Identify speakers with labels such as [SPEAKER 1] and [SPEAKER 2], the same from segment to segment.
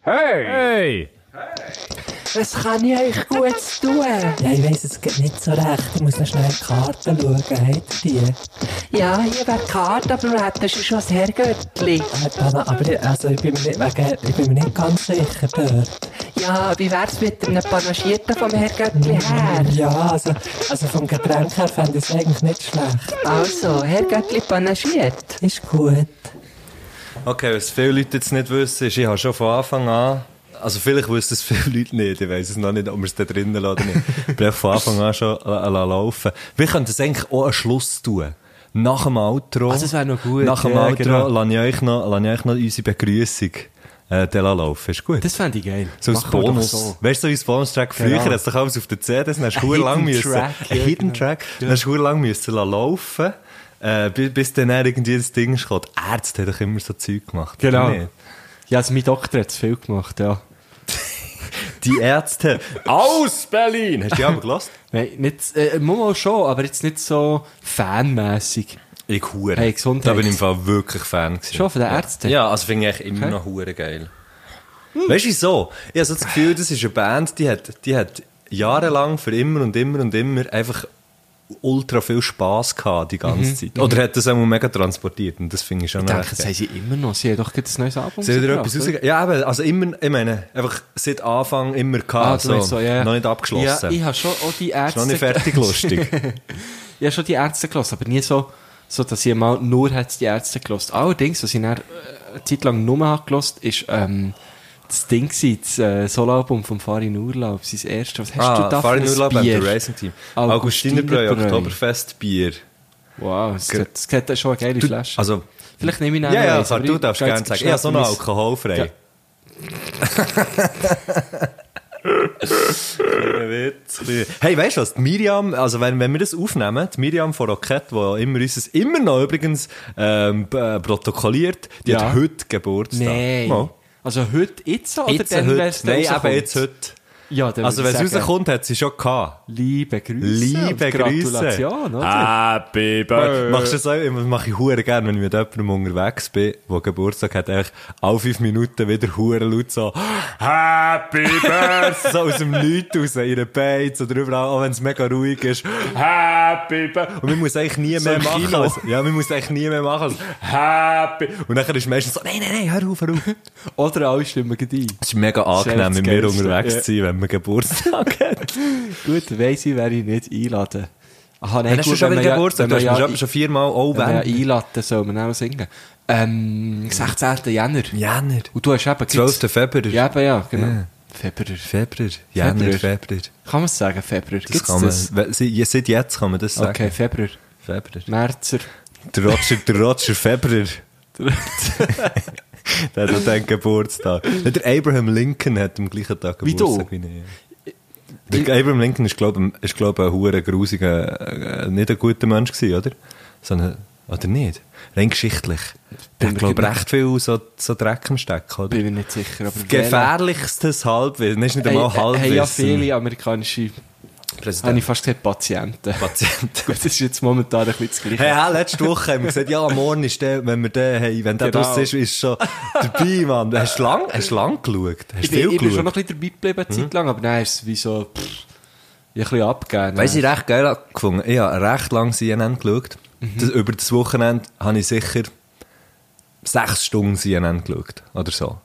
[SPEAKER 1] Hey!
[SPEAKER 2] Hey!
[SPEAKER 3] Was kann ich euch Gutes tun?
[SPEAKER 4] Ja, ich weiss, es geht nicht so recht. Ich muss noch schnell in die Karten schauen. Habt ihr die? äh,
[SPEAKER 3] Ja, hier wäre die Karte, aber wir hätten schon das Herrgöttli.
[SPEAKER 4] Ah, Dana, aber ich, also ich, bin mir nicht, wegen, ich bin mir nicht ganz sicher dort.
[SPEAKER 3] Ja, wie wär's mit einem Panagierten vom Herrgöttli her?
[SPEAKER 4] Ja, also, also vom Getränk her fände ich es eigentlich nicht schlecht.
[SPEAKER 3] Also, Herrgöttli panagiert.
[SPEAKER 4] Ist gut.
[SPEAKER 5] Okay, was viele Leute jetzt nicht wissen, ist, ich habe schon von Anfang an, also vielleicht wissen es viele Leute nicht, ich weiß es noch nicht, ob wir es da drinnen lassen oder nicht. Ich bin von Anfang an schon la- la- laufen. Wir könnten es eigentlich auch einen Schluss tun. Nach dem Outro.
[SPEAKER 2] Also, das wäre noch gut,
[SPEAKER 5] Nach dem
[SPEAKER 2] ja,
[SPEAKER 5] Outro
[SPEAKER 2] genau.
[SPEAKER 5] lasse ich euch noch, lasse ich euch noch unsere Begrüßung äh, da laufen. Ist gut.
[SPEAKER 2] Das fände ich geil.
[SPEAKER 5] so als
[SPEAKER 2] Machen wir doch
[SPEAKER 5] Bonus.
[SPEAKER 2] so.
[SPEAKER 5] Weißt du, so als Bonustrack früher,
[SPEAKER 2] Genau.
[SPEAKER 5] genau. hast du doch alles auf der CD, dann hast du
[SPEAKER 2] Ein
[SPEAKER 5] verdammt lang
[SPEAKER 2] Hidden
[SPEAKER 5] müssen.
[SPEAKER 2] Track,
[SPEAKER 5] ein
[SPEAKER 2] ja,
[SPEAKER 5] Hidden
[SPEAKER 2] genau.
[SPEAKER 5] Track. Dann hast du verdammt lang müssen lassen laufen, äh, bis, bis dann irgendwie das Ding ist gekommen. Die Ärzte haben doch immer so Zeug gemacht. oder
[SPEAKER 2] Genau.
[SPEAKER 5] nicht?
[SPEAKER 2] Ja, also mein Doktor hat es viel gemacht, ja.
[SPEAKER 5] Die Ärzte aus Berlin. Hast du die aber gelost?
[SPEAKER 2] Nein, nicht, äh, mal schon, aber jetzt nicht so fanmässig.
[SPEAKER 5] Ich hure.
[SPEAKER 2] Hey, Gesundheit.
[SPEAKER 5] Da bin ich im Fall wirklich Fan gewesen.
[SPEAKER 2] Schon von den Ärzten?
[SPEAKER 5] Ja, also finde ich immer
[SPEAKER 2] Okay.
[SPEAKER 5] noch hure geil. Weißt du wieso? Ich habe so das Gefühl, das ist eine Band, die hat, die hat jahrelang für immer und immer und immer einfach ultra viel Spass gehabt die ganze Zeit. Oder hat das auch mega transportiert und das finde ich schon
[SPEAKER 2] Mhm. Ich
[SPEAKER 5] noch
[SPEAKER 2] denke,
[SPEAKER 5] recht
[SPEAKER 2] das
[SPEAKER 5] geil.
[SPEAKER 2] haben sie immer noch. Sie haben doch gerade ein neues Album
[SPEAKER 5] Sie haben wieder
[SPEAKER 2] rausgebracht,
[SPEAKER 5] etwas
[SPEAKER 2] oder?
[SPEAKER 5] rausgegeben. Ja, eben, also immer, ich meine, einfach seit Anfang immer gehabt,
[SPEAKER 2] Ah, du
[SPEAKER 5] so,
[SPEAKER 2] meinst so, ja.
[SPEAKER 5] noch nicht abgeschlossen.
[SPEAKER 2] Ja, ich habe schon auch die
[SPEAKER 5] ist
[SPEAKER 2] Ärzte...
[SPEAKER 5] noch nicht fertig lustig.
[SPEAKER 2] ich habe schon die Ärzte gelassen, aber nie so, so dass ich mal nur hat die Ärzte gelassen. Allerdings, was ich dann, äh, eine Zeit lang nur habe gelassen, ist ähm, das Ding gewesen, das äh, Soloalbum von Farin Urlaub, sein erstes. Was hast du da
[SPEAKER 5] Ah, Farin
[SPEAKER 2] für ein
[SPEAKER 5] Urlaub und
[SPEAKER 2] Bier?
[SPEAKER 5] der Racing Team.
[SPEAKER 2] Augustinerbräu.
[SPEAKER 5] Augustinerbräu, Oktoberfestbier.
[SPEAKER 2] Wow, das, das, das hat schon eine geile Flasche.
[SPEAKER 5] also-
[SPEAKER 2] Vielleicht nehme ich
[SPEAKER 5] Ja,
[SPEAKER 2] nachher
[SPEAKER 5] ja,
[SPEAKER 2] eins,
[SPEAKER 5] aber
[SPEAKER 2] aber
[SPEAKER 5] du
[SPEAKER 2] ich
[SPEAKER 5] darfst
[SPEAKER 2] gehe jetzt
[SPEAKER 5] gerne sagen.
[SPEAKER 2] schnell
[SPEAKER 5] Ja, so noch
[SPEAKER 2] auf mein-
[SPEAKER 5] alkoholfrei.
[SPEAKER 2] Ja.
[SPEAKER 5] Kleiner Witz. Hey, weißt du was? Die Miriam, also wenn, wenn wir das aufnehmen, die Miriam von Rocket, die immer unseres, immer noch übrigens ähm, b- äh, protokolliert, die
[SPEAKER 2] Ja.
[SPEAKER 5] hat heute Geburtstag.
[SPEAKER 2] Nein.
[SPEAKER 5] Mal.
[SPEAKER 2] Also heute, jetzt oder
[SPEAKER 5] Jetzt,
[SPEAKER 2] dann,
[SPEAKER 5] heute.
[SPEAKER 2] wenn's dann
[SPEAKER 5] Nein, eben
[SPEAKER 2] rauskommt?
[SPEAKER 5] jetzt heute.
[SPEAKER 2] Ja, dann
[SPEAKER 5] Also wenn
[SPEAKER 2] würde ich
[SPEAKER 5] es
[SPEAKER 2] sagen,
[SPEAKER 5] rauskommt, hat sie schon gehabt.
[SPEAKER 2] Liebe Grüße. und
[SPEAKER 5] Liebe Grüße.
[SPEAKER 2] Gratulation, oder?
[SPEAKER 5] Happy Birthday. Machst du das auch immer? Das mache ich hure gerne, wenn ich mit jemandem unterwegs bin, der Geburtstag hat, eigentlich alle fünf Minuten wieder hure laut so Happy Birthday. so aus dem Nichts raus, in den Beiz oder überall, auch wenn es mega ruhig ist. Happy Birthday. Und man muss eigentlich nie mehr
[SPEAKER 2] im
[SPEAKER 5] machen.
[SPEAKER 2] Kino.
[SPEAKER 5] Als, ja, man muss eigentlich nie mehr machen. Als, Ah, Happy. Und nachher ist meistens so, nein, nein, nein, hör auf, hör auf.
[SPEAKER 2] Oder alle stimmen gleich ein.
[SPEAKER 5] Es ist mega
[SPEAKER 2] Das ist
[SPEAKER 5] angenehm,
[SPEAKER 2] echt das
[SPEAKER 5] mit mir
[SPEAKER 2] Geilste,
[SPEAKER 5] unterwegs
[SPEAKER 2] ja.
[SPEAKER 5] zu sein, wenn man Geburtstag hat.
[SPEAKER 2] Gut, weiss ich, wer ich nicht einladen. Aha, nein,
[SPEAKER 5] Dann hast du schon
[SPEAKER 2] wenn
[SPEAKER 5] wieder
[SPEAKER 2] man ja-
[SPEAKER 5] Geburtstag,
[SPEAKER 2] wenn
[SPEAKER 5] du
[SPEAKER 2] man
[SPEAKER 5] hast
[SPEAKER 2] ja-
[SPEAKER 5] bestimmt schon viermal oh, auch
[SPEAKER 2] Wenn man ja
[SPEAKER 5] weg.
[SPEAKER 2] einladen, soll man auch singen. Ähm, 16. Jänner.
[SPEAKER 5] Jänner.
[SPEAKER 2] Und du hast eben...
[SPEAKER 5] 12. Februar.
[SPEAKER 2] Ja, eben, ja, genau.
[SPEAKER 5] Ja.
[SPEAKER 2] Februar.
[SPEAKER 5] Februar. Jänner,
[SPEAKER 2] Februar.
[SPEAKER 5] Februar. Das
[SPEAKER 2] Kann man es sagen, Februar? Gibt's
[SPEAKER 5] kann man,
[SPEAKER 2] das?
[SPEAKER 5] we- se- ja, seit jetzt kann man das sagen.
[SPEAKER 2] Okay, Februar.
[SPEAKER 5] Februar.
[SPEAKER 2] Märzer.
[SPEAKER 5] Der Roger, der Roger Februar. der hat auch den Geburtstag. Ja, Der Abraham Lincoln hat am gleichen Tag
[SPEAKER 2] Wie du?
[SPEAKER 5] Geburtstag wie ich. Der Abraham Lincoln ist, glaube ich, ist, glaub, ich, ein hure grusiger, äh, nicht ein guter Mensch gewesen, oder? Sondern, oder nicht? Rein geschichtlich.
[SPEAKER 2] Bin
[SPEAKER 5] Der hat,
[SPEAKER 2] mir
[SPEAKER 5] glaube ich,
[SPEAKER 2] genau-
[SPEAKER 5] recht viel so, so Dreck im Stecken, oder?
[SPEAKER 2] Bin mir nicht sicher, aber...
[SPEAKER 5] Gefährlichstes Halbwissen. Das ist nicht
[SPEAKER 2] Hey,
[SPEAKER 5] einmal
[SPEAKER 2] hey, hey, ja,
[SPEAKER 5] Halbwissen.
[SPEAKER 2] viele amerikanische... Habe ich fast gesagt, Patienten.
[SPEAKER 5] Patient.
[SPEAKER 2] Gut, das ist jetzt momentan ein bisschen das Gleiche.
[SPEAKER 5] Hey, hä, letzte Woche haben wir gesagt, ja, morgen ist der, wenn wir den, hey, wenn der
[SPEAKER 2] Genau.
[SPEAKER 5] draussen ist, ist schon dabei, Mann. Hast du lang, hast du lang geschaut? Hast
[SPEAKER 2] Ich
[SPEAKER 5] du viel
[SPEAKER 2] bin, ich bin schon
[SPEAKER 5] geschaut? Mhm.
[SPEAKER 2] noch ein bisschen dabei geblieben, eine Zeit lang, aber nein, es ist wie so, pff, ich ein bisschen abgegeben.
[SPEAKER 5] Weiss ich recht geil gefunden. Ich habe recht lang CNN geschaut.
[SPEAKER 2] Mhm.
[SPEAKER 5] Das, über das Wochenende habe ich sicher sechs Stunden CNN geschaut. Oder so.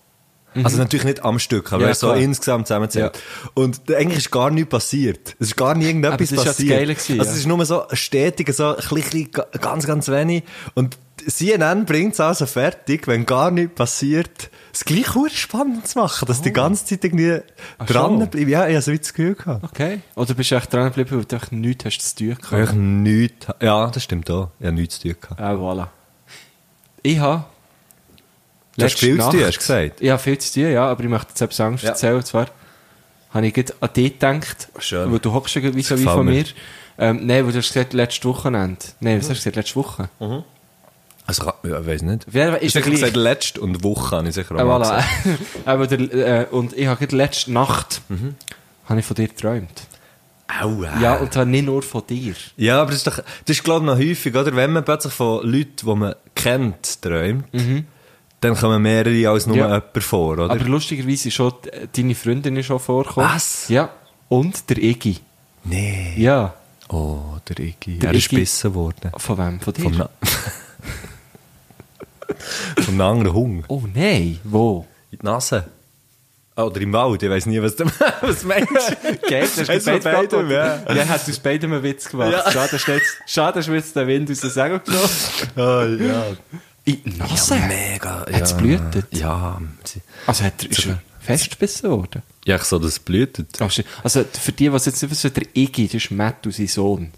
[SPEAKER 5] Also natürlich nicht am Stück, aber
[SPEAKER 2] Mhm. Ja,
[SPEAKER 5] ja, so
[SPEAKER 2] klar.
[SPEAKER 5] insgesamt zusammenzählt. Und da- eigentlich ist gar nichts passiert. Es ist gar nie irgendetwas
[SPEAKER 2] Aber das ist ja das
[SPEAKER 5] passiert.
[SPEAKER 2] Geile gewesen,
[SPEAKER 5] also
[SPEAKER 2] ja.
[SPEAKER 5] es ist nur so stetig, so ein bisschen, ganz, ganz wenig. Und CNN bringt es also fertig, wenn gar nichts passiert, es gleich verdammt spannend zu machen, dass
[SPEAKER 2] Oh.
[SPEAKER 5] die ganze Zeit irgendwie
[SPEAKER 2] schon.
[SPEAKER 5] dran bleibt. Ja, ich habe so wie das Gefühl gehabt.
[SPEAKER 2] Okay. Oder bist du echt dran geblieben, weil du echt nichts hast zu tun gehabt?
[SPEAKER 5] Eigentlich nichts. Ja, das stimmt auch. Ich habe nichts zu tun gehabt.
[SPEAKER 2] Ah, voilà. Ich habe...
[SPEAKER 5] Du hast
[SPEAKER 2] letzte
[SPEAKER 5] viel zu tun,
[SPEAKER 2] Nacht-
[SPEAKER 5] hast du gesagt.
[SPEAKER 2] Ich habe viel zu tun, ja, aber ich möchte jetzt etwas anderes
[SPEAKER 5] Ja.
[SPEAKER 2] erzählen. Und zwar habe ich gerade an dich gedacht,
[SPEAKER 5] Schön.
[SPEAKER 2] weil du hockst ja gerade wie so wie
[SPEAKER 5] gefällt
[SPEAKER 2] von
[SPEAKER 5] mir. Hm.
[SPEAKER 2] mir. Ähm, nein, weil du hast gesagt, letztes Wochenende. Nein, was hast du gesagt, letzte Woche?
[SPEAKER 5] Also, ich- ja, ich weiß nicht.
[SPEAKER 2] Auf jeden Fall
[SPEAKER 5] Ich
[SPEAKER 2] Ist ja
[SPEAKER 5] habe
[SPEAKER 2] gleich.
[SPEAKER 5] gesagt, letzte und Woche habe ich sicher auch
[SPEAKER 2] Ah,
[SPEAKER 5] mal
[SPEAKER 2] voilà.
[SPEAKER 5] gesagt.
[SPEAKER 2] Aber der, äh, und ich habe gerade letzte Nacht habe ich von dir geträumt.
[SPEAKER 5] Aua.
[SPEAKER 2] Ja,
[SPEAKER 5] Ja,
[SPEAKER 2] und zwar nicht nur von dir.
[SPEAKER 5] ja, aber das ist, doch, Mhm. das ist glaube ich noch häufig, oder? Wenn man plötzlich von Leuten, die man kennt, träumt, dann kommen mehrere als nur
[SPEAKER 2] Ja.
[SPEAKER 5] jemand vor, oder?
[SPEAKER 2] Aber lustigerweise ist schon d- deine Freundin ist schon vorgekommen.
[SPEAKER 5] Was?
[SPEAKER 2] Ja. Und der Iggy.
[SPEAKER 5] nee.
[SPEAKER 2] Ja.
[SPEAKER 5] Oh, der Iggy.
[SPEAKER 2] Der
[SPEAKER 5] er ist
[SPEAKER 2] Iggy.
[SPEAKER 5] gebissen worden.
[SPEAKER 2] Von wem? Von dir?
[SPEAKER 5] Vom, Na Vom anderen Hung.
[SPEAKER 2] oh nein, wo?
[SPEAKER 5] In die Nase. Ah, Oder im Wald, ich weiß nie, was du was meinst.
[SPEAKER 2] Gell, das ist
[SPEAKER 5] Eins von
[SPEAKER 2] beide
[SPEAKER 5] beidem, ja.
[SPEAKER 2] Ja, hat aus beidem einen Witz gemacht.
[SPEAKER 5] Also Ja.
[SPEAKER 2] Schade, hast du jetzt, schade, hast du jetzt den Wind aus der Segel genommen.
[SPEAKER 5] Ah, ja.
[SPEAKER 2] In die Nase?
[SPEAKER 5] Mega.
[SPEAKER 2] Hat's blutet?
[SPEAKER 5] Ja. sie-
[SPEAKER 2] also hat er, ist er festgebissen worden?
[SPEAKER 5] Ja, ich so, dass es blutet.
[SPEAKER 2] Also also für die, was jetzt nicht wissen, der Iggy, das ist Matthew, sein Sohn.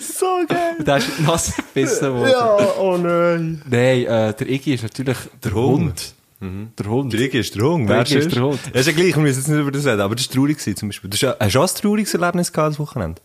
[SPEAKER 5] So geil.
[SPEAKER 2] Und der ist in die Nase gebissen worden.
[SPEAKER 5] oh nein.
[SPEAKER 2] Nein, äh, der Iggy ist natürlich der Hund. Der Hund.
[SPEAKER 5] Der Iggy ist der Hung,
[SPEAKER 2] Der
[SPEAKER 5] weißt
[SPEAKER 2] Iggy
[SPEAKER 5] du?
[SPEAKER 2] ist der Hung.
[SPEAKER 5] Ja, ist ja gleich, wir müssen jetzt nicht über das reden, aber das war traurig gewesen, zum Beispiel. Das ist, ja- hast du auch ein trauriges Erlebnis gehabt das Wochenende?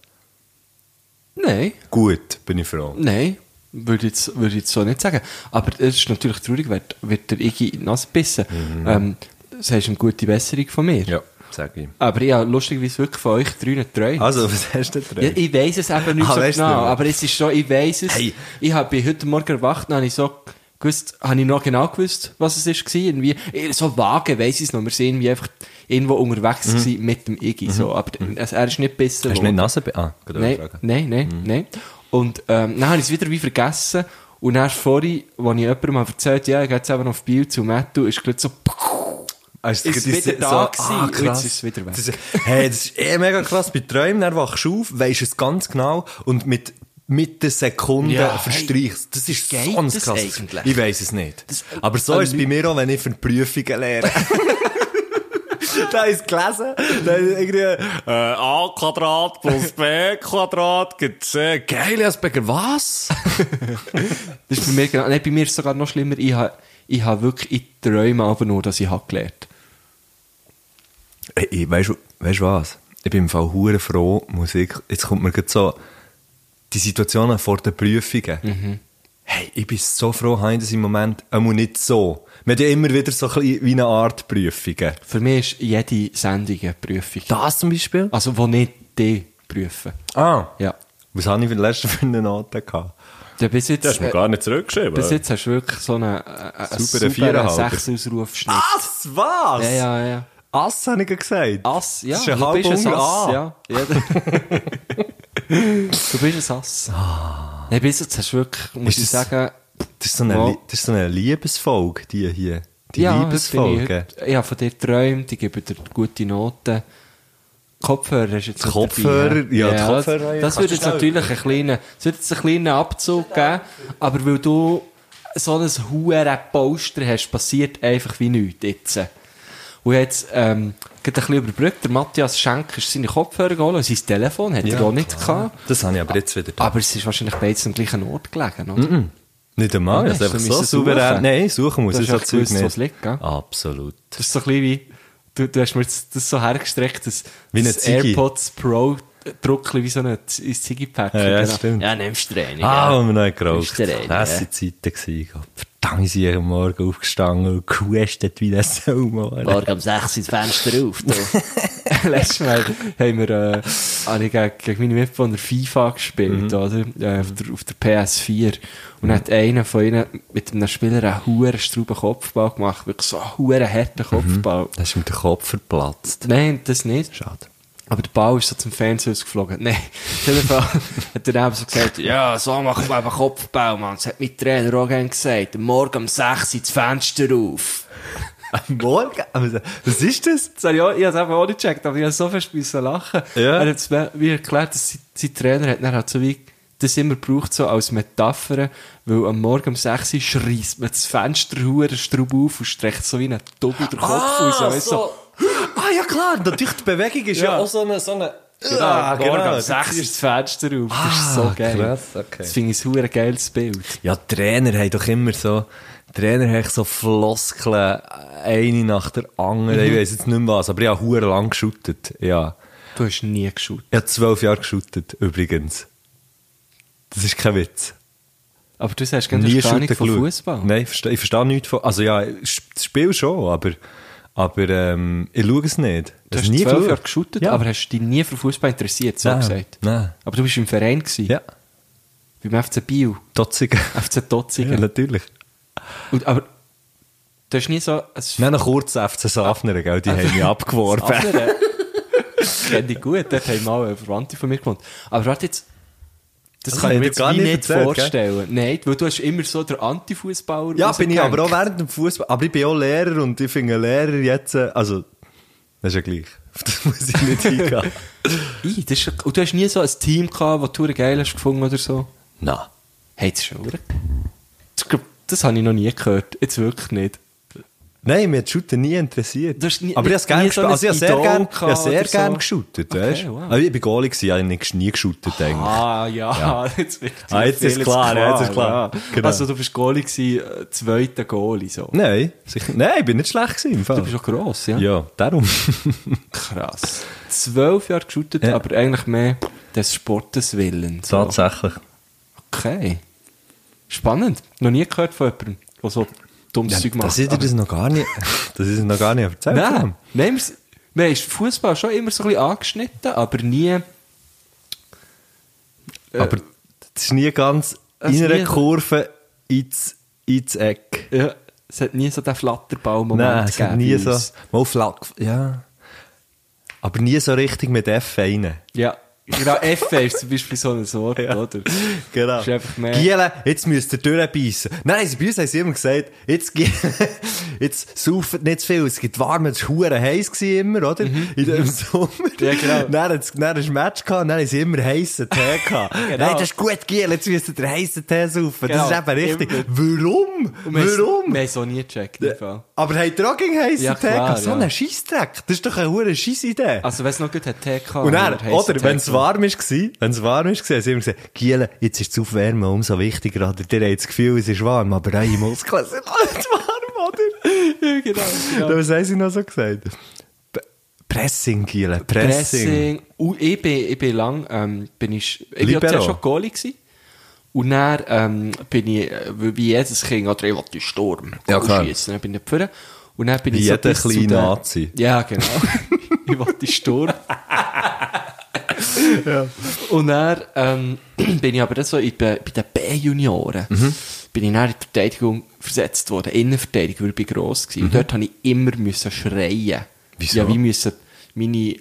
[SPEAKER 2] Nein,
[SPEAKER 5] Gut, bin ich froh.
[SPEAKER 2] nein. Würde ich, jetzt, würde ich jetzt so nicht sagen. Aber es ist natürlich traurig, wird, wird der Iggy in die Nase gebissen. Ähm, das heißt eine gute Besserung von mir.
[SPEAKER 5] sag ich.
[SPEAKER 2] Aber ich habe lustigerweise wirklich von euch drei geträumt.
[SPEAKER 5] Also, was hast du denn
[SPEAKER 2] Ja,
[SPEAKER 5] drin?
[SPEAKER 2] ich weiß es eben nicht
[SPEAKER 5] Ah,
[SPEAKER 2] so
[SPEAKER 5] weisst du
[SPEAKER 2] genau,
[SPEAKER 5] nicht.
[SPEAKER 2] aber es ist schon, ich weiß es.
[SPEAKER 5] Hey.
[SPEAKER 2] Ich habe bin heute Morgen erwacht und habe ich so gewusst, habe ich noch genau gewusst, was es ist gewesen. Irgendwie, eh, so vage weiß ich es noch. Wir sind irgendwie einfach irgendwo unterwegs gewesen mit dem Iggy, so. Aber also, er ist nicht besser
[SPEAKER 5] Mhm. Hast du nicht
[SPEAKER 2] geworden.
[SPEAKER 5] Mhm. Nase? Ah, gerade
[SPEAKER 2] Nein,
[SPEAKER 5] fragen.
[SPEAKER 2] nein, nein, nein. Und ähm, dann habe ich es wieder wie vergessen. Und dann vorhin, als ich jemandem habe erzählt ja, ich gehe jetzt eben auf Biel zu Mattu, ist gleich so,
[SPEAKER 5] Also,
[SPEAKER 2] Ist
[SPEAKER 5] das-
[SPEAKER 2] wieder
[SPEAKER 5] das-
[SPEAKER 2] da gewesen,
[SPEAKER 5] ah,
[SPEAKER 2] und
[SPEAKER 5] krass.
[SPEAKER 2] jetzt ist es wieder weg.
[SPEAKER 5] Das, ist- hey, das ist eh mega krass. Bei Träumen, dann wachst du auf, weisst es ganz genau und mit, mit der Sekunde
[SPEAKER 2] Ja, hey,
[SPEAKER 5] verstreichst. Das ist
[SPEAKER 2] geht
[SPEAKER 5] ganz
[SPEAKER 2] das
[SPEAKER 5] krass.
[SPEAKER 2] eigentlich?
[SPEAKER 5] Ich weiss es nicht.
[SPEAKER 2] Das-
[SPEAKER 5] Aber so ist es bei mir auch, wenn ich für die Prüfungen lehre. da ist gelesen, da ist irgendwie, äh, a Quadrat plus b Quadrat gibt c. Geil, Asperger, was?
[SPEAKER 2] Das ist bei mir genau, nein, bei mir ist es sogar noch schlimmer. Ich habe, ich habe wirklich in Träumen aber nur, dass ich habe gelernt.
[SPEAKER 5] Hey, Äh, ich- weißt du weißt du was? Ich bin im Fall hure froh, Musik. Jetzt kommt mir gerade so die Situationen vor den Prüfungen.
[SPEAKER 2] Mhm.
[SPEAKER 5] Hey, ich bin so froh, habe ich das im Moment einmal nicht so. Wir haben ja immer wieder so ein bisschen wie eine Art Prüfungen.
[SPEAKER 2] Für mich ist jede Sendung eine Prüfung.
[SPEAKER 5] Das zum Beispiel?
[SPEAKER 2] Also, wo nicht die prüfen.
[SPEAKER 5] Ah.
[SPEAKER 2] Ja.
[SPEAKER 5] Was habe ich für den letzten für eine Note gehabt?
[SPEAKER 2] Ja, bis jetzt, äh,
[SPEAKER 5] gar nicht zurückgeschrieben.
[SPEAKER 2] bis jetzt hast du wirklich so einen, äh, äh,
[SPEAKER 5] Sauberen
[SPEAKER 2] sauberen
[SPEAKER 5] Viererhalber.
[SPEAKER 2] Sechsausrufschnitt.
[SPEAKER 5] Ass, was?
[SPEAKER 2] Ja, ja, ja.
[SPEAKER 5] Ass habe ich ja gesagt.
[SPEAKER 2] Ass, ja.
[SPEAKER 5] Das ist ein
[SPEAKER 2] du
[SPEAKER 5] halber
[SPEAKER 2] bist ein
[SPEAKER 5] Hunger Ah.
[SPEAKER 2] Ass,
[SPEAKER 5] an.
[SPEAKER 2] ja. ja. du bist ein Ass. Nein, bis jetzt hast du wirklich, muss
[SPEAKER 5] Ah. Ist
[SPEAKER 2] ich
[SPEAKER 5] das-
[SPEAKER 2] sagen,
[SPEAKER 5] Das ist so eine,
[SPEAKER 2] Ja.
[SPEAKER 5] Lie- das ist so eine Liebesfolge, die hier. Die
[SPEAKER 2] heute
[SPEAKER 5] Liebesfolge.
[SPEAKER 2] bin Ich, heute- ich habe von dir geträumt, ich gebe dir gute Noten. Kopfhörer ist jetzt nicht
[SPEAKER 5] Kopfhörer,
[SPEAKER 2] dabei,
[SPEAKER 5] ja, die Kopfhörer,
[SPEAKER 2] Das,
[SPEAKER 5] ja.
[SPEAKER 2] das
[SPEAKER 5] Kannst
[SPEAKER 2] würde
[SPEAKER 5] du
[SPEAKER 2] jetzt
[SPEAKER 5] schnell-
[SPEAKER 2] natürlich einen kleinen, das würde jetzt einen kleinen Abzug geben, aber weil du so ein hohen Poster hast, passiert einfach wie nichts jetzt. Und jetzt, ähm, geht ein bisschen überbrückt, der Matthias Schenk ist seine Kopfhörer geholt und sein Telefon hat
[SPEAKER 5] Ja,
[SPEAKER 2] er auch nicht
[SPEAKER 5] klar.
[SPEAKER 2] gehabt.
[SPEAKER 5] Das habe ich aber jetzt wieder. da.
[SPEAKER 2] Aber es ist wahrscheinlich beides am gleichen Ort gelegen, oder?
[SPEAKER 5] Nicht einmal,
[SPEAKER 2] Ah,
[SPEAKER 5] das
[SPEAKER 2] hast
[SPEAKER 5] ist einfach
[SPEAKER 2] du
[SPEAKER 5] so
[SPEAKER 2] müssen
[SPEAKER 5] souverän.
[SPEAKER 2] suchen?
[SPEAKER 5] Nein, suchen muss
[SPEAKER 2] Du
[SPEAKER 5] ich
[SPEAKER 2] hast
[SPEAKER 5] so
[SPEAKER 2] ja
[SPEAKER 5] Zeug
[SPEAKER 2] gewusst, wo
[SPEAKER 5] nicht.
[SPEAKER 2] es liegt, gell?
[SPEAKER 5] Absolut.
[SPEAKER 2] Das ist so ein bisschen wie, du, du hast mir jetzt das so hergestreckt, dass
[SPEAKER 5] Wie eine
[SPEAKER 2] das
[SPEAKER 5] Ziege.
[SPEAKER 2] AirPods Pro druckli wie so ein Ziggy-Pack. Genau.
[SPEAKER 5] Ja, ja, stimmt.
[SPEAKER 2] Ja, nimmst du einen.
[SPEAKER 5] Ah,
[SPEAKER 2] ja.
[SPEAKER 5] wo wir noch
[SPEAKER 2] Ist
[SPEAKER 5] geraucht
[SPEAKER 2] der eine,
[SPEAKER 5] haben. Das
[SPEAKER 2] ja.
[SPEAKER 5] waren Zeiten. gewesen. Gott, Verdammt, ich bin am Morgen aufgestanden und gehustet wie ein Saumohr.
[SPEAKER 1] Morgen um 6 Uhr das Fenster auf. Du.
[SPEAKER 2] Letztes Mal haben wir, äh, habe ich gegen, gegen meine Mitbewohner FIFA gespielt,
[SPEAKER 5] Mhm.
[SPEAKER 2] oder? Äh, auf, der, auf der PS4. Und hat einer von ihnen mit einem Spieler einen huren strauben Kopfball gemacht. Wirklich so einen huren
[SPEAKER 5] Mhm.
[SPEAKER 2] harten Kopfball.
[SPEAKER 5] Das ist mit dem Kopf verplatzt.
[SPEAKER 2] Nein, das nicht.
[SPEAKER 5] Schade.
[SPEAKER 2] Aber der Ball ist so zum Fernseher ausgeflogen. Nein, auf jeden Fall hat er eben so gesagt, ja, so machen wir eben Kopfbau, Mann. Das hat mein Trainer auch gerne gesagt. Morgen um 6 Uhr das Fenster auf.
[SPEAKER 5] Am Morgen? Aber Was ist das?
[SPEAKER 2] Das habe ich, auch, ich habe es eben auch nicht gecheckt, aber ich habe so fest müssen lachen.
[SPEAKER 5] Ja.
[SPEAKER 2] Er hat es mir wie erklärt, dass sein, sein Trainer hat, dann hat so wie das immer gebraucht, so als Metapher, weil am Morgen um 6 Uhr schreisst man das Fenster huren straub auf und streckt so wie einen Double den Kopf aus. weisst du,
[SPEAKER 5] Ah, ja klar. Natürlich, die Bewegung ist
[SPEAKER 2] Ja.
[SPEAKER 5] ja, auch so eine... So eine
[SPEAKER 2] Genau,
[SPEAKER 5] Ah,
[SPEAKER 2] morgen
[SPEAKER 5] genau.
[SPEAKER 2] um 6 Uhr das Fenster auf. Das ist
[SPEAKER 5] Ah,
[SPEAKER 2] so geil.
[SPEAKER 5] krass, okay.
[SPEAKER 2] Das finde ich ein huere geiles Bild.
[SPEAKER 5] Ja, die Trainer haben doch immer so, die Trainer haben so Floskeln, eine nach der anderen.
[SPEAKER 2] Mhm.
[SPEAKER 5] Ich weiss jetzt nicht mehr was, aber ich habe hure lang geschuttet. Ja.
[SPEAKER 2] Du hast nie geschaut.
[SPEAKER 5] Ich habe zwölf Jahre geschuttet, übrigens. Das ist kein Witz.
[SPEAKER 2] Aber du sagst gerne, du hast
[SPEAKER 5] Shooten
[SPEAKER 2] von
[SPEAKER 5] geschaut.
[SPEAKER 2] Fußball.
[SPEAKER 5] Nein, ich verstehe, ich verstehe nichts von, also ja, das Spiel schon, aber, Aber ähm, ich schaue es nicht.
[SPEAKER 2] Du
[SPEAKER 5] Es
[SPEAKER 2] hast
[SPEAKER 5] nie
[SPEAKER 2] zwölf
[SPEAKER 5] geschaut.
[SPEAKER 2] Jahre geshootet,
[SPEAKER 5] Ja.
[SPEAKER 2] aber hast dich nie für Fußball interessiert, so
[SPEAKER 5] Nein,
[SPEAKER 2] gesagt.
[SPEAKER 5] nein.
[SPEAKER 2] Aber du warst im Verein, gewesen,
[SPEAKER 5] Ja,
[SPEAKER 2] beim FC Biel,
[SPEAKER 5] Totzig.
[SPEAKER 2] FC Totzigen.
[SPEAKER 5] Ja, natürlich.
[SPEAKER 2] Und, aber du hast nie so ein
[SPEAKER 5] Wir haben noch kurz FC Safner, gell? die haben mich abgeworfen.
[SPEAKER 2] andere. Kenne ich gut, dort haben mal eine Verwandte von mir gewohnt. Aber warte jetzt, das,
[SPEAKER 5] Das
[SPEAKER 2] kann ich mir
[SPEAKER 5] hab ich
[SPEAKER 2] jetzt
[SPEAKER 5] dir gar
[SPEAKER 2] wie
[SPEAKER 5] nicht
[SPEAKER 2] nicht
[SPEAKER 5] erzählt,
[SPEAKER 2] vorstellen. Nein, weil du hast immer so der Anti-Fußballer
[SPEAKER 5] Ja, bin ich
[SPEAKER 2] rausgehängt.
[SPEAKER 5] aber auch während dem Fußball. Aber ich bin auch Lehrer und ich finde Lehrer jetzt, äh, also, das ist ja gleich. Auf das muss ich nicht eingehen.
[SPEAKER 2] Ei, das ist, und du hast nie so ein Team gehabt, das du geil hast gefunden oder so?
[SPEAKER 5] Nein.
[SPEAKER 2] Hey, das ist ja verdammt- das, glaub- das habe ich noch nie gehört. Jetzt wirklich nicht.
[SPEAKER 5] Nein, mich hat Shooter nie interessiert.
[SPEAKER 2] Du hast nie-
[SPEAKER 5] aber ich habe gerne
[SPEAKER 2] nie so
[SPEAKER 5] geshootet. also
[SPEAKER 2] ein
[SPEAKER 5] ich habe sehr
[SPEAKER 2] Idol
[SPEAKER 5] gerne
[SPEAKER 2] gehabt
[SPEAKER 5] ich habe sehr
[SPEAKER 2] oder so.
[SPEAKER 5] gern geshootet,
[SPEAKER 2] Okay,
[SPEAKER 5] weißt du.
[SPEAKER 2] wow.
[SPEAKER 5] Aber ich bin Goalie gewesen, ich habe nicht- nie geshootet eigentlich.
[SPEAKER 2] Ah, ja, jetzt wird
[SPEAKER 5] Ah, jetzt ist
[SPEAKER 2] vieles
[SPEAKER 5] klar, ja, jetzt ist klar.
[SPEAKER 2] ja.
[SPEAKER 5] Genau.
[SPEAKER 2] Also, du bist Goalie gewesen, äh, zweiter Goalie, so.
[SPEAKER 5] Nein, sicher, nein, ich bin nicht schlecht gewesen im Fall.
[SPEAKER 2] Du bist auch gross, ja?
[SPEAKER 5] ja, darum.
[SPEAKER 2] Krass. Zwölf Jahre geshootet,
[SPEAKER 5] Ja.
[SPEAKER 2] aber eigentlich mehr des Sportes willen. So.
[SPEAKER 5] Tatsächlich.
[SPEAKER 2] Okay. Spannend. Noch nie gehört von jemandem, der so dummes Zeug macht.
[SPEAKER 5] Dass ich dir das noch gar nicht, das ist noch gar nicht erzählt
[SPEAKER 2] Nein,
[SPEAKER 5] habe.
[SPEAKER 2] nein, wir- wir haben Fußball schon immer so ein bisschen angeschnitten, aber nie. äh,
[SPEAKER 5] Aber das ist nie ganz
[SPEAKER 2] Es
[SPEAKER 5] in einer
[SPEAKER 2] nie-
[SPEAKER 5] Kurve ins, ins Eck.
[SPEAKER 2] Ja, es hat nie so den Flatterball-Moment
[SPEAKER 5] Nein, es hat
[SPEAKER 2] gegeben
[SPEAKER 5] nie
[SPEAKER 2] bei
[SPEAKER 5] so.
[SPEAKER 2] uns.
[SPEAKER 5] Mal Flak, ja. Aber nie so richtig mit F rein.
[SPEAKER 2] Ja, genau. F ist zum Beispiel so ein Wort,
[SPEAKER 5] Ja.
[SPEAKER 2] oder?
[SPEAKER 5] Genau.
[SPEAKER 2] Ist einfach mehr-
[SPEAKER 5] Giele, jetzt müsst ihr durchbeissen. Nein, sie- bei uns haben sie immer gesagt, jetzt, Giele, jetzt sauft nicht zu viel. Es gibt warm, es war verdammt heiß gewesen immer, oder? In dem Sommer.
[SPEAKER 2] Ja, genau.
[SPEAKER 5] Dann hat's, dann ist ein Match gehabt, dann haben sie immer heissen Tee gehabt. Nein, das ist gut, Giele, jetzt müsst ihr heissen Tee saufen.
[SPEAKER 2] Genau.
[SPEAKER 5] Das ist eben richtig. Warum?
[SPEAKER 2] Und wir haben es-
[SPEAKER 5] Warum?
[SPEAKER 2] Wir haben es auch nie gecheckt. im Fall.
[SPEAKER 5] Aber habt ihr auch gegen heissen
[SPEAKER 2] Ja,
[SPEAKER 5] Tee
[SPEAKER 2] klar,
[SPEAKER 5] gehabt? So
[SPEAKER 2] ja.
[SPEAKER 5] einen Scheissdreck. Das ist doch eine hure Scheissidee.
[SPEAKER 2] Also, wenn es noch gut hat, TK.
[SPEAKER 5] Und dann, oder, wenn es
[SPEAKER 2] war.
[SPEAKER 5] warm ist, wenn es warm ist, haben sie immer gesagt, Giele, jetzt ist das Aufwärmen umso wichtiger, oder? Ihr habt das Gefühl, es ist warm, aber eure Muskeln sind alles warm, oder?
[SPEAKER 2] Ja, genau. genau.
[SPEAKER 5] Was haben sie noch so gesagt? P- Pressing, Giele, Pressing.
[SPEAKER 2] Pressing. Und ich bin, ich bin lang, ähm, bin ich, ich bin
[SPEAKER 5] Libero.
[SPEAKER 2] ja zuerst schon Goalie gewesen. Und dann, ähm, bin ich, äh, wie jedes Kind, oder ich wollte den Sturm.
[SPEAKER 5] Ja, klar.
[SPEAKER 2] Schiessen. Dann bin ich vorne. Und dann bin
[SPEAKER 5] Wie
[SPEAKER 2] ich
[SPEAKER 5] jeder
[SPEAKER 2] bis zu
[SPEAKER 5] kleine
[SPEAKER 2] den-
[SPEAKER 5] Nazi.
[SPEAKER 2] Ja, genau. ich wollte den Sturm. Und dann, ähm, bin ich aber dann so in, bei, bei den B-Junioren,
[SPEAKER 5] Mhm.
[SPEAKER 2] bin ich dann in die Verteidigung versetzt worden. Innenverteidigung, weil ich bin gross gewesen. Und dort habe ich immer müssen schreien.
[SPEAKER 5] Mhm. Wieso?
[SPEAKER 2] Ja, wie müssen meine,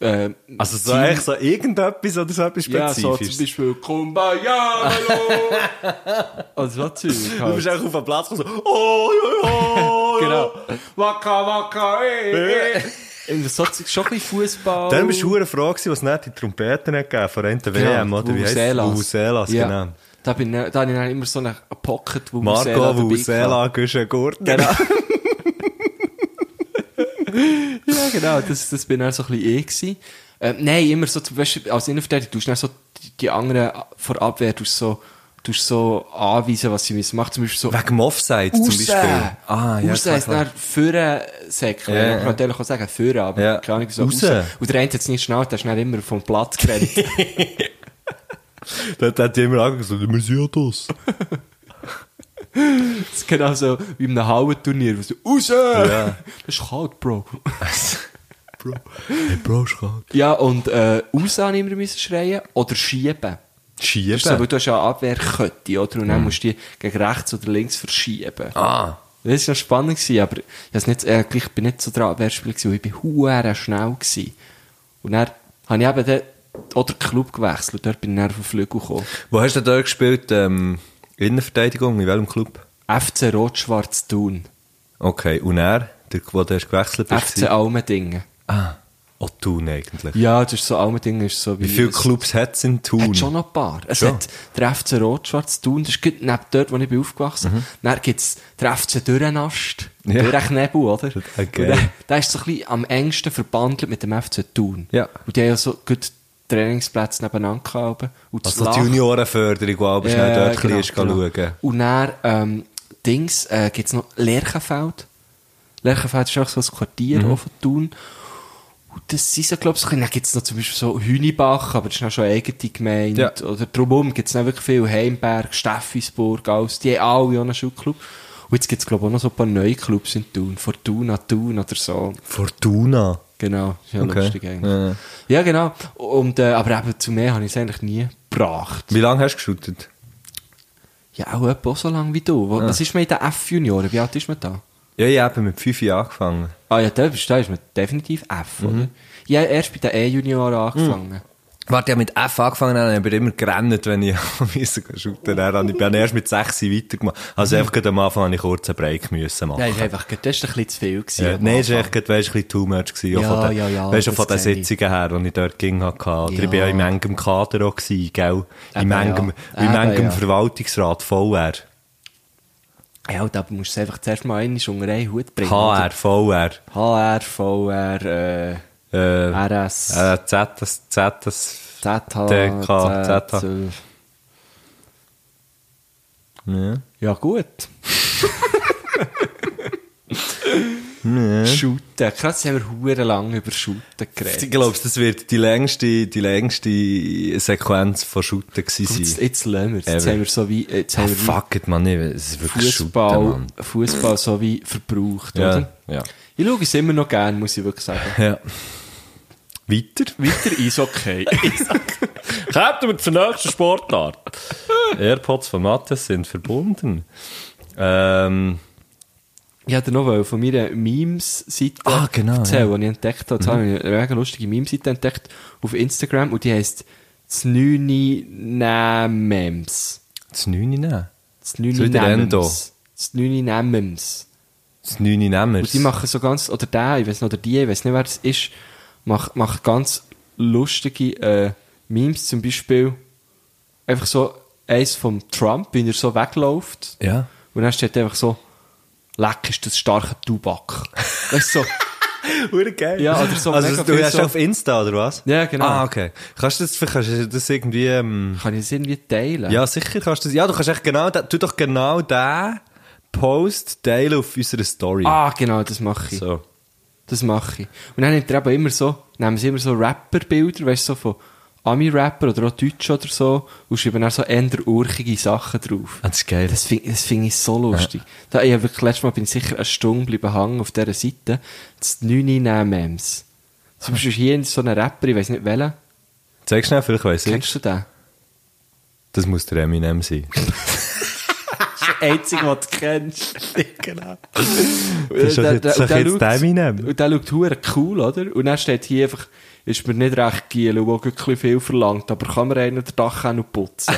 [SPEAKER 2] äh,
[SPEAKER 5] Also so,
[SPEAKER 2] Team-
[SPEAKER 5] echt so irgendetwas oder so etwas
[SPEAKER 2] ja, so zum
[SPEAKER 5] Spezifisches.
[SPEAKER 2] Beispiel Kumbaya, hallo! also so Zeug
[SPEAKER 5] du
[SPEAKER 2] halt.
[SPEAKER 5] bist einfach auf dem Platz und so, oh, ja, ja, ja.
[SPEAKER 2] Genau. Waka, waka, ey, ey. Und So Zeug, schon ein bisschen Fußball.
[SPEAKER 5] eh, Dann bist du hure froh gewesen, was es nicht die Trompeten nicht gegeben hat, vor einer WM, oder? Wie heisst es? Vuvuzelas,
[SPEAKER 2] Ja.
[SPEAKER 5] genau.
[SPEAKER 2] Da, bin, ich- da habe ich dann immer so einen Pocket Vuvuzela
[SPEAKER 5] Marco
[SPEAKER 2] dabei
[SPEAKER 5] Vuvuzela, Güsche Gurten.
[SPEAKER 2] gehabt. Genau. ja, genau, das, das bin dann so ein bisschen ich gewesen. Ähm, nein, immer so, zum Beispiel, als Innenverteidigung, tust du dann so die, die anderen vor Abwehr, tust so, tust so anweisen, was sie müssen machen. Zum Beispiel so,
[SPEAKER 5] Wegen dem Offside zum Beispiel.
[SPEAKER 2] Ah, ja, Aussen heisst dann führen säckeln.
[SPEAKER 5] Ja,
[SPEAKER 2] Man
[SPEAKER 5] ja.
[SPEAKER 2] kann natürlich auch sagen, führen, aber
[SPEAKER 5] Ja.
[SPEAKER 2] keine Ahnung, so
[SPEAKER 5] Raus.
[SPEAKER 2] aussen. Und der eine hat es nicht schnell, der ist dann immer vom Platz gerannt.
[SPEAKER 5] Dort hat jemand angesagt, wir sind ja das.
[SPEAKER 2] Das ist genau so wie in einem Hauenturnier, wo so, raus! Ja.
[SPEAKER 5] Ja.
[SPEAKER 2] Das ist kalt, Bro.
[SPEAKER 5] Bro, hey, Bro, ist kalt.
[SPEAKER 2] Ja, und, äh, raus habe ich immer müssen schreien oder schieben. Mhm.
[SPEAKER 5] Schieben.
[SPEAKER 2] Das ist so, weil du hast ja eine Abwehrkette, oder? Und dann musst du die gegen rechts oder links verschieben.
[SPEAKER 5] ah.
[SPEAKER 2] Das war noch spannend, gewesen, aber ich, hab's nicht, äh, gleich- ich bin nicht so dran Abwehrspiel, gewesen, weil ich bin huere schnell gewesen. Und dann habe ich eben den, oder den Club gewechselt, dort bin ich dann auf den Flügel gekommen.
[SPEAKER 5] Wo hast du denn dort gespielt? Ähm, Innenverteidigung, in welchem Club?
[SPEAKER 2] FC Rot-Schwarz Thun,
[SPEAKER 5] Okay, und er, der, wo du hast gewechselt bist?
[SPEAKER 2] FC Almendingen.
[SPEAKER 5] Ah, auch Thun eigentlich.
[SPEAKER 2] Ja, das ist so, Almendingen ist so wie...
[SPEAKER 5] Wie viele
[SPEAKER 2] es-
[SPEAKER 5] Clubs hat es in Thun?
[SPEAKER 2] Hat schon noch ein paar. Es
[SPEAKER 5] Schon.
[SPEAKER 2] hat der FC Rot-Schwarz Thun, das ist gut neben dort, wo ich bin aufgewachsen Dann gibt es den FC Dürrenast,
[SPEAKER 5] Mhm. Ja.
[SPEAKER 2] ja. Dürrenknebel, oder?
[SPEAKER 5] Okay.
[SPEAKER 2] Und der, der ist so ein bisschen am engsten verbandelt mit dem FC Thun.
[SPEAKER 5] Ja.
[SPEAKER 2] Und die haben ja so gut Trainingsplätze nebeneinander gehabt. Und das
[SPEAKER 5] Also die
[SPEAKER 2] Lach-
[SPEAKER 5] Juniorenförderung, die aber schnell dort genau, ein bisschen
[SPEAKER 2] Eh, genau.
[SPEAKER 5] genau. schauen.
[SPEAKER 2] Und dann, ähm, Dings, äh, gibt es noch Lerchenfeld. Lerchenfeld ist auch so ein Quartier mhm. von Thun. Und das sind so, glaube ich, so ein bisschen- dann gibt es noch zum Beispiel so Hünibach, aber das ist dann schon eine eigene Gemeinde.
[SPEAKER 5] Ja.
[SPEAKER 2] nou Oder drumherum gibt es dann wirklich viel Heimberg, Steffisburg, alles. Die haben alle auch einen Schulclub. Und Und jetzt gibt es, glaube ich, auch noch so ein paar neue Clubs in Thun. Fortuna Thun oder so.
[SPEAKER 5] Fortuna.
[SPEAKER 2] Genau, ist ja
[SPEAKER 5] Okay.
[SPEAKER 2] lustig eigentlich.
[SPEAKER 5] Ja, ja.
[SPEAKER 2] Ja, genau. Und, äh, aber eben zu mehr habe ich es eigentlich nie gebracht.
[SPEAKER 5] Wie lange hast du geschootet?
[SPEAKER 2] Ja, auch etwa so lang wie du. Wo- Was ist man in den F-Junioren? Wie alt ist man da?
[SPEAKER 5] Ja, ich habe mit 5 Jahren angefangen.
[SPEAKER 2] Ah ja, da bist da ist man definitiv F, Mm. oder? Ich habe erst bei den E-Junioren angefangen.
[SPEAKER 5] Warte, ich habe mit F angefangen, dann habe ich immer gerannt, wenn ich müssen gehen shooten. Dann habe ich bin erst mit 6 weitergemacht. Also einfach gerade am Anfang habe ich kurz einen Break müssen machen.
[SPEAKER 2] Nein, das ist einfach, das ist ein bisschen zu viel gewesen.
[SPEAKER 5] Ja,
[SPEAKER 2] am
[SPEAKER 5] nein, es war
[SPEAKER 2] Anfang.
[SPEAKER 5] echt, weisst, ein bisschen too much gewesen. auch
[SPEAKER 2] Ja,
[SPEAKER 5] von den-
[SPEAKER 2] ja, ja,
[SPEAKER 5] weisst, auch
[SPEAKER 2] das
[SPEAKER 5] von den
[SPEAKER 2] kenn ich.
[SPEAKER 5] Sitzungen her, die ich dort ging, hatte. Oder ich
[SPEAKER 2] Ja.
[SPEAKER 5] bin ja in manchem Kader auch gewesen, gell? In
[SPEAKER 2] Eben,
[SPEAKER 5] manchem,
[SPEAKER 2] ja.
[SPEAKER 5] in
[SPEAKER 2] Eben,
[SPEAKER 5] manchem
[SPEAKER 2] ja.
[SPEAKER 5] Verwaltungsrat, VR.
[SPEAKER 2] Ja, da musst du es einfach zuerst mal einmal unter einen Hut bringen.
[SPEAKER 5] HR, VR,
[SPEAKER 2] oder? HR, VR, äh,
[SPEAKER 5] äh,
[SPEAKER 2] RS,
[SPEAKER 5] äh, ZS, ZS,
[SPEAKER 2] ZH,
[SPEAKER 5] DK,
[SPEAKER 2] Z,
[SPEAKER 5] ZH.
[SPEAKER 2] äh,
[SPEAKER 5] Ja.
[SPEAKER 2] Ja, gut. Shooten. Krass, haben wir hure lang über Shooten
[SPEAKER 5] Ich
[SPEAKER 2] geredet.
[SPEAKER 5] glaube, das wird die längste, die längste Sequenz von Shooten gewesen
[SPEAKER 2] Jetzt,
[SPEAKER 5] sein.
[SPEAKER 2] jetzt lassen wir es. Jetzt
[SPEAKER 5] Ever.
[SPEAKER 2] haben wir so wie, jetzt
[SPEAKER 5] Ah,
[SPEAKER 2] haben wir
[SPEAKER 5] fuck it, man, es ist
[SPEAKER 2] wie
[SPEAKER 5] wirklich
[SPEAKER 2] Fußball,
[SPEAKER 5] Shooten,
[SPEAKER 2] Fußball so wie verbraucht,
[SPEAKER 5] Mann.
[SPEAKER 2] oder?
[SPEAKER 5] Ja, ja.
[SPEAKER 2] Ich schaue es immer noch gern, muss ich wirklich sagen.
[SPEAKER 5] Ja. Weiter.
[SPEAKER 2] Weiter ist okay.
[SPEAKER 5] Kommt mit zur nächsten Sportart. AirPods von Matthias sind verbunden. Ähm,
[SPEAKER 2] ich hatte noch wollen von meiner Memes-Seite
[SPEAKER 5] Ah, genau, Mhm.
[SPEAKER 2] erzählen, die ich entdeckt habe. Jetzt habe ich eine mega lustige Memes-Seite entdeckt auf Instagram und die heisst Znüni Nemems.
[SPEAKER 5] das Neune nehmen. So
[SPEAKER 2] Znüni
[SPEAKER 5] wie der Endo.
[SPEAKER 2] Nemems. Znüni Nemems.
[SPEAKER 5] Das Neune nehmen
[SPEAKER 2] Und die machen so ganz, oder der, ich weiß nicht, oder die, ich weiß nicht, wer das ist, macht, macht ganz lustige äh, Memes, zum Beispiel einfach so eins vom Trump, wenn er so wegläuft.
[SPEAKER 5] Ja.
[SPEAKER 2] Und dann steht einfach so, leck ist das starke Tubak. Weißt du, so,
[SPEAKER 5] Hure geil.
[SPEAKER 2] Ja, oder so
[SPEAKER 5] Also,
[SPEAKER 2] mega
[SPEAKER 5] du
[SPEAKER 2] viel
[SPEAKER 5] hast
[SPEAKER 2] so-
[SPEAKER 5] auf Insta, oder was?
[SPEAKER 2] Ja, genau.
[SPEAKER 5] Ah, okay. Kannst du das, kannst du das irgendwie, ähm,
[SPEAKER 2] kann ich das irgendwie teilen?
[SPEAKER 5] ja, sicher kannst du das, ja, du kannst echt genau, den- tu doch genau den Post teilen auf unserer Story.
[SPEAKER 2] Ah, genau, das mache ich.
[SPEAKER 5] So.
[SPEAKER 2] Das mache ich. Und dann nimmt er eben immer so, nehmen sie immer so Rapper-Bilder, weißt du, so von Ami-Rapper oder auch Deutsch oder so, und schreiben dann so eher urchige Sachen drauf.
[SPEAKER 5] Ah, das ist geil.
[SPEAKER 2] Das finde das find ich so lustig. Da, ich hab wirklich, letztes Mal bin ich sicher eine Stunde bleiben hängen auf dieser Seite. Das 9 Nemems.
[SPEAKER 5] Ah.
[SPEAKER 2] Zum Beispiel ist hier so ein Rapper, ich weiß nicht welchen.
[SPEAKER 5] Zeig schnell, vielleicht weiss ich.
[SPEAKER 2] Kennst du den?
[SPEAKER 5] Das muss der Eminem sein.
[SPEAKER 2] Der einzige, den du kennst. genau. Eh,
[SPEAKER 5] ist doch jetzt- doch jetzt Eminem.
[SPEAKER 2] Und der schaut hure cool, oder? Und dann steht hier einfach, ist mir nicht recht giel, und auch ein bisschen viel verlangt, aber kann mir einer den Dach auch noch putzen?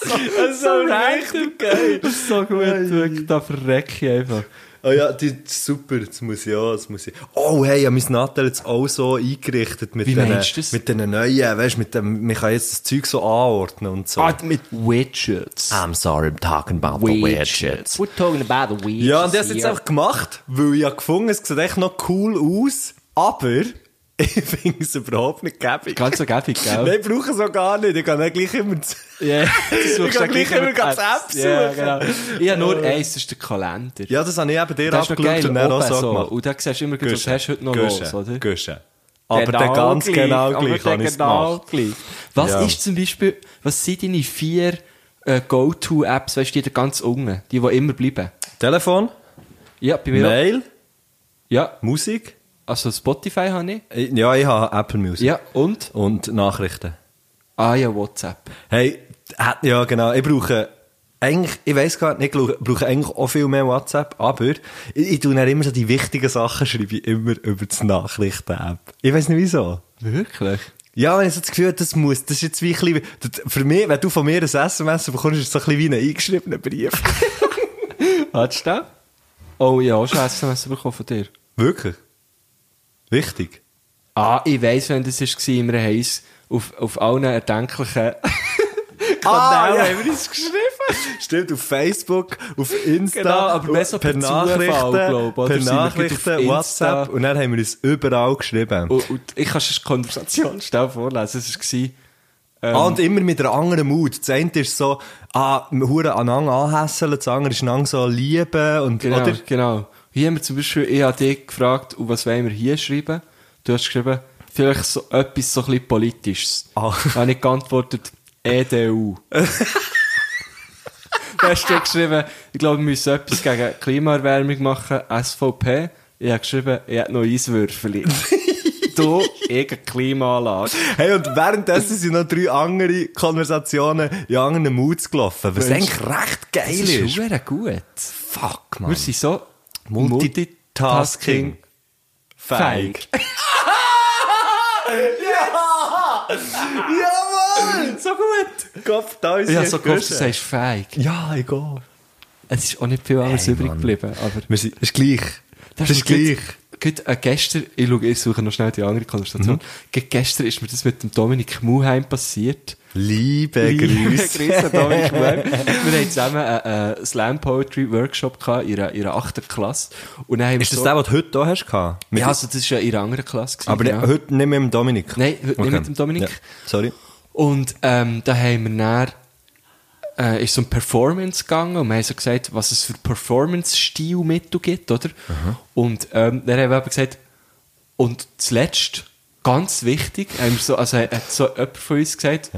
[SPEAKER 5] Das ist so richtig geil.
[SPEAKER 2] das ist so gut, wirklich, da verrecke ich einfach.
[SPEAKER 5] Oh ja, die, das ist super, das muss ich auch, das muss ich. Oh hey, ich habe mein Nattel jetzt auch so eingerichtet mit
[SPEAKER 2] Wie
[SPEAKER 5] den,
[SPEAKER 2] meinst du das?
[SPEAKER 5] mit den neuen, weißt du, mit dem, man kann jetzt das Zeug so anordnen und so.
[SPEAKER 2] Ah, mit Widgets.
[SPEAKER 5] I'm sorry, I'm talking about
[SPEAKER 1] We're talking about the widgets.
[SPEAKER 5] Ja, und ich habe es jetzt
[SPEAKER 1] here.
[SPEAKER 5] einfach gemacht, weil ich habe gefunden, es sieht echt noch cool aus, aber ich finde es überhaupt nicht gäbig.
[SPEAKER 2] Ganz so gäbig, gell?
[SPEAKER 5] Nein, ich brauche es auch gar nicht, ich kann dann gleich immer...
[SPEAKER 2] Ja, du
[SPEAKER 5] Ich geh gleich immer gleich Apps
[SPEAKER 2] Ah, Ja,
[SPEAKER 5] suchen.
[SPEAKER 2] genau. Ich habe nur eins, das ist der Kalender.
[SPEAKER 5] Ja, das habe ich eben dir
[SPEAKER 2] das ist noch
[SPEAKER 5] abgeschaut
[SPEAKER 2] geil, ne?
[SPEAKER 5] und dann auch
[SPEAKER 2] oben
[SPEAKER 5] so
[SPEAKER 2] so.
[SPEAKER 5] gemacht.
[SPEAKER 2] Und dann siehst du immer, gleich, was
[SPEAKER 5] Gusche,
[SPEAKER 2] hast du heute noch
[SPEAKER 5] Gusche,
[SPEAKER 2] los, oder?
[SPEAKER 5] Gusche. Aber dann ganz
[SPEAKER 2] Genau gleich,
[SPEAKER 5] genau
[SPEAKER 2] aber
[SPEAKER 5] gleich
[SPEAKER 2] der
[SPEAKER 5] habe ich es
[SPEAKER 2] genau
[SPEAKER 5] gemacht.
[SPEAKER 2] gleich. Was
[SPEAKER 5] Ja.
[SPEAKER 2] ist zum Beispiel, was sind deine vier äh, Go-To-Apps, weißt du, die da ganz unten, die, die immer bleiben?
[SPEAKER 5] Telefon,
[SPEAKER 2] Ja, bei mir auch.
[SPEAKER 5] Mail,
[SPEAKER 2] Ja,
[SPEAKER 5] Musik.
[SPEAKER 2] also Spotify habe ich.
[SPEAKER 5] Ich- Ja, ich habe Apple Music.
[SPEAKER 2] Ja, und?
[SPEAKER 5] Und Nachrichten.
[SPEAKER 2] Ah ja, WhatsApp.
[SPEAKER 5] Hey, hat- ja genau, ich brauche eigentlich, ich weiß gar nicht, ich brauche- brauche eigentlich auch viel mehr WhatsApp, aber ich, ich tue dann immer so die wichtigen Sachen, schreibe ich immer über die Nachrichten-App. Ich weiß nicht wieso.
[SPEAKER 2] Wirklich?
[SPEAKER 5] Ja, wenn ich so das Gefühl habe, das muss, das ist jetzt wie ein bisschen, das- für mich, wenn du von mir ein SMS bekommst, ist es so ein bisschen wie ein eingeschriebener Brief.
[SPEAKER 2] Hattest du den? Oh ja, hast du SMS bekommen von dir?
[SPEAKER 5] Wirklich? Wichtig?
[SPEAKER 2] Ah, ich weiss, wenn das war, im Reis. Auf, auf allen erdenklichen
[SPEAKER 5] Ah, ja.
[SPEAKER 2] haben wir es geschrieben.
[SPEAKER 5] Stimmt, auf Facebook, auf Insta,
[SPEAKER 2] Genau, aber mehr so per Zufall, glaub, oder?
[SPEAKER 5] per
[SPEAKER 2] Sind wir
[SPEAKER 5] Nachrichten,
[SPEAKER 2] gerade auf Insta?
[SPEAKER 5] WhatsApp und dann haben wir uns überall geschrieben.
[SPEAKER 2] Und, und ich kann es Konversation schnell vorlesen. also Es war, ähm,
[SPEAKER 5] ah, und immer mit einer anderen Mut. Das eine ist so, ah, hure aneinander anhässeln, das andere ist aneinander so lieben und,
[SPEAKER 2] genau,
[SPEAKER 5] oder?
[SPEAKER 2] genau. Hier haben wir zum Beispiel, ich habe dich gefragt, und was wollen wir hier schreiben? Du hast geschrieben, vielleicht so etwas so ein bisschen politisches.
[SPEAKER 5] Ah.
[SPEAKER 2] E Da habe ich geantwortet, EDU. Da hast du geschrieben, ich glaube, wir müssen etwas gegen Klimaerwärmung machen, SVP. Ich habe geschrieben, ich hätte noch Eiswürfel. du, gegen Klimaanlage.
[SPEAKER 5] Hey, und währenddessen sind noch drei andere Konversationen in anderen Moods gelaufen, was
[SPEAKER 2] Mensch.
[SPEAKER 5] eigentlich recht geil
[SPEAKER 2] Das ist
[SPEAKER 5] ist.
[SPEAKER 2] verdammt gut.
[SPEAKER 5] Fuck,
[SPEAKER 2] Wir
[SPEAKER 5] man.
[SPEAKER 2] sind so
[SPEAKER 5] Multitasking. Feig. Jawohl!
[SPEAKER 2] So gut.
[SPEAKER 5] Kopf, da ist
[SPEAKER 2] Ich habe
[SPEAKER 5] jetzt
[SPEAKER 2] so gehofft, du
[SPEAKER 5] Gusche.
[SPEAKER 2] sagst feig.
[SPEAKER 5] Ja, egal.
[SPEAKER 2] Es ist auch nicht viel anderes
[SPEAKER 5] Hey,
[SPEAKER 2] übrig
[SPEAKER 5] Mann.
[SPEAKER 2] geblieben. Aber
[SPEAKER 5] Wir sind, ist gleich. Das, ist
[SPEAKER 2] mir
[SPEAKER 5] gleich.
[SPEAKER 2] gut- Gut, äh, gestern, ich, schau, ich suche noch schnell die andere Konversation.
[SPEAKER 5] Mhm.
[SPEAKER 2] Ge- Gestern ist mir das mit dem Dominik Muheim passiert.
[SPEAKER 5] Liebe Grüße.
[SPEAKER 2] Grüße, Dominik Muheim. Wir haben zusammen einen äh, Slam Poetry Workshop gehabt in ihrer- ihrer 8. Klasse. Und dann haben wir
[SPEAKER 5] Ist das
[SPEAKER 2] so,
[SPEAKER 5] der, was du heute hier hast? gehabt? Mit-
[SPEAKER 2] Ja, also das war ja in ihrer anderen Klasse. Gewesen,
[SPEAKER 5] aber ne-
[SPEAKER 2] genau.
[SPEAKER 5] heute nicht mit dem Dominik.
[SPEAKER 2] Nein, heute nicht mit dem Dominik.
[SPEAKER 5] Ja, Sorry.
[SPEAKER 2] Und ähm, da haben wir dann, äh, ist so ein Performance gegangen und wir haben so gesagt, was es für Performance-Stilmittel gibt, oder? Und ähm, dann haben wir eben gesagt, und zuletzt, ganz wichtig, haben wir so, also hat so jemand von uns gesagt,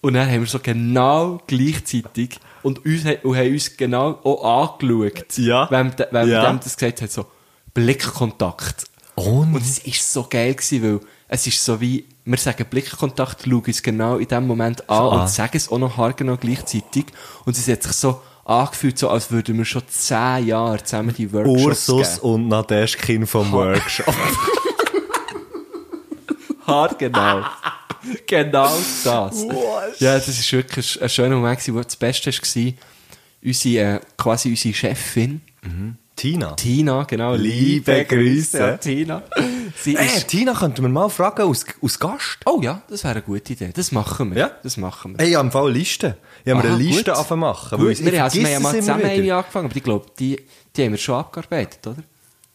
[SPEAKER 2] und dann haben wir so genau gleichzeitig und, uns, he- und haben uns genau auch angeschaut,
[SPEAKER 5] Ja.
[SPEAKER 2] wenn man, de- wenn
[SPEAKER 5] Ja.
[SPEAKER 2] man dem das gesagt hat, so Blickkontakt.
[SPEAKER 5] Oh,
[SPEAKER 2] Und es war so geil, gewesen, weil es ist so wie, wir sagen Blickkontakt, schauen uns genau in dem Moment an
[SPEAKER 5] an.
[SPEAKER 2] und sagen es auch noch haargenau gleichzeitig. Und es hat sich so angefühlt, so als würden wir schon zehn Jahre zusammen die Workshops
[SPEAKER 5] Ursus
[SPEAKER 2] geben.
[SPEAKER 5] und Nadeschkin vom Workshop.
[SPEAKER 2] Haargenau. genau das. Ja, das ist wirklich ein schöner Moment, gewesen, wo das Beste war, unsere, äh, quasi unsere Chefin,
[SPEAKER 5] Tina.
[SPEAKER 2] Tina, genau.
[SPEAKER 5] Liebe Grüße.
[SPEAKER 2] an Tina. Sie
[SPEAKER 5] Hey,
[SPEAKER 2] ist,
[SPEAKER 5] Äh, Tina könnten wir mal fragen, aus, aus Gast.
[SPEAKER 2] oh ja, das wäre eine gute Idee. Das machen wir.
[SPEAKER 5] Ja.
[SPEAKER 2] Das machen wir.
[SPEAKER 5] Hey, ich habe im Fall Listen. Ich habe mir eine Liste angefangen machen. weil
[SPEAKER 2] Gut,
[SPEAKER 5] ich- ich
[SPEAKER 2] wir haben wir
[SPEAKER 5] vergesse
[SPEAKER 2] haben mal
[SPEAKER 5] es immer
[SPEAKER 2] zusammen eine
[SPEAKER 5] wieder.
[SPEAKER 2] angefangen, aber ich glaube, die, die haben wir schon abgearbeitet, oder?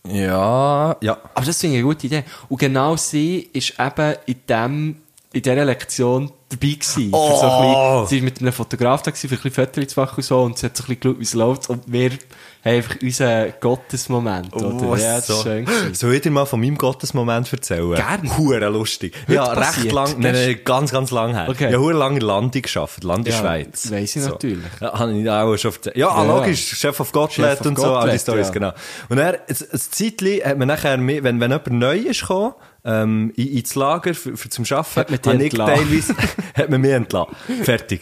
[SPEAKER 5] Ja, ja.
[SPEAKER 2] Aber das finde ich eine gute Idee. Und genau sie ist eben in dem, in dieser Lektion dabei gewesen. Für so ein
[SPEAKER 5] Oh.
[SPEAKER 2] bisschen, sie war mit einem Fotograf da gewesen, für ein bisschen Fotos zu machen und so, und sie hat so ein bisschen geschaut, wie es läuft, und wir haben einfach unseren Gottesmoment,
[SPEAKER 5] Oh,
[SPEAKER 2] oder? Ja, das ist schön. gewesen.
[SPEAKER 5] Soll ich dir mal von meinem Gottesmoment erzählen?
[SPEAKER 2] Gerne.
[SPEAKER 5] Hure lustig.
[SPEAKER 2] Heute
[SPEAKER 5] ja, recht
[SPEAKER 2] passiert.
[SPEAKER 5] lang, nein, nein, ganz, ganz lang her.
[SPEAKER 2] Okay.
[SPEAKER 5] Ja, hure lange in Landi geschafft, Land in
[SPEAKER 2] Ja,
[SPEAKER 5] Schweiz.
[SPEAKER 2] weiss ich natürlich.
[SPEAKER 5] Ja, habe ich auch schon erzählt. Ja, ah,
[SPEAKER 2] Ja.
[SPEAKER 5] logisch, Chef of Gottlet
[SPEAKER 2] Chef of
[SPEAKER 5] und so, all die
[SPEAKER 2] Gottlet,
[SPEAKER 5] Stories,
[SPEAKER 2] ja.
[SPEAKER 5] genau. Und er, ein Zeitli hat man nachher, mehr- wenn, wenn jemand neu ist gekommen, ähm, in- ins Lager für, für zum Arbeiten,
[SPEAKER 2] Hat man dich
[SPEAKER 5] habe ich
[SPEAKER 2] entlassen.
[SPEAKER 5] teilweise, hat man mich entlassen. Fertig.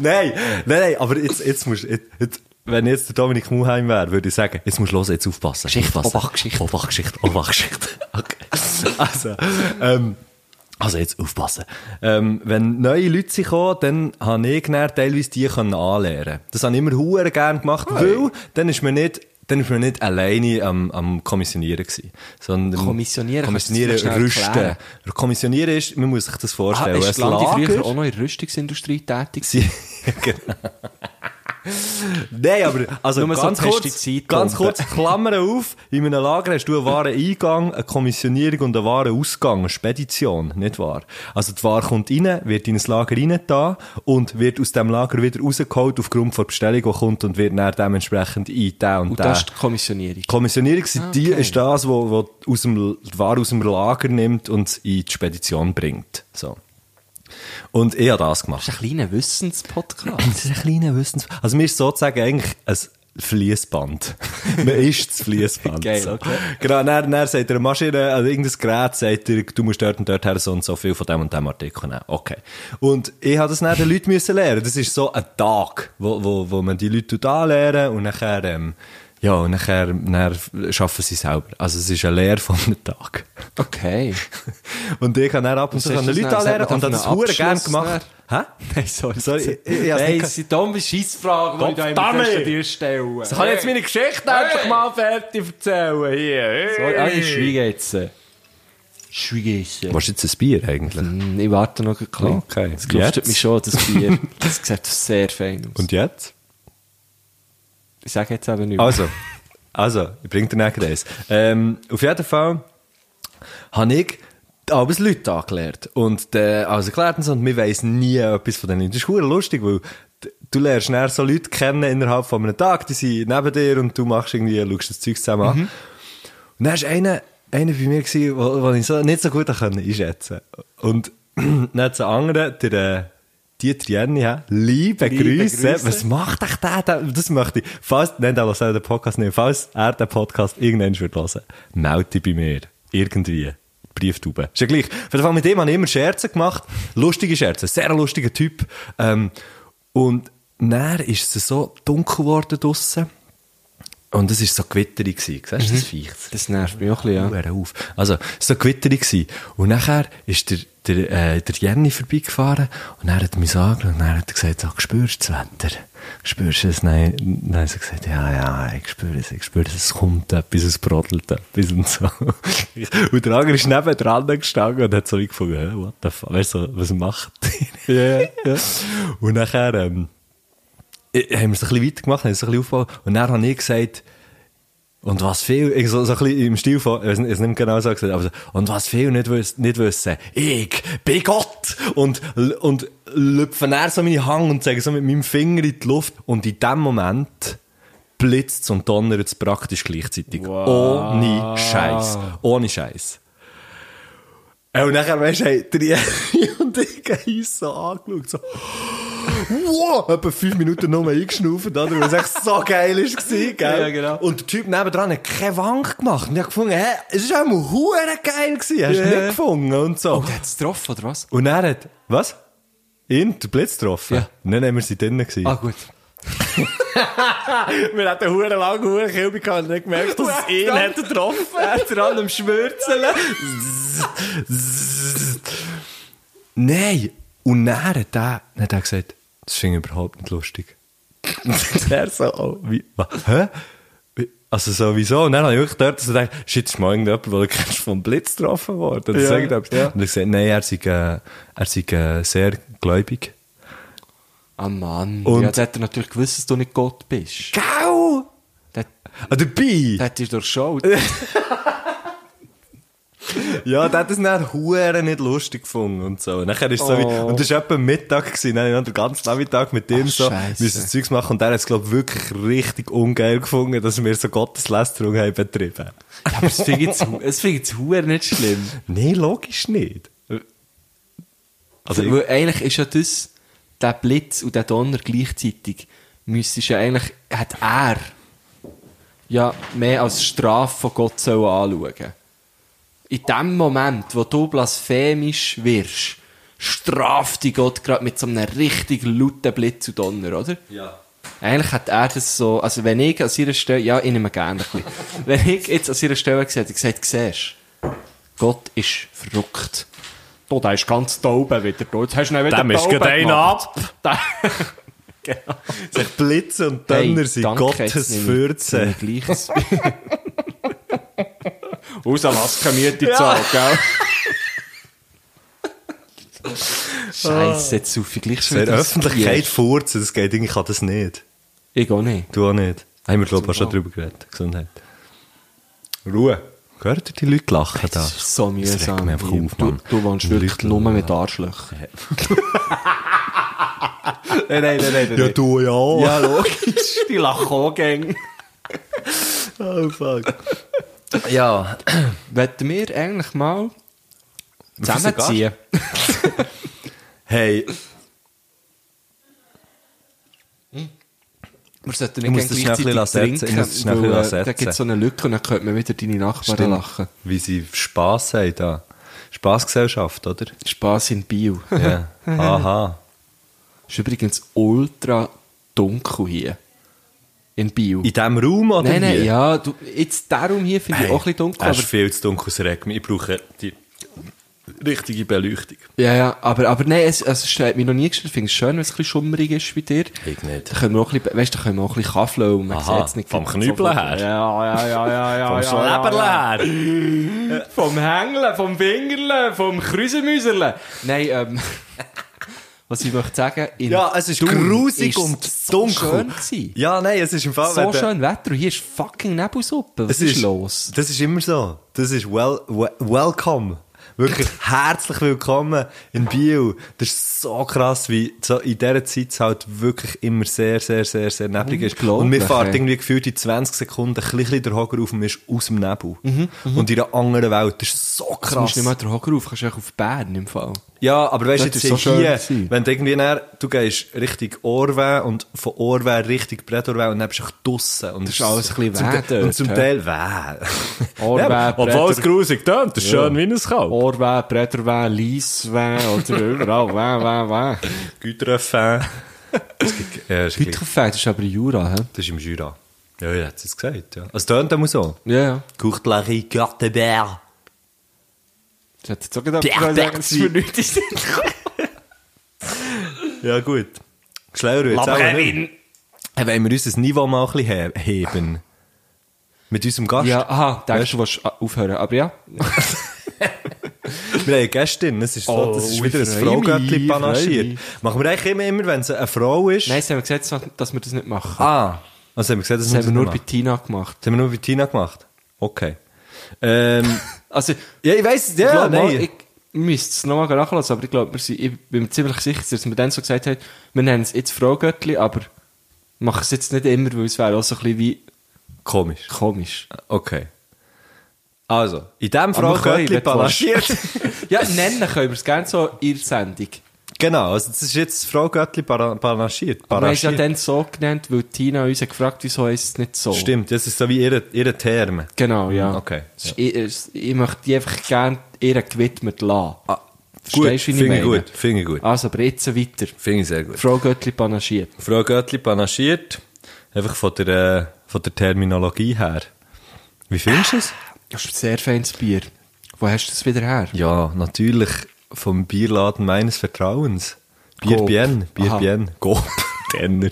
[SPEAKER 5] Nein, nein, nein, aber jetzt, jetzt musst jetzt, jetzt, wenn jetzt der Dominik Muheim wäre, würde ich sagen, jetzt musst du los, jetzt aufpassen.
[SPEAKER 2] Geschichte,
[SPEAKER 5] aufpassen.
[SPEAKER 2] Obacht, Geschichte.
[SPEAKER 5] Obacht, Geschichte, Obacht, Geschichte. Okay. Also, ähm, also jetzt aufpassen. Ähm, wenn neue Leute sind gekommen, dann habe ich dann teilweise die können anlernen. Das habe ich immer hure gern gemacht, weil dann ist man nicht, dann ist man nicht alleine am, am Kommissionieren gewesen, sondern
[SPEAKER 2] Kommissionieren, kannst du das
[SPEAKER 5] Kommissionieren,
[SPEAKER 2] vielleicht schnell
[SPEAKER 5] rüsten.
[SPEAKER 2] erklären?
[SPEAKER 5] Kommissionieren ist, man muss sich das
[SPEAKER 2] Ah,
[SPEAKER 5] vorstellen.
[SPEAKER 2] ist
[SPEAKER 5] Ein
[SPEAKER 2] Landi früher
[SPEAKER 5] Lager-
[SPEAKER 2] auch noch in der Rüstungsindustrie tätig?
[SPEAKER 5] Sie, genau. Nein, aber also
[SPEAKER 2] Nur so
[SPEAKER 5] ganz,
[SPEAKER 2] die
[SPEAKER 5] kurz,
[SPEAKER 2] Pestizidpumpe.
[SPEAKER 5] ganz kurz, Klammern auf, in einem Lager hast du einen wahren Eingang, eine Kommissionierung und einen wahren Ausgang, eine Spedition, nicht wahr? Also die Ware kommt rein, wird in ein Lager rein da und wird aus dem Lager wieder rausgeholt aufgrund von der Bestellung, die kommt und wird dann dementsprechend in den und,
[SPEAKER 2] Und
[SPEAKER 5] den.
[SPEAKER 2] das ist die Kommissionierung.
[SPEAKER 5] Kommissionierung sind die,
[SPEAKER 2] Okay.
[SPEAKER 5] ist das, wo, wo aus dem, die Ware aus dem Lager nimmt und in die Spedition bringt. So. Und ich habe das gemacht.
[SPEAKER 2] Das ist ein kleiner Wissenspodcast.
[SPEAKER 5] Das ist ein kleiner Wissens... Also mir ist sozusagen eigentlich ein Fließband. Man ist das Fließband.
[SPEAKER 2] Geil,
[SPEAKER 5] so.
[SPEAKER 2] okay.
[SPEAKER 5] Genau, dann, dann sagt er eine Maschine, also irgendein Gerät, sagt er, du musst dort und dort her so und so viel von dem und dem Artikel nehmen. Okay. Und ich habe das dann den Leuten müssen lernen. Das ist so ein Tag, wo, wo, wo man die Leute tut anlernen und nachher, ähm, ja, und nachher, dann schaffen sie selber. Also es ist eine Lehre von einem Tag.
[SPEAKER 2] Okay.
[SPEAKER 5] Und ich kann dann ab und zu
[SPEAKER 2] hast
[SPEAKER 5] können
[SPEAKER 2] du
[SPEAKER 5] Leute
[SPEAKER 2] das dann-
[SPEAKER 5] anlernen
[SPEAKER 2] das
[SPEAKER 5] und
[SPEAKER 2] hat man
[SPEAKER 5] dann
[SPEAKER 2] auf
[SPEAKER 5] das
[SPEAKER 2] einen
[SPEAKER 5] hure gerne
[SPEAKER 2] Abschluss
[SPEAKER 5] gemacht. Hä?
[SPEAKER 2] Nein, sorry.
[SPEAKER 5] Sorry, ich- ich hab's
[SPEAKER 2] Nein,
[SPEAKER 5] nicht
[SPEAKER 2] es sind dumme Scheissfragen, die ich da
[SPEAKER 5] Verdammt!
[SPEAKER 2] immer fest dir stelle. Das
[SPEAKER 5] kann ich jetzt meine Geschichte endlich mal fertig erzählen hier.
[SPEAKER 2] Sorry, ah, ich schweige jetzt. Schweige jetzt.
[SPEAKER 5] Was ist jetzt ein Bier eigentlich?
[SPEAKER 2] Hm, Ich warte noch ein bisschen.
[SPEAKER 5] Okay.
[SPEAKER 2] Das gelüftet
[SPEAKER 5] Jetzt?
[SPEAKER 2] mich schon, das Bier. Das sieht sehr fein aus.
[SPEAKER 5] Und jetzt?
[SPEAKER 2] ich sage jetzt eben nichts.
[SPEAKER 5] Also, also, ich bringe dir nachher eins. Ähm, auf jeden Fall habe ich aber es Leute angelernt. Und der, also erklärt uns, und wir wissen nie etwas von denen. Das ist verdammt lustig, weil d- du lernst näher so Leute kennen innerhalb von einem Tag, die sind neben dir und du machst irgendwie, schaust das Zeug zusammen an. Und dann war einer, einer bei mir, gewesen, wo, wo ich so, nicht so gut konnte einschätzen konnte. Und dann hat es einen anderen, der, äh, die Trienne haben. Liebe,
[SPEAKER 2] Liebe
[SPEAKER 5] Grüße.
[SPEAKER 2] Grüße.
[SPEAKER 5] Was macht echt der? der? Das möchte ich. Falls, nein, der hört den Podcast nicht. Falls er den Podcast irgendwann wird hören, melde dich bei mir. Irgendwie. Brieftube. Ist ja gleich. Auf jeden Fall mit dem habe ich immer Scherze gemacht. Lustige Scherze. Sehr lustiger Typ. Ähm, und dann ist es so dunkel geworden draussen. Und es war so gewitterig. gewesen. Siehst
[SPEAKER 2] Mhm.
[SPEAKER 5] du das Viech?
[SPEAKER 2] Das nervt mich auch ein bisschen, ja.
[SPEAKER 5] Huere auf. Also, es war so gewitterig. Gewesen. Und nachher ist der, der, äh, der Jenny vorbeigefahren und er hat mich so angeschaut und er hat er gesagt, so, spürst du das Wetter? Spürst du es? Nein, dann habe ich so gesagt, ja, ja, ich spüre es, ich spüre es, es kommt etwas, es brodelt etwas und so. und der andere ist neben dran gestanden und hat so wie gefunden, hä, what the fuck, weißt du, was macht der? Und nachher, ähm, äh, haben wir es ein bisschen weitergemacht, haben es ein bisschen aufgebaut und dann habe ich gesagt, und was viel, ich so, so ein bisschen im Stil von, ich weiß nicht, ich nicht genau so gesagt, aber so, und was viel nicht, wüs nicht wissen, ich bin Gott! Und, l- und lüpfen er so meine Hand und zeigen so mit meinem Finger in die Luft und in dem Moment blitzt und donnert es praktisch gleichzeitig. Ohne Scheiß. Ohne Scheiß. Äh, Und nachher, weißt du, hey, der Jenny und ich haben uns so angeschaut, so, wow, etwa fünf Minuten nur eingeschnaufen, oder? Weil es echt so geil war, gell?
[SPEAKER 2] Ja, genau.
[SPEAKER 5] Und der Typ nebendran hat keine Wank gemacht. Und ich hab gefunden, hä, es war auch mal hure geil gewesen, hast du
[SPEAKER 2] Yeah.
[SPEAKER 5] nicht gefunden und so.
[SPEAKER 2] Hat es getroffen, oder was?
[SPEAKER 5] Und er hat, was? Ihn, den Blitz getroffen?
[SPEAKER 2] Ja.
[SPEAKER 5] Nein, nein, wir sind drinnen gewesen.
[SPEAKER 2] Ah, gut.
[SPEAKER 5] wir hatten hure lange, hure Kilbe gehabt und nicht gemerkt, dass es ihn hat getroffen.
[SPEAKER 2] Er ist dran am Schwürzeln.
[SPEAKER 5] Nein! Und dann hat er, dann hat er gesagt, das finde ich überhaupt nicht lustig. Und er so, oh, wie, wa- hä? Wie- Also sowieso. Und dann habe ich wirklich dort so gedacht, shit, ist mal irgendjemand, der du kennst, vom Blitz getroffen worden.
[SPEAKER 2] Ja,
[SPEAKER 5] Ja, ja.
[SPEAKER 2] ja.
[SPEAKER 5] Und er gesagt, nein, er sei, äh, er sei äh, sehr gläubig.
[SPEAKER 2] Ah, Mann.
[SPEAKER 5] Und-
[SPEAKER 2] Ja, jetzt hat er natürlich gewusst, dass du nicht Gott bist.
[SPEAKER 5] Gau!
[SPEAKER 2] Der,
[SPEAKER 5] Ah, dabei!
[SPEAKER 2] der hat dich durchschaut.
[SPEAKER 5] Ja, der hat es dann hure nicht lustig gefunden und so. Und nachher ist so wie,
[SPEAKER 2] Oh.
[SPEAKER 5] und das war etwa Mittag gewesen, dann habe ich den ganzen Nachmittag mit dem
[SPEAKER 2] Ach,
[SPEAKER 5] so,
[SPEAKER 2] Scheisse.
[SPEAKER 5] müssen Zeugs machen und der hat es, glaube ich, wirklich richtig ungeil gefunden, dass wir so Gotteslästerung haben betrieben.
[SPEAKER 2] Ja, aber es finde ich jetzt- es finde ich jetzt Huer nicht schlimm.
[SPEAKER 5] Nee, logisch nicht. Also, ich,
[SPEAKER 2] Weil eigentlich ist ja das, der Blitz und der Donner gleichzeitig, müsstest ja eigentlich, hat er ja mehr als Strafe von Gott sollen anschauen. In dem Moment, wo du blasphemisch wirst, straft dich Gott gerade mit so einem richtig lauten Blitz und Donner, oder?
[SPEAKER 5] ja.
[SPEAKER 2] Eigentlich hat er das so, also wenn ich an ihrer Stelle, ja, ich nehme gerne ein bisschen. Wenn ich jetzt an ihrer Stelle gesagt hätte, gesagt, siehst du, Gott ist verrückt. Du, der ist ganz taube wieder da. Jetzt hast du ihn wieder
[SPEAKER 5] Dem ist
[SPEAKER 2] taube
[SPEAKER 5] gerade einer
[SPEAKER 2] gemacht. Der-
[SPEAKER 5] Sich blitzen und Dönner
[SPEAKER 2] Hey,
[SPEAKER 5] sind
[SPEAKER 2] danke, jetzt
[SPEAKER 5] Gottes
[SPEAKER 2] nehme ich-
[SPEAKER 5] Fürze.
[SPEAKER 2] nehme ich gleich das- Aus Alaska Miete zahlen, gell? Scheiße, jetzt suche ich gleich schon
[SPEAKER 5] Wer
[SPEAKER 2] wieder das
[SPEAKER 5] Öffentlichkeit Ah,
[SPEAKER 2] Bier.
[SPEAKER 5] furzen, das geht, ich kann das nicht.
[SPEAKER 2] Ich auch nicht.
[SPEAKER 5] Du auch nicht. Haben wir, glaube ich, auch schon drüber geredet. Gesundheit. Ruhe. Hört ihr die Leute lachen da?
[SPEAKER 2] Das ist so
[SPEAKER 5] Das regt
[SPEAKER 2] mühsam.
[SPEAKER 5] mich einfach
[SPEAKER 2] hier.
[SPEAKER 5] auf,
[SPEAKER 2] du,
[SPEAKER 5] Mann.
[SPEAKER 2] du wohnst
[SPEAKER 5] Die
[SPEAKER 2] wirklich
[SPEAKER 5] Leute
[SPEAKER 2] nur
[SPEAKER 5] lachen.
[SPEAKER 2] mit Arschlöchern.
[SPEAKER 5] Nein, nein, nein, nein. Ja, du ja. Ja,
[SPEAKER 2] logisch. Die Lachogänge.
[SPEAKER 5] oh, fuck. ja.
[SPEAKER 2] Wollen wir eigentlich mal
[SPEAKER 5] unseren
[SPEAKER 2] zusammenziehen?
[SPEAKER 5] Hey,
[SPEAKER 2] Wir sollten
[SPEAKER 5] Ich muss das schnell ein bisschen ersetzen. Ich muss das schnell ein bisschen
[SPEAKER 2] weil, äh,
[SPEAKER 5] ersetzen.
[SPEAKER 2] Da gibt es so eine Lücke und dann könnte man wieder deine Nachbarn
[SPEAKER 5] stimmt.
[SPEAKER 2] lachen.
[SPEAKER 5] Wie sie Spass haben da. Spassgesellschaft, oder?
[SPEAKER 2] Spass in Bio.
[SPEAKER 5] Ja. Aha.
[SPEAKER 2] Ist übrigens ultra dunkel hier. In Bio.
[SPEAKER 5] In diesem Raum oder
[SPEAKER 2] Nein, nein,
[SPEAKER 5] hier?
[SPEAKER 2] ja, du, jetzt darum hier finde
[SPEAKER 5] Hey,
[SPEAKER 2] ich auch ein bisschen dunkel,
[SPEAKER 5] Es
[SPEAKER 2] aber
[SPEAKER 5] ist viel zu dunkel, es regt mich. Ich brauche die richtige Beleuchtung.
[SPEAKER 2] Ja, ja, aber, aber nein, es, also es hat mich noch nie gestört. Ich finde es schön, wenn es ein bisschen schummerig ist bei dir.
[SPEAKER 5] Ich nicht.
[SPEAKER 2] Da können wir auch ein bisschen, weißt, da können wir auch ein bisschen kaffeln und man
[SPEAKER 5] Aha,
[SPEAKER 2] sieht's nicht.
[SPEAKER 5] vom
[SPEAKER 2] ganz
[SPEAKER 5] Knüppeln
[SPEAKER 2] sofort.
[SPEAKER 5] her.
[SPEAKER 2] Ja, ja, ja, ja, Ah, ja.
[SPEAKER 5] Vom
[SPEAKER 2] ja, ja,
[SPEAKER 5] Schleberl
[SPEAKER 2] ja.
[SPEAKER 5] her.
[SPEAKER 2] Vom Hängeln, vom Fingerle, vom Krüsemüserle. Nein, ähm, was ich möchte sagen, in
[SPEAKER 5] Ja, es ist
[SPEAKER 2] Thun
[SPEAKER 5] grusig
[SPEAKER 2] ist
[SPEAKER 5] und
[SPEAKER 2] es
[SPEAKER 5] dunkel.
[SPEAKER 2] So schön gewesen.
[SPEAKER 5] Ja, nein, es ist im Fall... wenn
[SPEAKER 2] So
[SPEAKER 5] der-
[SPEAKER 2] schön Wetter und hier ist fucking Nebelsuppe. Was
[SPEAKER 5] Es
[SPEAKER 2] ist, los?
[SPEAKER 5] Das ist immer so. Das ist wel, we, welcome. Wirklich herzlich willkommen in Biel. Das ist so krass, wie so in dieser Zeit es halt wirklich immer sehr, sehr, sehr, sehr neblig ist. Und wir
[SPEAKER 2] Unglaublich,
[SPEAKER 5] fahren
[SPEAKER 2] ey.
[SPEAKER 5] irgendwie gefühlt in 20 Sekunden ein bisschen den Hocker auf und man ist aus dem Nebel. Und in einer anderen Welt. Das ist so
[SPEAKER 2] Du Mhm, musst
[SPEAKER 5] krass.
[SPEAKER 2] nicht mal den Hocker auf, kannst du auf Bern im Fall.
[SPEAKER 5] Ja, aber weißt du,
[SPEAKER 2] Das
[SPEAKER 5] jetzt
[SPEAKER 2] ist so schön
[SPEAKER 5] hier,
[SPEAKER 2] gewesen.
[SPEAKER 5] wenn du irgendwie näher, du gehst Richtung Orwe und von Orwe Richtung Bredorwe und dann bist du echt draussen. Und
[SPEAKER 2] Das ist alles ein bisschen
[SPEAKER 5] zum
[SPEAKER 2] weh
[SPEAKER 5] Teil- Und
[SPEAKER 2] dort,
[SPEAKER 5] zum
[SPEAKER 2] hä?
[SPEAKER 5] Teil weh.
[SPEAKER 2] Orwe,
[SPEAKER 5] aber-
[SPEAKER 2] Bredor-
[SPEAKER 5] grusig tönt, ist schön wie ein Kalb.
[SPEAKER 2] Orwä, Bretterwä, Lieswä oder überall. Wä, wä, wä.
[SPEAKER 5] Güterfan. Das gibt- ja, das gibt-
[SPEAKER 2] Güterfeld das ist aber Jura, hä?
[SPEAKER 5] das ist im Jura. Ja, ja, hat es gesagt, ja. Also tönt auch so.
[SPEAKER 2] Ja, ja.
[SPEAKER 5] Courtlerie, Gartenbär.
[SPEAKER 2] Ich hätte jetzt auch gedacht,
[SPEAKER 5] Der
[SPEAKER 2] ich sagen,
[SPEAKER 5] Berzi.
[SPEAKER 2] dass es für nichts ist.
[SPEAKER 5] Ja, gut. Schleuer jetzt auch nicht. Hey, Wollen wir unser Niveau mal ein bisschen he- heben? Mit unserem Gast?
[SPEAKER 2] Ja, aha, denkst du, du willst aufhören, aber ja.
[SPEAKER 5] Wir haben eine Gästin, es ist, so,
[SPEAKER 2] Oh,
[SPEAKER 5] das ist
[SPEAKER 2] ich
[SPEAKER 5] wieder ein
[SPEAKER 2] freu mich,
[SPEAKER 5] Fraugöttli
[SPEAKER 2] freu
[SPEAKER 5] panaschiert.
[SPEAKER 2] mich.
[SPEAKER 5] Machen wir eigentlich immer, immer wenn es eine Frau ist.
[SPEAKER 2] Nein, sie haben gesagt, dass wir das nicht machen.
[SPEAKER 5] Ah, also haben wir gesagt, das,
[SPEAKER 2] das haben wir nur bei
[SPEAKER 5] bei,
[SPEAKER 2] Tina gemacht.
[SPEAKER 5] das haben wir nur bei Tina gemacht. Okay. Ähm,
[SPEAKER 2] Also,
[SPEAKER 5] ja, ich weiss,
[SPEAKER 2] ich
[SPEAKER 5] ja,
[SPEAKER 2] glaube, mal,
[SPEAKER 5] nein.
[SPEAKER 2] ich müsste es nochmal nachlassen, aber ich glaube, wir sind, ich bin mir ziemlich sicher, dass wir dann so gesagt haben, wir nennen es jetzt Frogöttli, aber machen es jetzt nicht immer, weil es wäre auch so ein bisschen wie
[SPEAKER 5] Komisch.
[SPEAKER 2] komisch.
[SPEAKER 5] Okay. Also, in dem
[SPEAKER 2] Aber wir können,
[SPEAKER 5] Fraugöttli
[SPEAKER 2] wenn du
[SPEAKER 5] panaschiert.
[SPEAKER 2] Ja, nennen können wir es gerne so in der Sendung.
[SPEAKER 5] genau, also das ist jetzt das Fraugöttli para- panaschiert.
[SPEAKER 2] Aber wir haben es ja
[SPEAKER 5] Panaschiert.
[SPEAKER 2] dann so genannt, weil Tina uns hat gefragt wieso heisst es nicht so.
[SPEAKER 5] Stimmt, das ist so wie ihre, ihre Terme.
[SPEAKER 2] Genau, ja.
[SPEAKER 5] Okay,
[SPEAKER 2] Es ist- Ich, es- ich möchte die einfach gerne ihr gewidmet lassen.
[SPEAKER 5] Ah,
[SPEAKER 2] Verstehst du, wie ich
[SPEAKER 5] finde ich
[SPEAKER 2] meine?
[SPEAKER 5] gut, finde ich gut.
[SPEAKER 2] Also, aber jetzt weiter.
[SPEAKER 5] Finde ich sehr gut.
[SPEAKER 2] Frau Göttli panaschiert.
[SPEAKER 5] Frau Göttli panaschiert. Einfach von der, äh, von der Terminologie her. Wie findest du es?
[SPEAKER 2] Das ist ein sehr feines Bier. Wo hast du das wieder her?
[SPEAKER 5] Ja, natürlich vom Bierladen meines Vertrauens. Bier
[SPEAKER 2] Coop.
[SPEAKER 5] Bien, Bier
[SPEAKER 2] Aha.
[SPEAKER 5] Bien, Gop, Denner.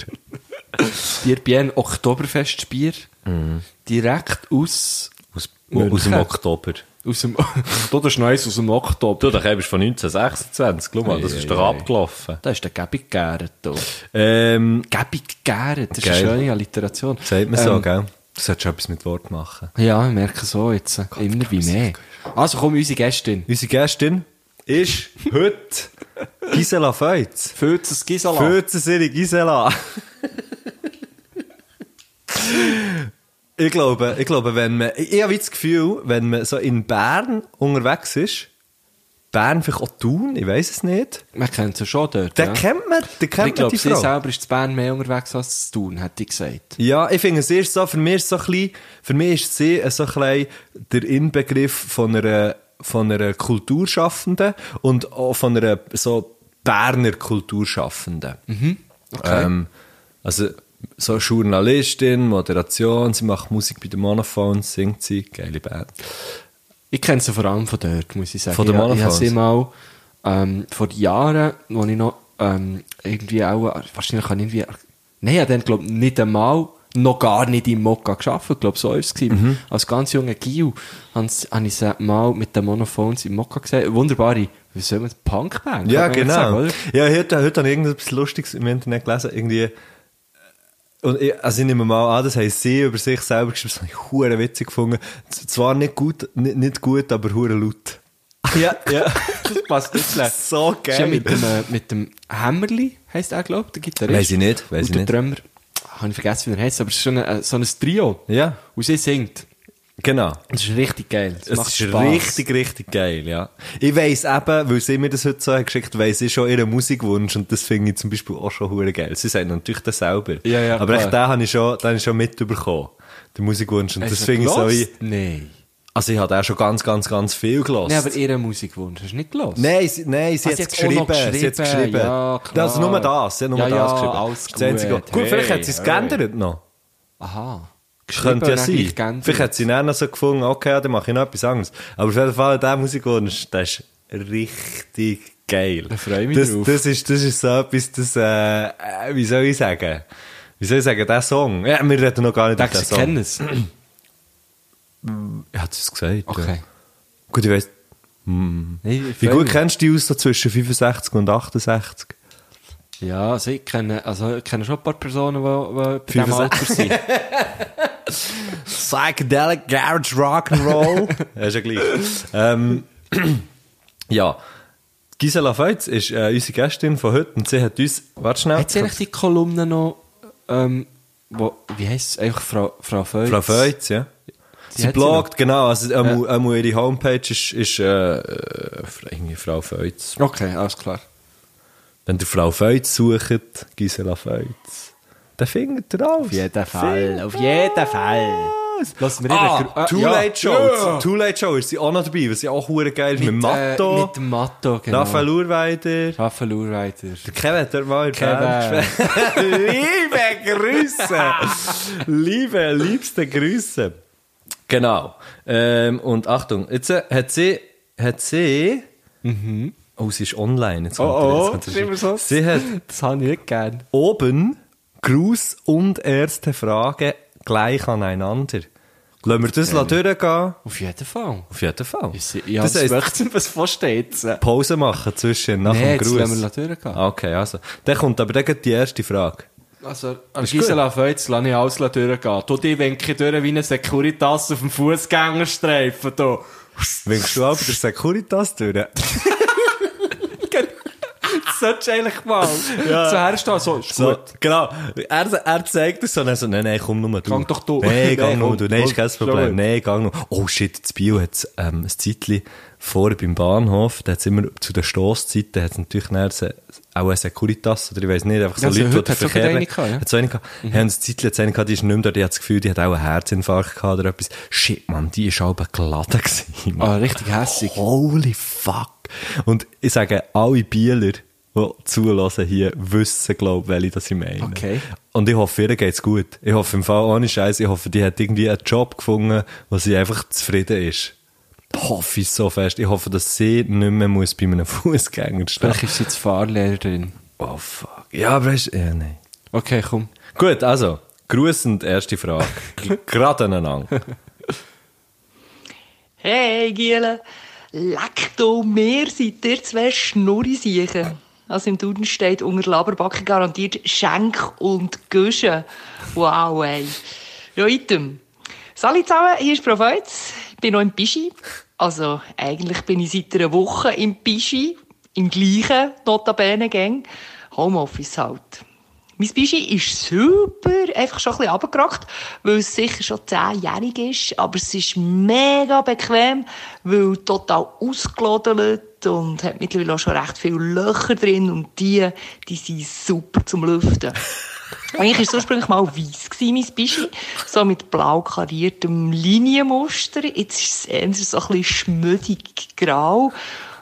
[SPEAKER 2] Bier Bien, Oktoberfestbier. Mhm. Direkt aus,
[SPEAKER 5] Aus, aus dem
[SPEAKER 2] München.
[SPEAKER 5] Oktober.
[SPEAKER 2] aus dem, da das Neues aus dem Oktober.
[SPEAKER 5] Du, da kommst von 1926, guck mal, das ist doch abgelaufen.
[SPEAKER 2] Da ist der Gäbig Gäret da.
[SPEAKER 5] Ähm,
[SPEAKER 2] Gäbig Gäret, das ist
[SPEAKER 5] Geil.
[SPEAKER 2] eine schöne Alliteration.
[SPEAKER 5] sagt man so,
[SPEAKER 2] Ähm,
[SPEAKER 5] gell? Du solltest etwas mit Wort machen.
[SPEAKER 2] Ja, ich merke so jetzt. äh, Immer wie mehr. Also komm, unsere Gästin.
[SPEAKER 5] Unsere Gästin ist heute Gisela Feutz.
[SPEAKER 2] Fürzes Gisela.
[SPEAKER 5] Pfützensinne Gisela. ich glaube, ich glaube, wenn man, ich, ich habe das Gefühl, wenn man so in Bern unterwegs ist, Bern vielleicht auch Thun, ich weiß es nicht,
[SPEAKER 2] Man kennt sie schon dort.
[SPEAKER 5] dann
[SPEAKER 2] ja.
[SPEAKER 5] kennt man, dann
[SPEAKER 2] Aber
[SPEAKER 5] kennt
[SPEAKER 2] ich
[SPEAKER 5] man
[SPEAKER 2] glaube,
[SPEAKER 5] die
[SPEAKER 2] sie
[SPEAKER 5] Frau.
[SPEAKER 2] selber ist zu Bern mehr unterwegs als zu tun, hätte ich gesagt.
[SPEAKER 5] Ja, ich finde, sie ist so, für mich ist so ein bisschen, für mich ist sie äh, so ein bisschen der Inbegriff von einer, von einer Kulturschaffenden und auch von einer so Berner Kulturschaffenden. Ähm, also, so Journalistin, Moderation, sie macht Musik bei den Monophones, singt sie, geile Band.
[SPEAKER 2] Ich kenne sie vor allem von dort, muss ich sagen.
[SPEAKER 5] Von den
[SPEAKER 2] Ich- Ich habe
[SPEAKER 5] Monophones?
[SPEAKER 2] sie mal ähm, vor Jahren, wo ich noch ähm, irgendwie auch, wahrscheinlich kann ich irgendwie, nein, ich habe dann glaube ich nicht einmal, noch gar nicht im Mokka gearbeitet, ich glaube so war es. Mhm. Als ganz junger Gio habe ich sie mal mit den Monophones im Mokka gesehen. Wunderbare, wie soll man das, Punkband?
[SPEAKER 5] Ja,
[SPEAKER 2] kann man jetzt
[SPEAKER 5] genau.
[SPEAKER 2] sagen, oder?
[SPEAKER 5] ja, heute, heute habe ich irgendetwas Lustiges im Internet gelesen. Irgendwie, und ich, also ich nehme mal an, das haben sie über sich selber geschrieben. Das habe ich hure witzig gefunden. Z- Zwar nicht gut, nicht, nicht gut aber hure laut.
[SPEAKER 2] Ja, ja. das passt nicht schlecht.
[SPEAKER 5] So
[SPEAKER 2] Ist ja
[SPEAKER 5] geil.
[SPEAKER 2] mit dem, äh, mit dem Hämmerli, heisst er, glaube ich, der Gitarrist.
[SPEAKER 5] Weiss ich nicht, weiss
[SPEAKER 2] Und der
[SPEAKER 5] ich nicht.
[SPEAKER 2] Drummer, habe ich vergessen, wie er heißt, aber es ist schon ein, äh, so ein Trio.
[SPEAKER 5] Ja.
[SPEAKER 2] Und sie singt.
[SPEAKER 5] Genau.
[SPEAKER 2] Das ist richtig geil. Das
[SPEAKER 5] Es
[SPEAKER 2] macht
[SPEAKER 5] ist
[SPEAKER 2] Spaß.
[SPEAKER 5] richtig, richtig geil, ja. Ich weiss eben, weil sie mir das heute so hat geschickt weiss ich schon ihren Musikwunsch und das finde ich zum Beispiel auch schon hure geil. Sie sagt natürlich das selber.
[SPEAKER 2] Ja, ja,
[SPEAKER 5] aber echt, den
[SPEAKER 2] klar.
[SPEAKER 5] habe ich schon, den habe ich schon mitbekommen. Den Musikwunsch und
[SPEAKER 2] Hast
[SPEAKER 5] das
[SPEAKER 2] du
[SPEAKER 5] finde ich so wie,
[SPEAKER 2] gelost? Nein.
[SPEAKER 5] Also ich habe auch schon ganz, ganz, ganz viel gelassen.
[SPEAKER 2] Nein, aber ihren Musikwunsch hast du nicht gelassen.
[SPEAKER 5] Nein, sie, nein, sie
[SPEAKER 2] Ah,
[SPEAKER 5] hat
[SPEAKER 2] sie
[SPEAKER 5] es
[SPEAKER 2] hat auch
[SPEAKER 5] geschrieben.
[SPEAKER 2] noch
[SPEAKER 5] Sie hat es
[SPEAKER 2] geschrieben.
[SPEAKER 5] geschrieben.
[SPEAKER 2] Ja, klar.
[SPEAKER 5] Also nur das, sie hat nur
[SPEAKER 2] Ja,
[SPEAKER 5] das
[SPEAKER 2] ja,
[SPEAKER 5] geschrieben.
[SPEAKER 2] alles
[SPEAKER 5] Das ist das Einzige.
[SPEAKER 2] gut.
[SPEAKER 5] Gut, vielleicht
[SPEAKER 2] Hey,
[SPEAKER 5] hat sie es
[SPEAKER 2] hey.
[SPEAKER 5] geändert noch.
[SPEAKER 2] Aha. Geschrieben
[SPEAKER 5] Könnte ja
[SPEAKER 2] und dann gleich
[SPEAKER 5] sein.
[SPEAKER 2] geändert.
[SPEAKER 5] Vielleicht hat sie dann noch so gefunden, okay, dann mache ich noch etwas anderes. Aber auf jeden Fall, der Musikwunsch, der ist richtig geil.
[SPEAKER 2] Da freue ich mich
[SPEAKER 5] das,
[SPEAKER 2] drauf.
[SPEAKER 5] Das ist, das ist so etwas, das, äh, äh, wie soll ich sagen? Wie soll ich sagen, der Song? Ja, wir reden noch gar nicht
[SPEAKER 2] Denkst du, sie
[SPEAKER 5] den Song.
[SPEAKER 2] kennen es?
[SPEAKER 5] Ich hatte es gesagt. Ja.
[SPEAKER 2] Okay.
[SPEAKER 5] Gut, ich weiss.
[SPEAKER 2] Nein, ich
[SPEAKER 5] Wie
[SPEAKER 2] freu
[SPEAKER 5] gut
[SPEAKER 2] mich.
[SPEAKER 5] kennst du die aus so zwischen 65 und 68?
[SPEAKER 2] Ja, also ich kenne, also ich kenne schon ein paar Personen, die, die bei diesem
[SPEAKER 5] 65.
[SPEAKER 2] Alter sind.
[SPEAKER 5] Psychedelic Garage Rock'n'Roll. ja, ist ja gleich. ähm, Ja. Gisela Feutz ist äh, unsere Gästin von heute und sie hat uns, warte schnell,
[SPEAKER 2] Hat sie eigentlich die Kolumne noch, ähm, wo, wie heisst es? Einfach Frau, Frau Feutz.
[SPEAKER 5] Frau Feutz, ja. Sie,
[SPEAKER 2] hat sie
[SPEAKER 5] bloggt, genau, also einmal, einmal ihre Homepage ist, ist äh, äh, irgendwie Frau Feutz.
[SPEAKER 2] Okay, alles klar.
[SPEAKER 5] Wenn ihr Frau Feutz sucht, Gisela Feutz, dann findet ihr alles.
[SPEAKER 1] Auf jeden Fall. Auf jeden Fall.
[SPEAKER 2] Lass mir
[SPEAKER 5] Ah, Too Late Show.
[SPEAKER 2] Ja.
[SPEAKER 5] Too Late Show ist sie auch noch dabei, was sie auch hure geil ist. Mit,
[SPEAKER 2] Mit,
[SPEAKER 5] Matto,
[SPEAKER 2] Äh, mit dem Matto, genau.
[SPEAKER 5] Raphael Urweider.
[SPEAKER 2] Raphael Urreiter.
[SPEAKER 5] Der Kevin hat dort mal in
[SPEAKER 2] Kevin.
[SPEAKER 5] Bern gespielt. Liebe Grüße! Liebe, liebste Grüße! Genau. Ähm, und Achtung, jetzt äh, hat sie. Hat sie Oh, sie ist online. Jetzt kommt
[SPEAKER 2] Mhm. oh,
[SPEAKER 5] jetzt kommt
[SPEAKER 2] ist immer so.
[SPEAKER 5] Sie hat
[SPEAKER 2] Das habe ich nicht gern.
[SPEAKER 5] oben Gruß und erste Frage gleich aneinander. Lassen wir das ähm. durchgehen?
[SPEAKER 2] Auf jeden Fall.
[SPEAKER 5] Auf jeden Fall.
[SPEAKER 2] Ich, ich
[SPEAKER 5] das heisst,
[SPEAKER 2] möchte mir was vorstellen.
[SPEAKER 5] Pause machen zwischen nach
[SPEAKER 2] Nee,
[SPEAKER 5] dem
[SPEAKER 2] jetzt
[SPEAKER 5] Gruß.
[SPEAKER 2] lassen wir das durchgehen.
[SPEAKER 5] Ah, Okay, also. Dann kommt aber dann gleich die erste Frage.
[SPEAKER 2] Also, an Gisela Feutz lasse ich alles durchgehen. Du, die winke durch wie eine Securitas auf dem Fußgängerstreifen. Du.
[SPEAKER 5] Winkst du auch bei der Securitas durch?
[SPEAKER 2] Das solltest du eigentlich mal ja. so herstehen. So, ist
[SPEAKER 5] So,
[SPEAKER 2] gut.
[SPEAKER 5] genau. Er, er zeigt es so, und er so, nein, nein, komm nur du.
[SPEAKER 2] Gang doch du.
[SPEAKER 5] Nein, gang
[SPEAKER 2] Nein,
[SPEAKER 5] nur
[SPEAKER 2] komm,
[SPEAKER 5] du. Nein, ist
[SPEAKER 2] komm,
[SPEAKER 5] kein
[SPEAKER 2] schon
[SPEAKER 5] Problem.
[SPEAKER 2] gut.
[SPEAKER 5] Nein, gang nur. Oh shit, das Bio hat ähm, ein Zeitchen vor beim Bahnhof, da hat immer zu den Stosszeiten, hat natürlich nachher se- auch eine Securitas, oder ich weiß nicht, einfach so
[SPEAKER 2] Ja, also
[SPEAKER 5] Leute,
[SPEAKER 2] heute
[SPEAKER 5] den
[SPEAKER 2] hat's auch
[SPEAKER 5] Verkehr-
[SPEAKER 2] wieder eine gehabt, ja. Mhm.
[SPEAKER 5] Hat so eine gehabt. Haben ein Zeitchen jetzt eine gehabt, die ist nicht mehr da, die hat das Gefühl, die hat auch einen Herzinfarkt gehabt oder etwas. Shit, Mann, die ist auch geladen gewesen. Mann.
[SPEAKER 2] Ah, richtig hässig.
[SPEAKER 5] Holy fuck. Und ich sage, alle Bieler, die zulassen hier, wissen, glaube ich, welche das ich meine.
[SPEAKER 2] Okay.
[SPEAKER 5] Und ich hoffe, ihr geht's gut. Ich hoffe, im Fall ohne Scheiß, ich hoffe, die hat irgendwie einen Job gefunden, wo sie einfach zufrieden ist. Hoffe ich so fest. Ich hoffe, dass sie nicht mehr muss bei einem Fußgänger stehen.
[SPEAKER 2] Vielleicht ist sie jetzt Fahrlehrerin.
[SPEAKER 5] Oh fuck. Ja, aber weißt ja, nein.
[SPEAKER 2] Okay, komm.
[SPEAKER 5] Gut, also, grüßend, erste Frage. G- Gerade aneinander.
[SPEAKER 6] Hey Giele, leck du mir, seid ihr zwei Schnurrisiechen. Also im Duden steht unter Laberbacken garantiert Schenk und Güsche. Wow, ey. Ja, item. Salut zusammen, hier ist Frau Feutz. Ich bin noch im Pischi. Also eigentlich bin ich seit einer Woche im Pischi, im gleichen Notabene-Gang. Homeoffice halt. Mein Bischi ist super, einfach schon ein bisschen runtergerockt, weil es sicher schon zehnjährig ist, aber es ist mega bequem, weil total ausgelodelt und hat mittlerweile auch schon recht viele Löcher drin und die, die sind super zum Lüften. Eigentlich war es ursprünglich mal weiss, gewesen, mein Bischi. So mit blau kariertem Linienmuster. Jetzt ist es eher so ein bisschen schmüdig grau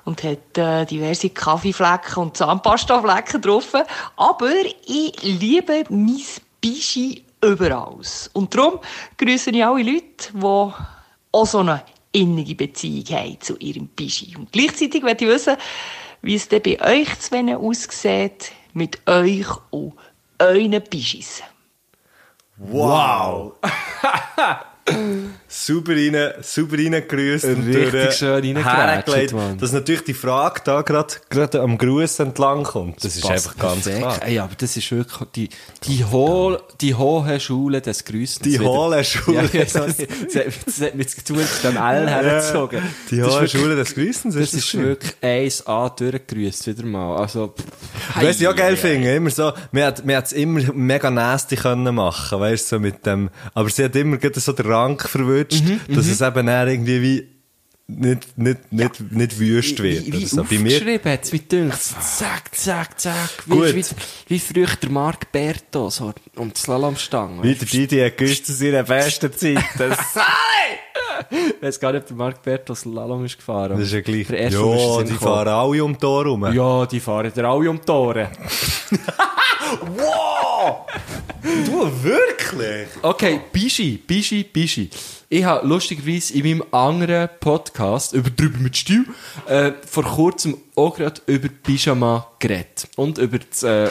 [SPEAKER 6] und hat äh, diverse Kaffeeflecken und Zahnpastaflecken drauf. Aber ich liebe mein Bischi überall. Und darum grüße ich alle Leute, die auch so eine innige Beziehung haben zu ihrem Bischi. Und gleichzeitig möchte ich wissen, wie es denn bei euch zwei aussieht, mit euch und euren Bischis.
[SPEAKER 5] Wow! Super rein, super reingegrüßt und
[SPEAKER 2] Richtig
[SPEAKER 5] durch-
[SPEAKER 2] schön reingerätscht,
[SPEAKER 5] hergelegt.
[SPEAKER 2] Mann.
[SPEAKER 5] Dass natürlich die Frage da gerade, gerade am Gruß entlang kommt. Das, ist
[SPEAKER 2] Passt
[SPEAKER 5] einfach ganz
[SPEAKER 2] perfekt.
[SPEAKER 5] klar.
[SPEAKER 2] Ey, aber das ist wirklich die, die, ho die hohe Schule des Grüßens.
[SPEAKER 5] Die
[SPEAKER 2] wieder.
[SPEAKER 5] hohle
[SPEAKER 2] Ja,
[SPEAKER 5] Schule.
[SPEAKER 2] ja, sorry. Das hat- das hat mir jetzt zu tun, zu dem L hergezogen.
[SPEAKER 5] Die
[SPEAKER 2] Das ist
[SPEAKER 5] hohe
[SPEAKER 2] wirklich-
[SPEAKER 5] Schule des Grüßens
[SPEAKER 2] Das
[SPEAKER 5] ist
[SPEAKER 2] ist
[SPEAKER 5] schön.
[SPEAKER 2] wirklich 1A durchgerüßt, wieder mal. Also,
[SPEAKER 5] Hey, weißt du, ja, geil finde, immer so, man hat, man hat's immer mega nasty können machen, weißt du, so mit dem, aber sie hat immer gerade so den Rank verwünscht,
[SPEAKER 2] Mhm,
[SPEAKER 5] dass es eben dann irgendwie wie, nicht, nicht, nicht, nicht wüst wird.
[SPEAKER 2] Wie,
[SPEAKER 5] oder
[SPEAKER 2] wie
[SPEAKER 5] so. Bei mir, Ah.
[SPEAKER 2] aufgeschrieben hat's mich dünkt. Zack, zack, zack. Wie,
[SPEAKER 5] Gut.
[SPEAKER 2] wie, wie früher der Marc Berto, so, und die Slalomstange.
[SPEAKER 5] Wie der Didi hat gewusst zu seiner besten Zeit. Das,
[SPEAKER 2] Ich weiß gar nicht, ob der Marc Berto Slalom ist gefahren.
[SPEAKER 5] das ist ja gleich.
[SPEAKER 2] Der erste, der mir in den
[SPEAKER 5] Ja,
[SPEAKER 2] Sinn
[SPEAKER 5] die
[SPEAKER 2] gekommen
[SPEAKER 5] fahren alle um die Ohren rum.
[SPEAKER 2] Ja, die fahren dir alle um die Ohren.
[SPEAKER 5] du, wirklich?
[SPEAKER 2] Okay, Bischi, Bischi, Bischi. Ich habe lustigerweise in meinem anderen Podcast, über drüber mit Stil, äh, vor kurzem auch gerade über Pyjama geredet. Und über das, äh,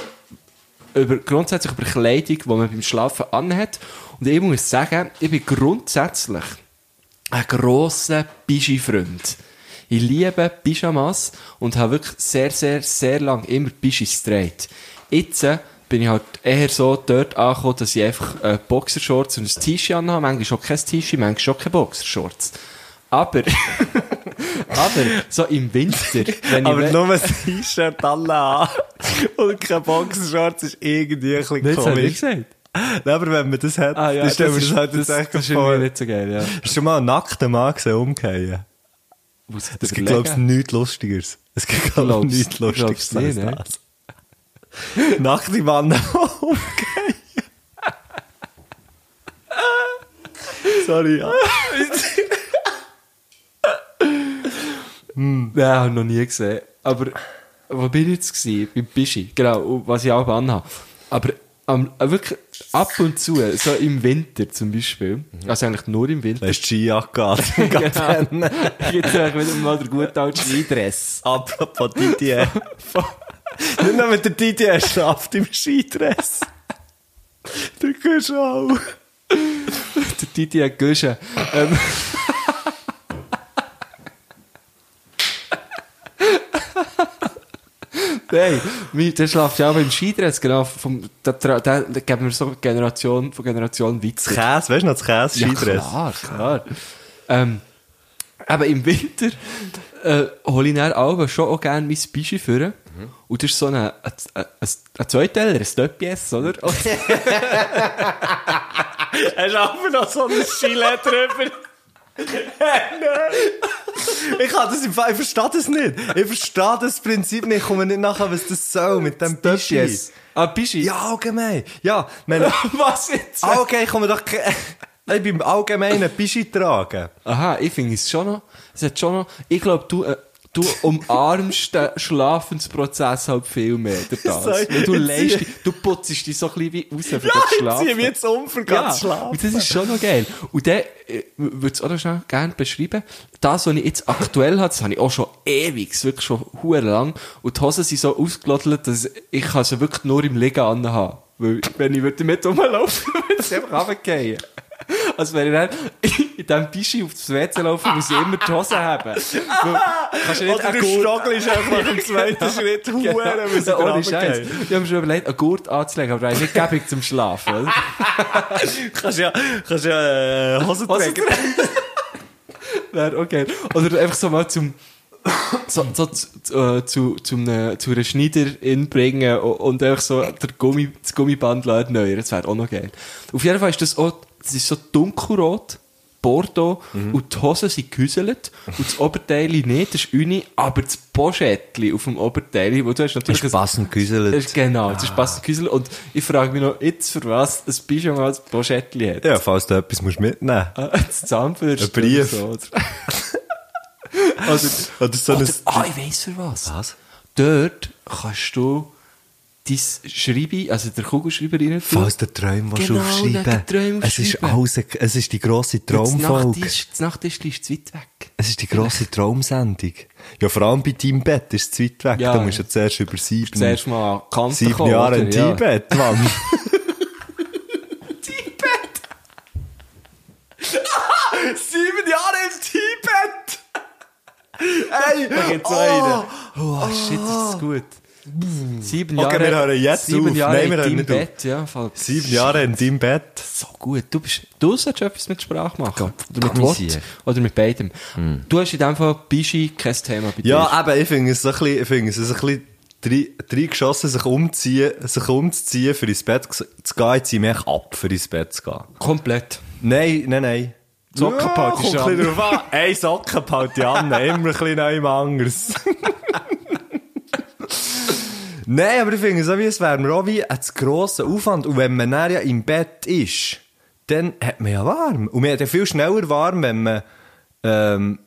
[SPEAKER 2] über, grundsätzlich über Kleidung, die man beim Schlafen anhat. Und ich muss sagen, ich bin grundsätzlich ein grosser Bischi-Freund. Ich liebe Pyjamas und habe wirklich sehr, sehr, sehr lange immer Bischis gedreht. Jetzt äh, bin ich halt eher so dort angekommen, dass ich einfach äh, Boxershorts und ein T-Shirt anhabe. Manchmal auch kein T-Shirt, manchmal auch keine Boxershorts. Aber, aber, so im Winter, wenn ich...
[SPEAKER 5] Aber
[SPEAKER 2] we-
[SPEAKER 5] nur ein T-Shirt alle an und kein Boxershorts ist irgendwie ein bisschen
[SPEAKER 2] Nein, das habe ich
[SPEAKER 5] komisch.
[SPEAKER 2] gesagt.
[SPEAKER 5] Nein, aber wenn man das hat,
[SPEAKER 2] Ah ja,
[SPEAKER 5] dann
[SPEAKER 2] das,
[SPEAKER 5] stellen wir
[SPEAKER 2] ist,
[SPEAKER 5] das halt
[SPEAKER 2] das,
[SPEAKER 5] jetzt
[SPEAKER 2] das,
[SPEAKER 5] echt
[SPEAKER 2] ist
[SPEAKER 5] vor.
[SPEAKER 2] irgendwie nicht so geil, ja.
[SPEAKER 5] Hast du schon mal einen nackten Mann gesehen, umgehen?
[SPEAKER 2] Muss ich
[SPEAKER 5] Es gibt,
[SPEAKER 2] überlegen.
[SPEAKER 5] glaube ich, nichts Lustigeres. Es gibt, glaube
[SPEAKER 2] Glaub's-
[SPEAKER 5] ich, nichts Lustigeres
[SPEAKER 2] glaub's nicht,
[SPEAKER 5] als
[SPEAKER 2] ne?
[SPEAKER 5] das. Nackte Mann umgehen. Sorry, ja.
[SPEAKER 2] Nein, habe ich noch nie gesehen. Aber wo bin ich jetzt? Gewesen? Bei Bischi. Genau, und was ich auch anhabe. Aber am, äh, wirklich ab und zu, so im Winter zum Beispiel, also eigentlich nur im Winter,
[SPEAKER 5] Hast du die Skijacke an? Dann geht's rennen.
[SPEAKER 2] gibt es eigentlich wieder mal den guten alten Skidress.
[SPEAKER 5] Apropos Didier. Nicht nur mit der Didier schlaft im Skidress. Du gehst auch.
[SPEAKER 2] Der Titi hat Guschen. Ähm. Nein, mein- der schläft ja auch im Skidress, genau. Vom, der, der, der, der geben wir so Generation von Generation Witze.
[SPEAKER 5] Das Käse, weißt du noch, das Käse-Skidress?
[SPEAKER 2] Ja, klar, klar. Ähm, aber im Winter äh, hole ich dann auch schon auch gerne mein Bischi führen. Und das ist so ein, ein, ein, ein Zweiteller, ein Döppies, oder?
[SPEAKER 5] Hast du auch noch so ein Gilet drüber? ich kann das im Fall, ich verstehe das nicht. Ich verstehe das Prinzip nicht. Ich komme nicht nachher, was das soll mit dem Bischi.
[SPEAKER 2] Ah, Bischi?
[SPEAKER 5] Ja, allgemein. Ja, meine, Ah,
[SPEAKER 2] Was jetzt?
[SPEAKER 5] allgemein kann man doch ke- Ich bin im Allgemeinen Bischi tragen.
[SPEAKER 2] Aha, ich finde es schon noch, es hat schon noch, ich glaube, du, äh, du umarmst den Schlafensprozess halt viel mehr, durch das.
[SPEAKER 5] Sorry,
[SPEAKER 2] Weil du
[SPEAKER 5] jetzt
[SPEAKER 2] leist,
[SPEAKER 5] zieh-
[SPEAKER 2] du putzt dich so ein bisschen wie raus für
[SPEAKER 5] Ja,
[SPEAKER 2] das
[SPEAKER 5] ich
[SPEAKER 2] Schlafen.
[SPEAKER 5] ziehe mich jetzt um für
[SPEAKER 2] Ja,
[SPEAKER 5] ganz schlafen.
[SPEAKER 2] und das ist schon noch geil. Und dann äh, würde ich auch noch schnell gerne beschreiben. Das, was ich jetzt aktuell habe, das habe ich auch schon ewig, wirklich schon hure lang. Und die Hosen sind so ausgelodelt, dass ich kann sie wirklich nur im Liegen anhaben Weil wenn ich würde damit rumlaufen würde, es einfach runtergehen. Also wenn ich dann in diesem Pischi auf das WC laufe, muss ich immer die Hose haben. Weil, kannst du nicht
[SPEAKER 5] Oder
[SPEAKER 2] einen
[SPEAKER 5] der
[SPEAKER 2] Gurt-
[SPEAKER 5] Stockl ist einfach im zweiten Schritt
[SPEAKER 2] Genau.
[SPEAKER 5] huren, weil sie
[SPEAKER 2] Ohne
[SPEAKER 5] dran
[SPEAKER 2] Scheiß.
[SPEAKER 5] gehen.
[SPEAKER 2] Ich habe mir schon überlegt, einen Gurt anzulegen, aber er ist nicht gäbig zum Schlafen. oder?
[SPEAKER 5] Kannst ja, kannst ja, äh, Hosen
[SPEAKER 2] Was
[SPEAKER 5] tragen.
[SPEAKER 2] Wäre okay. Oder einfach so mal zum, so, so zu, zu, äh, zu, zum, äh, zu einer Schneiderin bringen o- und einfach so der Gummi, das Gummiband laden neu. Das wäre auch noch geil. Auf jeden Fall ist das auch, das ist so dunkelrot, Bordeaux, und die Hosen sind gehäuselt, und das Oberteil nicht, das ist Uni, aber das Pochettli auf dem Oberteil, wo du hast natürlich ein-
[SPEAKER 5] passend güselt.
[SPEAKER 2] ist- Genau, das ist passend gehäuselt, und ich frage mich noch, jetzt für was ein Pyjama als Pochettli hat.
[SPEAKER 5] Ja, falls du etwas musst mitnehmen musst.
[SPEAKER 2] Ah, Das Zahnbürste.
[SPEAKER 5] Ein Brief.
[SPEAKER 2] oder So,
[SPEAKER 5] Also, oder so
[SPEAKER 2] oder,
[SPEAKER 5] ein...
[SPEAKER 2] oder, ah, ich weiss für was.
[SPEAKER 5] Was?
[SPEAKER 2] Dort kannst du dein Schreiben, also der Kugelschreiber rein tun.
[SPEAKER 5] Falls du Träume willst
[SPEAKER 2] Genau,
[SPEAKER 5] aufschreiben
[SPEAKER 2] dann Träume
[SPEAKER 5] Es ist
[SPEAKER 2] aufschreiben.
[SPEAKER 5] alles, ein- es ist die grosse
[SPEAKER 2] Das
[SPEAKER 5] Traumfolge.
[SPEAKER 2] Nachttisch- Das Nachttisch ist zu weit weg.
[SPEAKER 5] Es ist die grosse Traumsendung. Ja, vor allem bei deinem Bett ist es zu weit weg.
[SPEAKER 2] Ja,
[SPEAKER 5] du musst
[SPEAKER 2] ja.
[SPEAKER 5] ja zuerst über sieben,
[SPEAKER 2] Zuerst mal an die Kante
[SPEAKER 5] sieben
[SPEAKER 2] kommen,
[SPEAKER 5] Jahre
[SPEAKER 2] oder?
[SPEAKER 5] in
[SPEAKER 2] Ja.
[SPEAKER 5] Tibet, Mann.
[SPEAKER 2] Sieben Jahre im Tibet!
[SPEAKER 5] Ey,
[SPEAKER 2] Jetzt oh. einen. Oh, shit, das ist gut. Sieben
[SPEAKER 5] Okay,
[SPEAKER 2] Jahre.
[SPEAKER 5] wir hören jetzt
[SPEAKER 2] sieben
[SPEAKER 5] auf.
[SPEAKER 2] Jahre
[SPEAKER 5] Nein,
[SPEAKER 2] in
[SPEAKER 5] wir
[SPEAKER 2] deinem
[SPEAKER 5] hören nicht auf.
[SPEAKER 2] Bett, ja. Voll.
[SPEAKER 5] Sieben Jahre in deinem Bett.
[SPEAKER 2] So gut. Du bist, du solltest etwas mit Sprache machen. Oder mit
[SPEAKER 5] verdammt,
[SPEAKER 2] Wort.
[SPEAKER 5] Sieg.
[SPEAKER 2] Oder mit beidem. Du hast in dem Fall Bischi kein Thema bei dir.
[SPEAKER 5] Ja, eben, ich finde es so ein bisschen, ich finde es so ein bisschen drei- reingeschossen, sich umziehen, sich umzuziehen, für ins Bett zu zu gehen. Jetzt ziehe ich mich ab, für ins Bett zu
[SPEAKER 2] äh,
[SPEAKER 5] gehen.
[SPEAKER 2] Komplett.
[SPEAKER 5] Nein, nein, nein.
[SPEAKER 2] Sockenpalt
[SPEAKER 5] ja,
[SPEAKER 2] ist
[SPEAKER 5] kommt ein
[SPEAKER 2] an.
[SPEAKER 5] bisschen drauf an. Ein Sockenpalt, die anderen immer ein bisschen neuem anders. nein, aber ich finde so wie, es wäre mir auch wie ein zu grosser Aufwand. Und wenn man dann ja im Bett ist, dann hat man ja warm. Und man hat ja viel schneller warm, wenn man, ähm,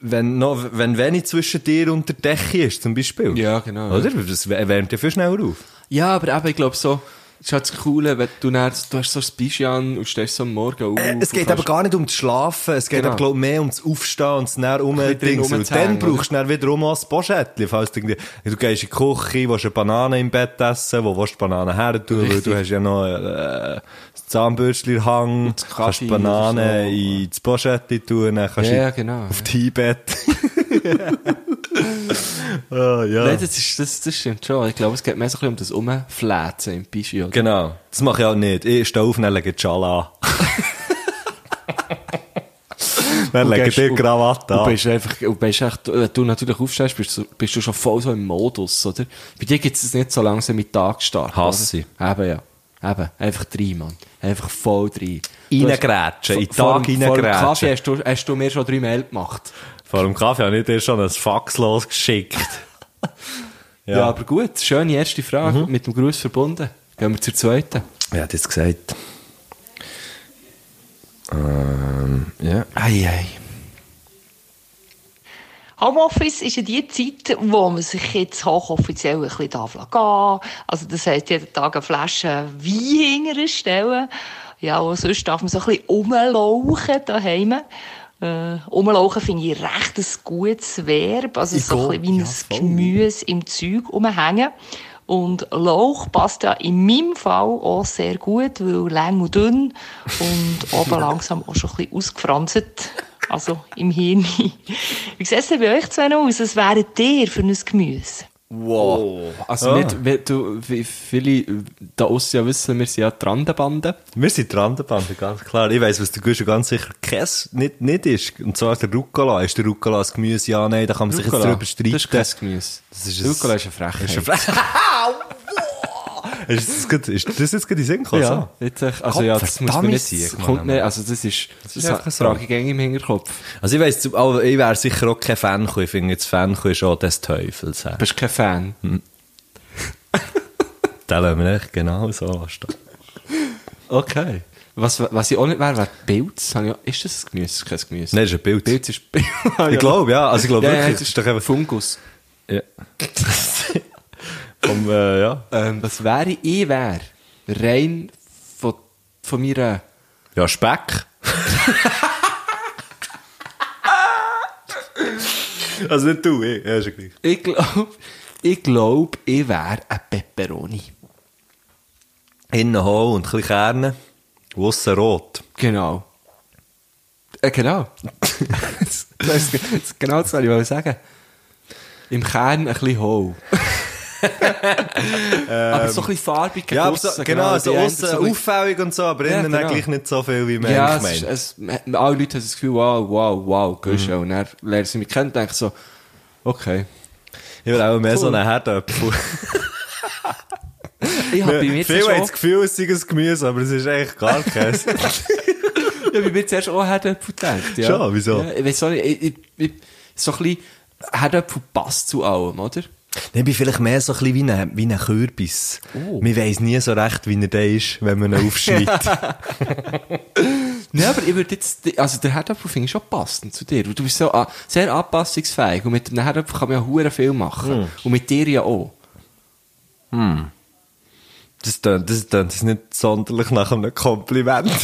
[SPEAKER 5] wenn noch, wenn wenig zwischen dir und der Decke ist, zum Beispiel.
[SPEAKER 2] Ja, genau, ja.
[SPEAKER 5] Oder? Das wär- wärmt ja viel schneller auf.
[SPEAKER 2] Ja, aber eben, ich glaube so, das ist halt das Coole, wenn du, dann, du hast so ein Bischi an und stehst so am Morgen auf.
[SPEAKER 5] Äh, Es geht
[SPEAKER 2] und
[SPEAKER 5] aber
[SPEAKER 2] Hm, kannst-
[SPEAKER 5] gar nicht um das Schlafen, es geht
[SPEAKER 2] Genau.
[SPEAKER 5] aber, glaub, ich, mehr um das Aufstehen und das näher
[SPEAKER 2] bisschen drin
[SPEAKER 5] rumdingsen. Und
[SPEAKER 2] rumzuhängen,
[SPEAKER 5] dann brauchst du dann wiederum auch ein Poschettchen, falls du irgendwie, du gehst in die Küche, willst eine Banane im Bett essen, wo willst du die Banane her tun, weil
[SPEAKER 2] Richtig.
[SPEAKER 5] du hast ja noch, äh, das Zahnbürstchen hang,
[SPEAKER 2] das Kaffee
[SPEAKER 5] kannst die Banane
[SPEAKER 2] oder so.
[SPEAKER 5] in das Poschettchen tun, dann kannst du
[SPEAKER 2] Ja,
[SPEAKER 5] in-
[SPEAKER 2] genau,
[SPEAKER 5] auf
[SPEAKER 2] ja.
[SPEAKER 5] dein Bett. Ah, ja.
[SPEAKER 2] Nein, das, ist, das, das stimmt schon. Ich glaube, es geht mehr so ein bisschen um das Umflätzen im Bischi. oder?
[SPEAKER 5] Genau. Das mache ich auch nicht. Ich stehe auf und lege die Schale an. Dann legen
[SPEAKER 2] gehst-
[SPEAKER 5] die Krawatte
[SPEAKER 2] Du
[SPEAKER 5] an.
[SPEAKER 2] bist einfach, du bist echt, wenn du natürlich aufstehst, bist, du- bist du schon voll so im Modus, oder? Bei dir gibt es das nicht so langsam mit Tagstart.
[SPEAKER 5] Hass
[SPEAKER 2] oder? Eben, ja. Eben, einfach rein, Mann. Einfach voll rein. Du hast-
[SPEAKER 5] Reingrätschen, in den
[SPEAKER 2] Vor-
[SPEAKER 5] Tag
[SPEAKER 2] vor dem- Vor dem Kaffee
[SPEAKER 5] reingrätschen.
[SPEAKER 2] hast du, hast du mir schon drei Mail gemacht.
[SPEAKER 5] Vor dem Kaffee habe ich dir schon ein Fax losgeschickt.
[SPEAKER 2] Ja. aber gut. Schöne erste Frage,
[SPEAKER 5] Mhm.
[SPEAKER 2] mit dem Gruß verbunden. Gehen wir zur zweiten.
[SPEAKER 5] Wer hat jetzt gesagt? Ähm, ja.
[SPEAKER 2] Ei, ei.
[SPEAKER 6] Homeoffice ist ja die Zeit, wo man sich jetzt hochoffiziell ein bisschen darf lassen gehen. Also das heisst, jeden Tag eine Flasche Wein hinterher stellen. Ja, und sonst darf man so ein bisschen rumlauchen daheim. Äh, rumlauchen finde ich recht ein gutes Verb. Also so ein bisschen wie ein Gemüse im Zeug rumhängen. Und Lauch passt ja in meinem Fall auch sehr gut, weil lang und dünn und oben langsam auch schon ein bisschen ausgefranzet. Also im Hirn. Wie sieht es denn bei euch zwei aus? Was wäret ihr für ein Gemüse?
[SPEAKER 5] Oh.
[SPEAKER 2] Wow. Also
[SPEAKER 5] Ah.
[SPEAKER 2] nicht, wie, du, wie viele da aussen ja wissen, wir sind ja Trandenbanden.
[SPEAKER 5] Wir sind Trandenbande, ganz klar. Ich weiss, was der Guschen ganz sicher Käse nicht, nicht ist. Und zwar der Rucola. Ist der Rucola ein Gemüse? Ja, nein, da kann man sich jetzt drüber streiten.
[SPEAKER 2] Das ist kein Gemüse.
[SPEAKER 5] Das ist ein-
[SPEAKER 2] Rucola ist eine Frechheit.
[SPEAKER 5] Ist ein Fle- Ist das, gerade- ist das jetzt gerade in den Sinn gekommen?
[SPEAKER 2] ja, jetzt, echt- also ja, das muss man
[SPEAKER 5] Verdammt,
[SPEAKER 2] nicht
[SPEAKER 5] Sieg,
[SPEAKER 2] sagen.
[SPEAKER 5] Mann,
[SPEAKER 2] Kommt
[SPEAKER 5] Mann.
[SPEAKER 2] nicht, also das ist, das
[SPEAKER 5] ist
[SPEAKER 2] ist
[SPEAKER 5] einfach so.
[SPEAKER 2] trage ich gängig im Hinterkopf.
[SPEAKER 5] So? Also ich weiss, zum- aber ich wäre sicher auch kein Fan gekommen. Ich finde jetzt Fan gekommen ist auch des Teufels.
[SPEAKER 2] Du bist kein Fan.
[SPEAKER 5] Hm. Den lassen wir echt genau so stehen.
[SPEAKER 2] Okay. Was, was ich auch nicht wäre, wäre Pilz. Habe ich auch- Ist das ein Gemüse? Das ist kein Gemüse.
[SPEAKER 5] Nein, das ist ein Bild.
[SPEAKER 2] Pilz ist...
[SPEAKER 5] Ich glaube, ja. Also ich glaube
[SPEAKER 2] ja, ja,
[SPEAKER 5] wirklich,
[SPEAKER 2] das
[SPEAKER 5] das
[SPEAKER 2] ist
[SPEAKER 5] doch einfach...
[SPEAKER 2] Fungus.
[SPEAKER 5] Ja. Vom, äh, ja.
[SPEAKER 2] Ähm, was wäre ich? Ich wäre rein von, von meiner...
[SPEAKER 5] Ja, Speck. also nicht du, ich. Ja, ist ja gleich.
[SPEAKER 2] Ich glaube, ich, glaub, ich wäre ein Pepperoni.
[SPEAKER 5] Innen hohl und ein bisschen Kerne. Und aussen rot.
[SPEAKER 2] Genau. Äh, genau. das, das, das, genau das wollte ich sagen. Im Kern ein bisschen hohl. aber Ähm, so ein bisschen farbig
[SPEAKER 5] Ja, aber
[SPEAKER 2] aussen,
[SPEAKER 5] so, genau, so
[SPEAKER 2] die haben
[SPEAKER 5] aussen
[SPEAKER 2] so ein bisschen-
[SPEAKER 5] auffällig und so, aber
[SPEAKER 2] Ja,
[SPEAKER 5] innen
[SPEAKER 2] genau.
[SPEAKER 5] eigentlich nicht so viel, wie man
[SPEAKER 2] Ja, es,
[SPEAKER 5] eigentlich
[SPEAKER 2] ist-
[SPEAKER 5] meint.
[SPEAKER 2] es, alle Leute haben das Gefühl, wow, wow, wow, gehst du. Und dann lernen sie mich kennen und denken so, okay.
[SPEAKER 5] Ich will auch mehr so einen Herdöpfel.
[SPEAKER 2] Ich habe bei mir
[SPEAKER 5] Viele
[SPEAKER 2] zuerst
[SPEAKER 5] haben das
[SPEAKER 2] auch,
[SPEAKER 5] Gefühl, es sei ein Gemüse, aber es ist eigentlich gar keins.
[SPEAKER 2] ich habe bei mir zuerst auch Herdöpfel gedacht. Ja.
[SPEAKER 5] Schon, wieso?
[SPEAKER 2] Ja, ich weiß auch nicht, ich, ich, ich, so ein bisschen Herdöpfel passt zu allem, oder?
[SPEAKER 5] Ich bin vielleicht mehr so ein bisschen wie ein, wie ein Kürbis. Man weiss nie so recht, wie er der ist, wenn man ihn aufschneidet.
[SPEAKER 2] Nein, aber ich würde jetzt, also der Herdöpfel finde ich schon passend zu dir. weil Du bist so ah, a- sehr anpassungsfähig und mit dem Herdöpfel kann man ja hure viel machen.
[SPEAKER 5] Hmm.
[SPEAKER 2] Und mit dir ja auch.
[SPEAKER 5] das tönt das, tönt jetzt nicht sonderlich nach einem Kompliment.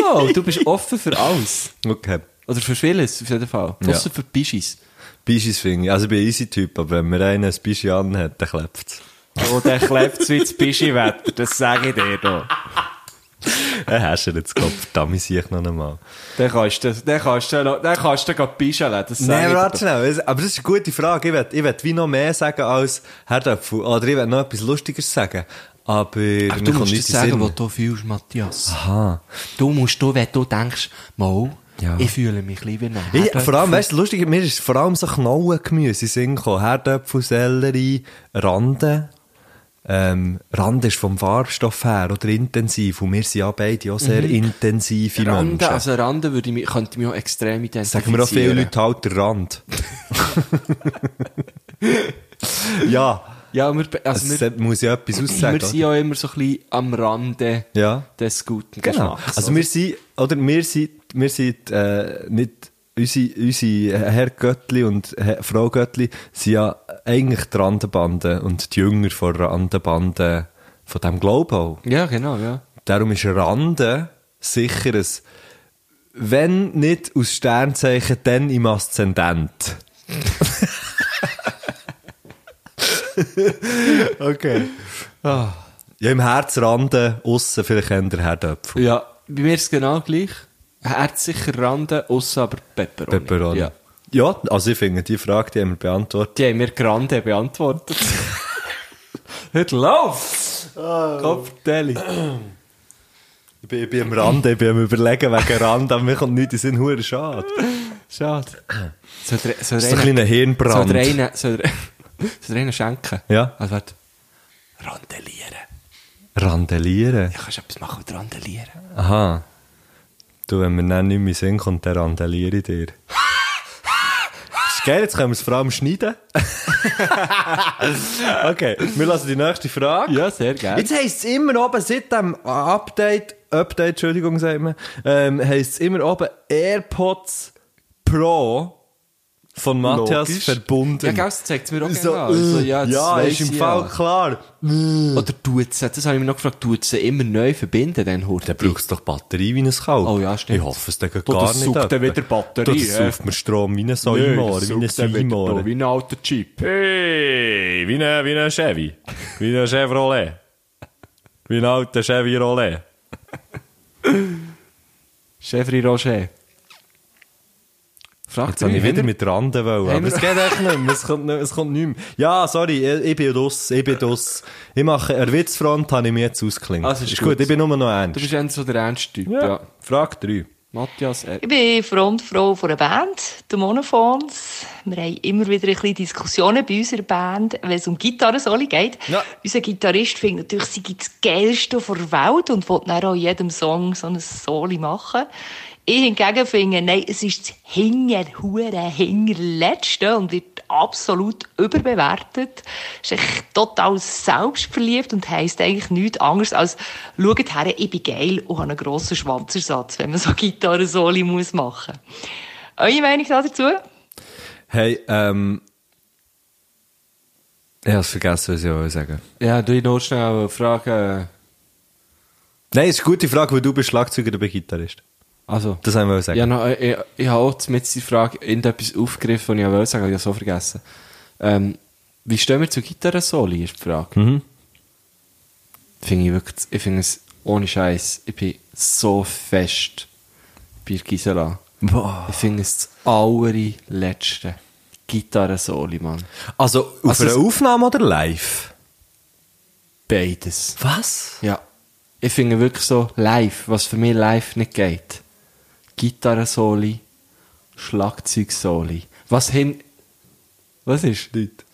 [SPEAKER 2] No, du bist offen für alles.
[SPEAKER 5] okay.
[SPEAKER 2] Oder für vieles, auf jeden Fall.
[SPEAKER 5] Ja.
[SPEAKER 2] Außer für Bischis.
[SPEAKER 5] Bischis finde ich. Also ich bin ein easy Typ, aber wenn mir einer ein Bischi anhat, dann klebt es.
[SPEAKER 1] Oh, der klebt wie das Bischi-Wetter, das sage ich dir doch.
[SPEAKER 5] Dann hast du jetzt Kopf, damit sehe ich noch einmal.
[SPEAKER 1] Dann kannst du, dann kannst du, noch- dann kannst du gleich pischeln, das sage
[SPEAKER 5] Nein,
[SPEAKER 1] ich dir
[SPEAKER 5] warte schnell. Aber das ist eine gute Frage. Ich will, ich will wie noch mehr sagen als Herdöpfel. Oder ich will noch etwas Lustigeres sagen. Aber,
[SPEAKER 2] Aber
[SPEAKER 5] mir
[SPEAKER 2] du
[SPEAKER 5] kommt
[SPEAKER 2] musst
[SPEAKER 5] nichts
[SPEAKER 2] das sagen,
[SPEAKER 5] in den Sinn.
[SPEAKER 2] was du fühlst, Matthias.
[SPEAKER 5] Aha.
[SPEAKER 2] Du musst, du, wenn du denkst, mal,
[SPEAKER 5] Ja.
[SPEAKER 2] ich fühle mich lieber nach.
[SPEAKER 5] Ich, vor allem, weißt du, lustig, mir ist vor allem so Knollengemüse in den Sinn gekommen. Herdöpfel, Sellerie, Rande. Ähm, Rande ist vom Farbstoff her oder intensiv. Und wir sind ja beide auch sehr intensive Menschen.
[SPEAKER 2] Mhm. Rande, also Rande würde ich mich, könnte ich mich auch extrem identifizieren.
[SPEAKER 5] Sagen wir auch viele Leute halt der Rand. ja,
[SPEAKER 2] Ja, wir, be- also
[SPEAKER 5] es
[SPEAKER 2] wir,
[SPEAKER 5] muss ja etwas aussagen.
[SPEAKER 2] wir sind ja immer so ein bisschen am Rande
[SPEAKER 5] oder? ja.
[SPEAKER 2] des guten
[SPEAKER 5] Genau.
[SPEAKER 2] Geschmacks.
[SPEAKER 5] Also wir sind, oder wir sind, wir sind äh, nicht, unsere, unsere äh, Herr Göttli und Herr, Frau Göttli sind ja eigentlich die Randenbande und die Jünger von Randenbande von diesem Glauben auch.
[SPEAKER 2] Ja, genau, ja.
[SPEAKER 5] Darum ist Rande sicher ein, wenn nicht aus Sternzeichen, dann im Aszendent. okay. Ja, im Herzrande, aussen vielleicht eher der Herdöpfel.
[SPEAKER 2] Ja, bei mir ist es genau gleich. Herzlicher Rande, außer aber Pepperoni.
[SPEAKER 5] Pepperoni.
[SPEAKER 2] Ja.
[SPEAKER 5] Ja. also ich finde, die Frage, die haben wir beantwortet.
[SPEAKER 2] Die haben mir Grande beantwortet. Heute läuft's! Kopfdeli.
[SPEAKER 5] Ich Ich bin, ich bin am Rand, ich bin am überlegen wegen Rand, aber mir kommt nichts in den Sinn, hure schade.
[SPEAKER 2] Schade. Soll der, soll
[SPEAKER 5] Das
[SPEAKER 2] der
[SPEAKER 5] ist
[SPEAKER 2] einen-
[SPEAKER 5] ein kleiner
[SPEAKER 2] soll der
[SPEAKER 5] Hirnbrand.
[SPEAKER 2] einen, soll der, soll der einen schenken?
[SPEAKER 5] Ja.
[SPEAKER 2] Also, warte. Randelieren.
[SPEAKER 5] Randelieren.
[SPEAKER 2] Ja, kannst du etwas machen mit Randelieren?
[SPEAKER 5] Aha. Du, wenn mir dann nicht mehr in den Sinn kommt, dann randeliere ich dir. ist geil, jetzt können wir es vor allem schneiden. okay, wir lassen die nächste Frage.
[SPEAKER 2] Ja, sehr gerne.
[SPEAKER 5] Jetzt heisst es immer oben, seit dem Update, Update, Entschuldigung, sagt man, ähm, heisst es immer oben AirPods Pro von Matthias
[SPEAKER 2] Logisch.
[SPEAKER 5] verbunden.
[SPEAKER 2] Ja, gell, das zeigt mir auch
[SPEAKER 5] so, äh,
[SPEAKER 2] genau. Also, ja, das
[SPEAKER 5] ja
[SPEAKER 2] weiss
[SPEAKER 5] ist im
[SPEAKER 2] ich
[SPEAKER 5] Fall
[SPEAKER 2] ja.
[SPEAKER 5] klar.
[SPEAKER 2] Oder duzen. Das habe ich mir noch gefragt. Duzen immer neu verbinden, dann hört
[SPEAKER 5] Dann brauchst du doch Batterie wie ein Kalb.
[SPEAKER 2] Oh ja, stimmt.
[SPEAKER 5] Ich hoffe, es geht gar
[SPEAKER 2] Du, das
[SPEAKER 5] nicht
[SPEAKER 2] saugt
[SPEAKER 5] ab.
[SPEAKER 2] dann wieder Batterie,
[SPEAKER 5] Du, Das
[SPEAKER 2] hä?
[SPEAKER 5] saugt mir Strom wie ein Säumor, wie ein Säumor.
[SPEAKER 2] ein alter Chip.
[SPEAKER 5] Hey, wie ein wie ein Chevy. Wie ein Chevrolet. Wie ein alter Chevrolet.
[SPEAKER 2] Chevry Roger. Fragt
[SPEAKER 5] Jetzt habe ich wieder mit Randen wollen,
[SPEAKER 2] Haben
[SPEAKER 5] aber
[SPEAKER 2] wir-
[SPEAKER 5] es geht echt nicht mehr. Es kommt nicht, es kommt nicht mehr. Ja, sorry, ich ich bin dus, ich bin dus. Ich mache, er Witzfront habe ich mir jetzt ausgeklingt.
[SPEAKER 2] Also ist gut.
[SPEAKER 5] ich bin nur noch ernst.
[SPEAKER 2] Du bist ein so der ernste Typ, ja.
[SPEAKER 5] ja. Frage 3.
[SPEAKER 2] Matthias, äh,
[SPEAKER 6] Ich bin Frontfrau von einer Band, den Monophones. Wir haben immer wieder ein bisschen Diskussionen bei unserer Band, wenn es um Gitarrensoli geht.
[SPEAKER 5] Ja.
[SPEAKER 6] Unser Gitarrist findet natürlich, sie gibt das Geilste der Welt und will dann auch jedem Song so ein Soli machen. Ich hingegen finde, nein, es ist das Hingerhure, Hingerletzte und wird absolut überbewertet. Ist echt total selbstverliebt und heisst eigentlich nichts anderes als, schaut her, ich bin geil und habe einen grossen Schwanzersatz, wenn man so Gitarrensoli muss machen muss. Eure Meinung dazu?
[SPEAKER 5] Hey, ähm. Ich habe vergessen, was ich wollte sagen
[SPEAKER 2] ja, du noch schnell äh, fragen.
[SPEAKER 5] Nein, ist eine gute Frage, weil du bist Schlagzeuger, du bist Gitarrist.
[SPEAKER 2] Also,
[SPEAKER 5] Das haben wir sagen.
[SPEAKER 2] ja, noch, äh, ich, ich habe auch mit der Frage irgendetwas aufgegriffen, und ich wollte sagen, ich habe so vergessen. Ähm, wie stehen wir zu Gitarrensoli, ist die Frage. Finde ich wirklich, ich finde es ohne Scheiß, ich bin so fest bei Gisela. Ich finde es das allerletzte Gitarrensoli, Mann.
[SPEAKER 5] Also, auf
[SPEAKER 2] Also
[SPEAKER 5] einer
[SPEAKER 2] es-
[SPEAKER 5] Aufnahme oder live?
[SPEAKER 2] Beides.
[SPEAKER 5] Was?
[SPEAKER 2] Ja. Ich finde wirklich so live, was für mich live nicht geht. Gitarrensoli, Schlagzeugsoli. Was hin... Was ist? Nicht.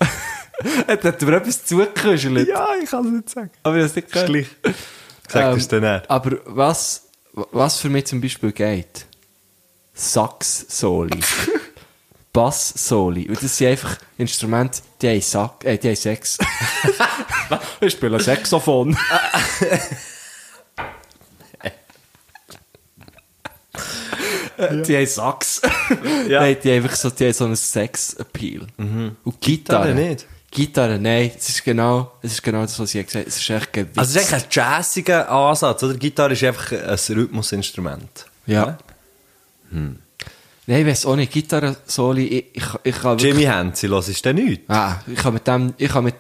[SPEAKER 2] Jetzt hat mir etwas zugekuschelt.
[SPEAKER 5] Ja, ich kann es nicht Ähm, sagen.
[SPEAKER 2] Aber ich habe es nicht
[SPEAKER 5] Ist
[SPEAKER 2] gehört.
[SPEAKER 5] gleich. Sag das dann nicht.
[SPEAKER 2] Ehm, Aber was, was für mich zum Beispiel geht? Sax-Soli. Bass-Soli. Und das sind einfach Instrumente, die haben, Sack, äh, die haben Sex. ich spiele Saxophon. die haben Sax.
[SPEAKER 5] Ja.
[SPEAKER 2] Nein, die haben einfach so, die haben so einen Sex-Appeal. Und Gitarre.
[SPEAKER 5] Gitarre nicht.
[SPEAKER 2] Gitarre, nein. Es ist genau, es ist genau das, was ich gesagt habe. Es ist echt gewitzt.
[SPEAKER 5] Also, es ist eigentlich ein jazziger Ansatz, oder? Gitarre ist einfach ein Rhythmusinstrument.
[SPEAKER 2] Ja. Ne? Hm. Nein, ich weiß auch nicht, Gitarre-Soli, ich, ich, ich kann wirklich-
[SPEAKER 5] Jimmy Hansi, los ist der nicht.
[SPEAKER 2] Ah, ich kann mit dem, ich kann mit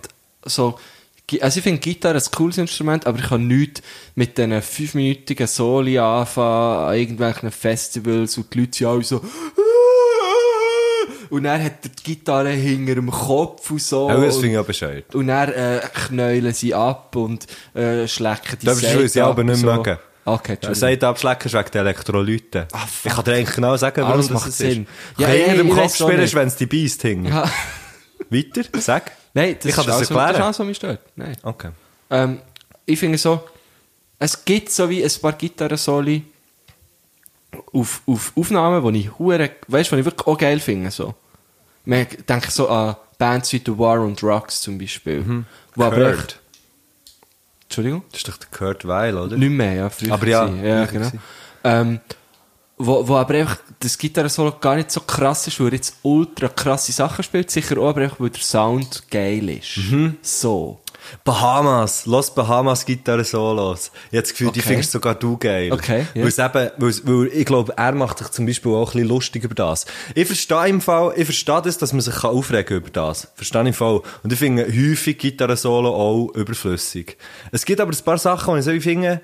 [SPEAKER 2] so, Gi- also ich finde Gitarre ein cooles Instrument, aber ich kann nichts mit diesen fünfminütigen Soli anfangen, an irgendwelchen Festivals und die Leute sind alle so, und dann hat er die Gitarre hinter dem Kopf und so.
[SPEAKER 5] Oh, das
[SPEAKER 2] und-
[SPEAKER 5] finde ich auch bescheuert.
[SPEAKER 2] und dann äh, knäulen sie ab und äh, schlecken die
[SPEAKER 5] Das ist, weil sie
[SPEAKER 2] ab
[SPEAKER 5] aber
[SPEAKER 2] und
[SPEAKER 5] nicht
[SPEAKER 2] so.
[SPEAKER 5] mögen.
[SPEAKER 2] Okay,
[SPEAKER 5] Er
[SPEAKER 2] Entschuldigung.
[SPEAKER 5] sagt, abschlecken ist wegen der Elektrolyte.
[SPEAKER 2] Ah, fuck.
[SPEAKER 5] ich kann dir eigentlich genau sagen, warum
[SPEAKER 2] Alles
[SPEAKER 5] das
[SPEAKER 2] macht
[SPEAKER 5] es
[SPEAKER 2] Sinn.
[SPEAKER 5] ist.
[SPEAKER 2] Ja,
[SPEAKER 5] Ja,
[SPEAKER 2] ja,
[SPEAKER 5] ja, im
[SPEAKER 2] ich
[SPEAKER 5] Kopf
[SPEAKER 2] weiss auch
[SPEAKER 5] spielen,
[SPEAKER 2] nicht.
[SPEAKER 5] ist, wenn es die beißt hing.
[SPEAKER 2] Ja.
[SPEAKER 5] Weiter, sag.
[SPEAKER 2] Nein, das
[SPEAKER 5] Ich kann
[SPEAKER 2] ist alles, was-
[SPEAKER 5] das
[SPEAKER 2] das ist
[SPEAKER 5] erklären. Ah.
[SPEAKER 2] alles, was mich stört. Nein.
[SPEAKER 5] Okay.
[SPEAKER 2] Ähm, ich finde so, es gibt so wie ein paar Gitarrensoli auf, auf Aufnahmen, die ich hure, weißt, die ich wirklich auch geil finde. So. Man denkt so an Bands wie The War on Drugs zum Beispiel.
[SPEAKER 5] Mhm.
[SPEAKER 2] Wo aber echt,
[SPEAKER 5] Kurt.
[SPEAKER 2] Entschuldigung?
[SPEAKER 5] Das ist doch der Kurt Weil, oder?
[SPEAKER 2] Nicht mehr, ja. Früher
[SPEAKER 5] Aber Ah, ja,
[SPEAKER 2] gewesen. ja
[SPEAKER 5] früher
[SPEAKER 2] genau.
[SPEAKER 5] gewesen.
[SPEAKER 2] Ähm, wo, wo aber einfach das Gitarrensolo gar nicht so krass ist, weil er jetzt ultra krasse Sachen spielt, sicher auch, aber einfach, weil der Sound geil ist.
[SPEAKER 5] Mhm.
[SPEAKER 2] So.
[SPEAKER 5] Bahamas, los Bahamas Gitarre Solos. Jetzt Gefühl, die
[SPEAKER 2] Okay.
[SPEAKER 5] findest sogar du geil.
[SPEAKER 2] Okay, ja.
[SPEAKER 5] Weil es eben, weil es- weil ich glaube, er macht sich zum Beispiel auch ein bisschen lustig über das. Ich verstehe im Fall, ich verstehe das, dass man sich kann aufregen über das. Verstehe im Fall. Und ich finde häufig Gitarre Solo auch überflüssig. Es gibt aber ein paar Sachen, die ich so wie finde,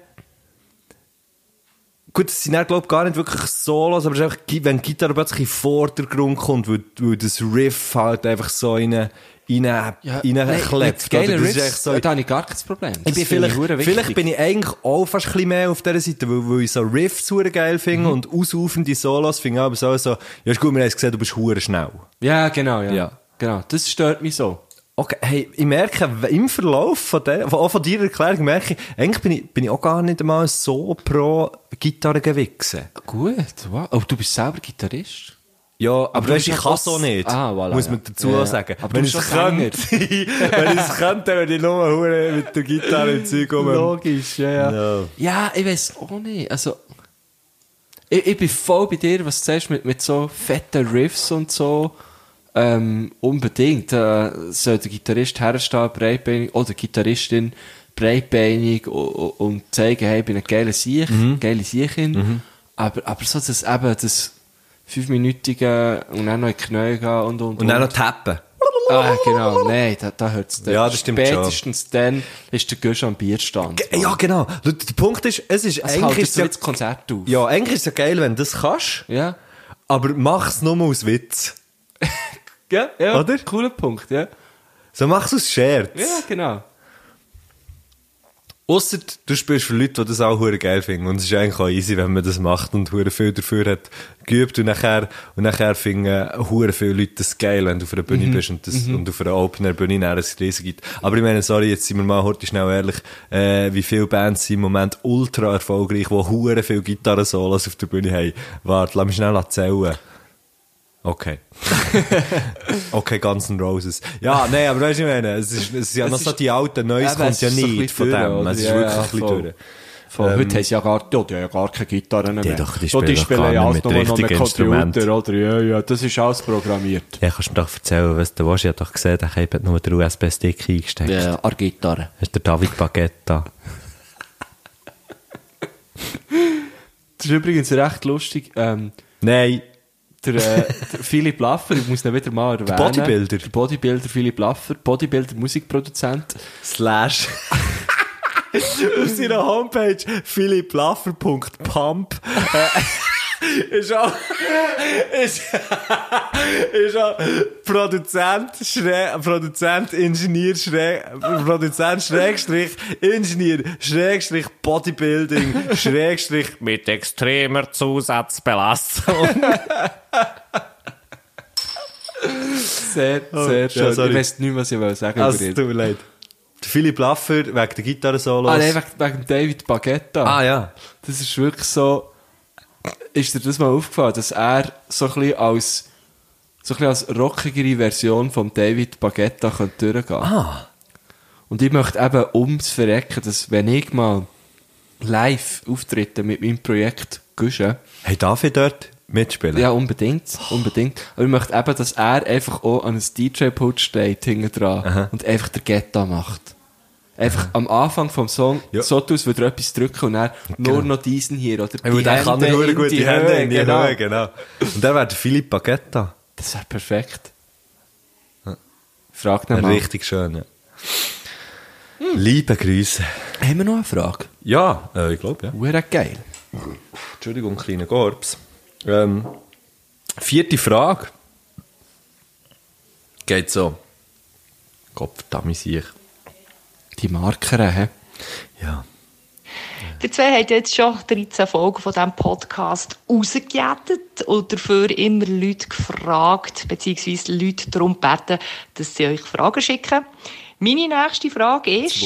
[SPEAKER 5] Gut, es sind dann, glaube ich, gar nicht wirklich Solos, aber es ist einfach, Gi- wenn die Gitarre plötzlich in den Vordergrund kommt, weil, weil das Riff halt einfach so in eine, in eine, in eine klebt.
[SPEAKER 2] Geile
[SPEAKER 5] oder? Das ist echt
[SPEAKER 2] Riffs,
[SPEAKER 5] so-
[SPEAKER 2] da habe ich gar kein Problem.
[SPEAKER 5] ich bin vielleicht, vielleicht bin ich eigentlich auch fast ein bisschen mehr auf dieser Seite, weil, weil ich so Riffs super geil finde
[SPEAKER 2] Mhm.
[SPEAKER 5] und ausufende Solos finde ich aber so, so, ja, ist gut, wir haben es gesehen, du bist nou." hure schnell.
[SPEAKER 2] Ja, genau, ja.
[SPEAKER 5] Ja.
[SPEAKER 2] Genau, das stört mich so.
[SPEAKER 5] Okay, hey, ich merke, im Verlauf von, der, von, auch von deiner Erklärung merke ich, eigentlich bin ich, bin ich auch gar nicht einmal so pro Gitarre gewichsen.
[SPEAKER 2] Gut, wow. Oh, du bist selber Gitarrist?
[SPEAKER 5] Ja, aber,
[SPEAKER 2] du
[SPEAKER 5] weißt,
[SPEAKER 2] bist
[SPEAKER 5] ich
[SPEAKER 2] ja
[SPEAKER 5] kann
[SPEAKER 2] trotz-
[SPEAKER 5] so nicht.
[SPEAKER 2] Ah, voilà,
[SPEAKER 5] muss
[SPEAKER 2] ja.
[SPEAKER 5] man dazu
[SPEAKER 2] Ja, ja.
[SPEAKER 5] sagen.
[SPEAKER 2] Aber du
[SPEAKER 5] wenn ich
[SPEAKER 2] bist
[SPEAKER 5] es
[SPEAKER 2] schon
[SPEAKER 5] könnte, wenn ich es könnte, würde ich nur hure mit der Gitarre im Zeug rum.
[SPEAKER 2] Logisch, ja, ja.
[SPEAKER 5] Ja.
[SPEAKER 2] Ja, ich weiß auch nicht. Also, ich, ich bin voll bei dir, was du sagst, mit, mit so fetten Riffs und so. Ähm, unbedingt. Äh, soll der Gitarrist herstehen, breitbeinig, oder Gitarristin breitbeinig u- u- und zeigen, hey, ich bin ein geiler Sieg,
[SPEAKER 5] Mhm.
[SPEAKER 2] geile Siechin. Aber, aber so, dass eben das fünfminütige und dann noch in die Knie gehen und und.
[SPEAKER 5] Und dann noch tappen.
[SPEAKER 2] Ah, genau, nein, da, da hört es
[SPEAKER 5] Ja, das stimmt schon.
[SPEAKER 2] Spätestens dann ist der Gösch am Bierstand.
[SPEAKER 5] Ge- Ja, genau. Der, der Punkt ist, es ist
[SPEAKER 2] Es
[SPEAKER 5] eigentlich,
[SPEAKER 2] hält
[SPEAKER 5] ist
[SPEAKER 2] so
[SPEAKER 5] ja,
[SPEAKER 2] das Konzert auf.
[SPEAKER 5] ja, eigentlich ist es ja geil, wenn du das kannst,
[SPEAKER 2] Ja.
[SPEAKER 5] aber mach's nur aus Witz.
[SPEAKER 2] Ja, ja.
[SPEAKER 5] Oder?
[SPEAKER 2] Cooler Punkt, ja.
[SPEAKER 5] So mach's aus Scherz.
[SPEAKER 2] Ja, genau.
[SPEAKER 5] Ausser du spielst für Leute, die das auch hure geil finden. Und es ist eigentlich auch easy, wenn man das macht und hure viel dafür hat geübt und nachher, und nachher finden hure viele Leute das geil, wenn du auf einer Bühne
[SPEAKER 2] Mhm.
[SPEAKER 5] bist und, das, und auf einer Opener Bühne nachher ein Riesen gibt. Aber ich meine, sorry, jetzt sind wir mal heute schnell ehrlich, äh, wie viele Bands sind im Moment ultra erfolgreich, die hure viele Gitarren-Solos auf der Bühne haben. Warte, lass mich schnell erzählen. Okay. okay, Guns N' Roses. Ja, nein, aber weißt du, ich meine, es ist, es ist ja noch
[SPEAKER 2] ist-
[SPEAKER 5] so die alten Neues
[SPEAKER 2] Eben,
[SPEAKER 5] kommt
[SPEAKER 2] es
[SPEAKER 5] ja
[SPEAKER 2] ist so ein
[SPEAKER 5] nicht
[SPEAKER 2] bisschen
[SPEAKER 5] von
[SPEAKER 2] durch,
[SPEAKER 5] dem.
[SPEAKER 2] oder?
[SPEAKER 5] Es ist
[SPEAKER 2] Ja,
[SPEAKER 5] wirklich
[SPEAKER 2] ja,
[SPEAKER 5] ein bisschen
[SPEAKER 2] voll.
[SPEAKER 5] durch. Ähm,
[SPEAKER 2] Von ähm, heute haben sie ja gar, ja, die haben ja gar keine Gitarre mehr.
[SPEAKER 5] doch, die
[SPEAKER 2] Ja,
[SPEAKER 5] spielen doch
[SPEAKER 2] ja
[SPEAKER 5] gar nicht
[SPEAKER 2] alles
[SPEAKER 5] mit
[SPEAKER 2] nur noch mit
[SPEAKER 5] richtigen Instrumenten.
[SPEAKER 2] Computer, oder? Ja, ja, das ist alles programmiert.
[SPEAKER 5] Ja, kannst du mir doch erzählen, was du willst. Ich habe doch gesehen, der Cape hat nur den USB-Stick eingesteckt.
[SPEAKER 1] eh,
[SPEAKER 2] Ja, an Gitarre.
[SPEAKER 5] Das ist der David Baguetta.
[SPEAKER 2] Das ist übrigens recht lustig. Ähm,
[SPEAKER 5] Nein.
[SPEAKER 2] der, äh, der Philipp Laffer, ich muss ihn wieder mal erwähnen.
[SPEAKER 5] Bodybuilder.
[SPEAKER 2] Der Bodybuilder Philipp Laffer, Bodybuilder, Musikproduzent.
[SPEAKER 5] Slash. Auf seiner Homepage philipplaffer.pump äh, ist auch, ist, ist auch Produzent, Schrä, Produzent, Ingenieur, Schrä, Produzent, Schrägstrich, Ingenieur, Schrägstrich, Bodybuilding, Schrägstrich,
[SPEAKER 7] mit extremer
[SPEAKER 2] Oh,
[SPEAKER 7] Zusatzbelastung.
[SPEAKER 2] Sehr, sehr schön.
[SPEAKER 5] ja, sorry.
[SPEAKER 2] ich weiß nicht mehr, was ich will sagen
[SPEAKER 5] Also,
[SPEAKER 2] über ihn.
[SPEAKER 5] tut mir leid. Der Philipp Laffer wegen der Gitarre-Solos.
[SPEAKER 2] Ah, nein, wegen, wegen David Baguetta.
[SPEAKER 5] Ah, ja.
[SPEAKER 2] Das ist wirklich so. Ist dir das mal aufgefallen, dass er so ein bisschen als, so ein bisschen als rockigere Version von David Baguetta könnte durchgehen
[SPEAKER 5] Ah.
[SPEAKER 2] Und ich möchte eben ums Verrecken, dass wenn ich mal live auftrete mit meinem Projekt Guschen,
[SPEAKER 5] Hey, darf ich dort mitspielen?
[SPEAKER 2] ja, unbedingt, unbedingt. Aber ich möchte eben, dass er einfach auch an einem DJ-Pult steht hinten dran und einfach der Ghetto macht. Einfach am Anfang vom Song
[SPEAKER 5] Ja. Genau.
[SPEAKER 2] so tust, würde er etwas drücken und dann nur noch diesen hier, oder?
[SPEAKER 5] Ja, weil dann kann er nur gute Hände in die Höhe, genau. Und der wäre der Philipp Baguetta.
[SPEAKER 2] Das wäre perfekt. Frag
[SPEAKER 5] Ein
[SPEAKER 2] ihn mal.
[SPEAKER 5] richtig schöner. Liebe Grüße.
[SPEAKER 2] Haben wir noch eine Frage?
[SPEAKER 5] Ja, äh, ich glaube, ja.
[SPEAKER 2] Wäre geil.
[SPEAKER 5] Entschuldigung, kleiner Gorbs. Ähm, vierte Frage. Geht so. Gott, verdammt, ich.
[SPEAKER 2] Die Marker, hä?
[SPEAKER 5] Ja.
[SPEAKER 6] Ihr zwei habt jetzt schon 13 Folgen von diesem Podcast rausgejettet und dafür immer Leute gefragt, beziehungsweise Leute darum gebeten, dass sie euch Fragen schicken. Meine nächste Frage ist,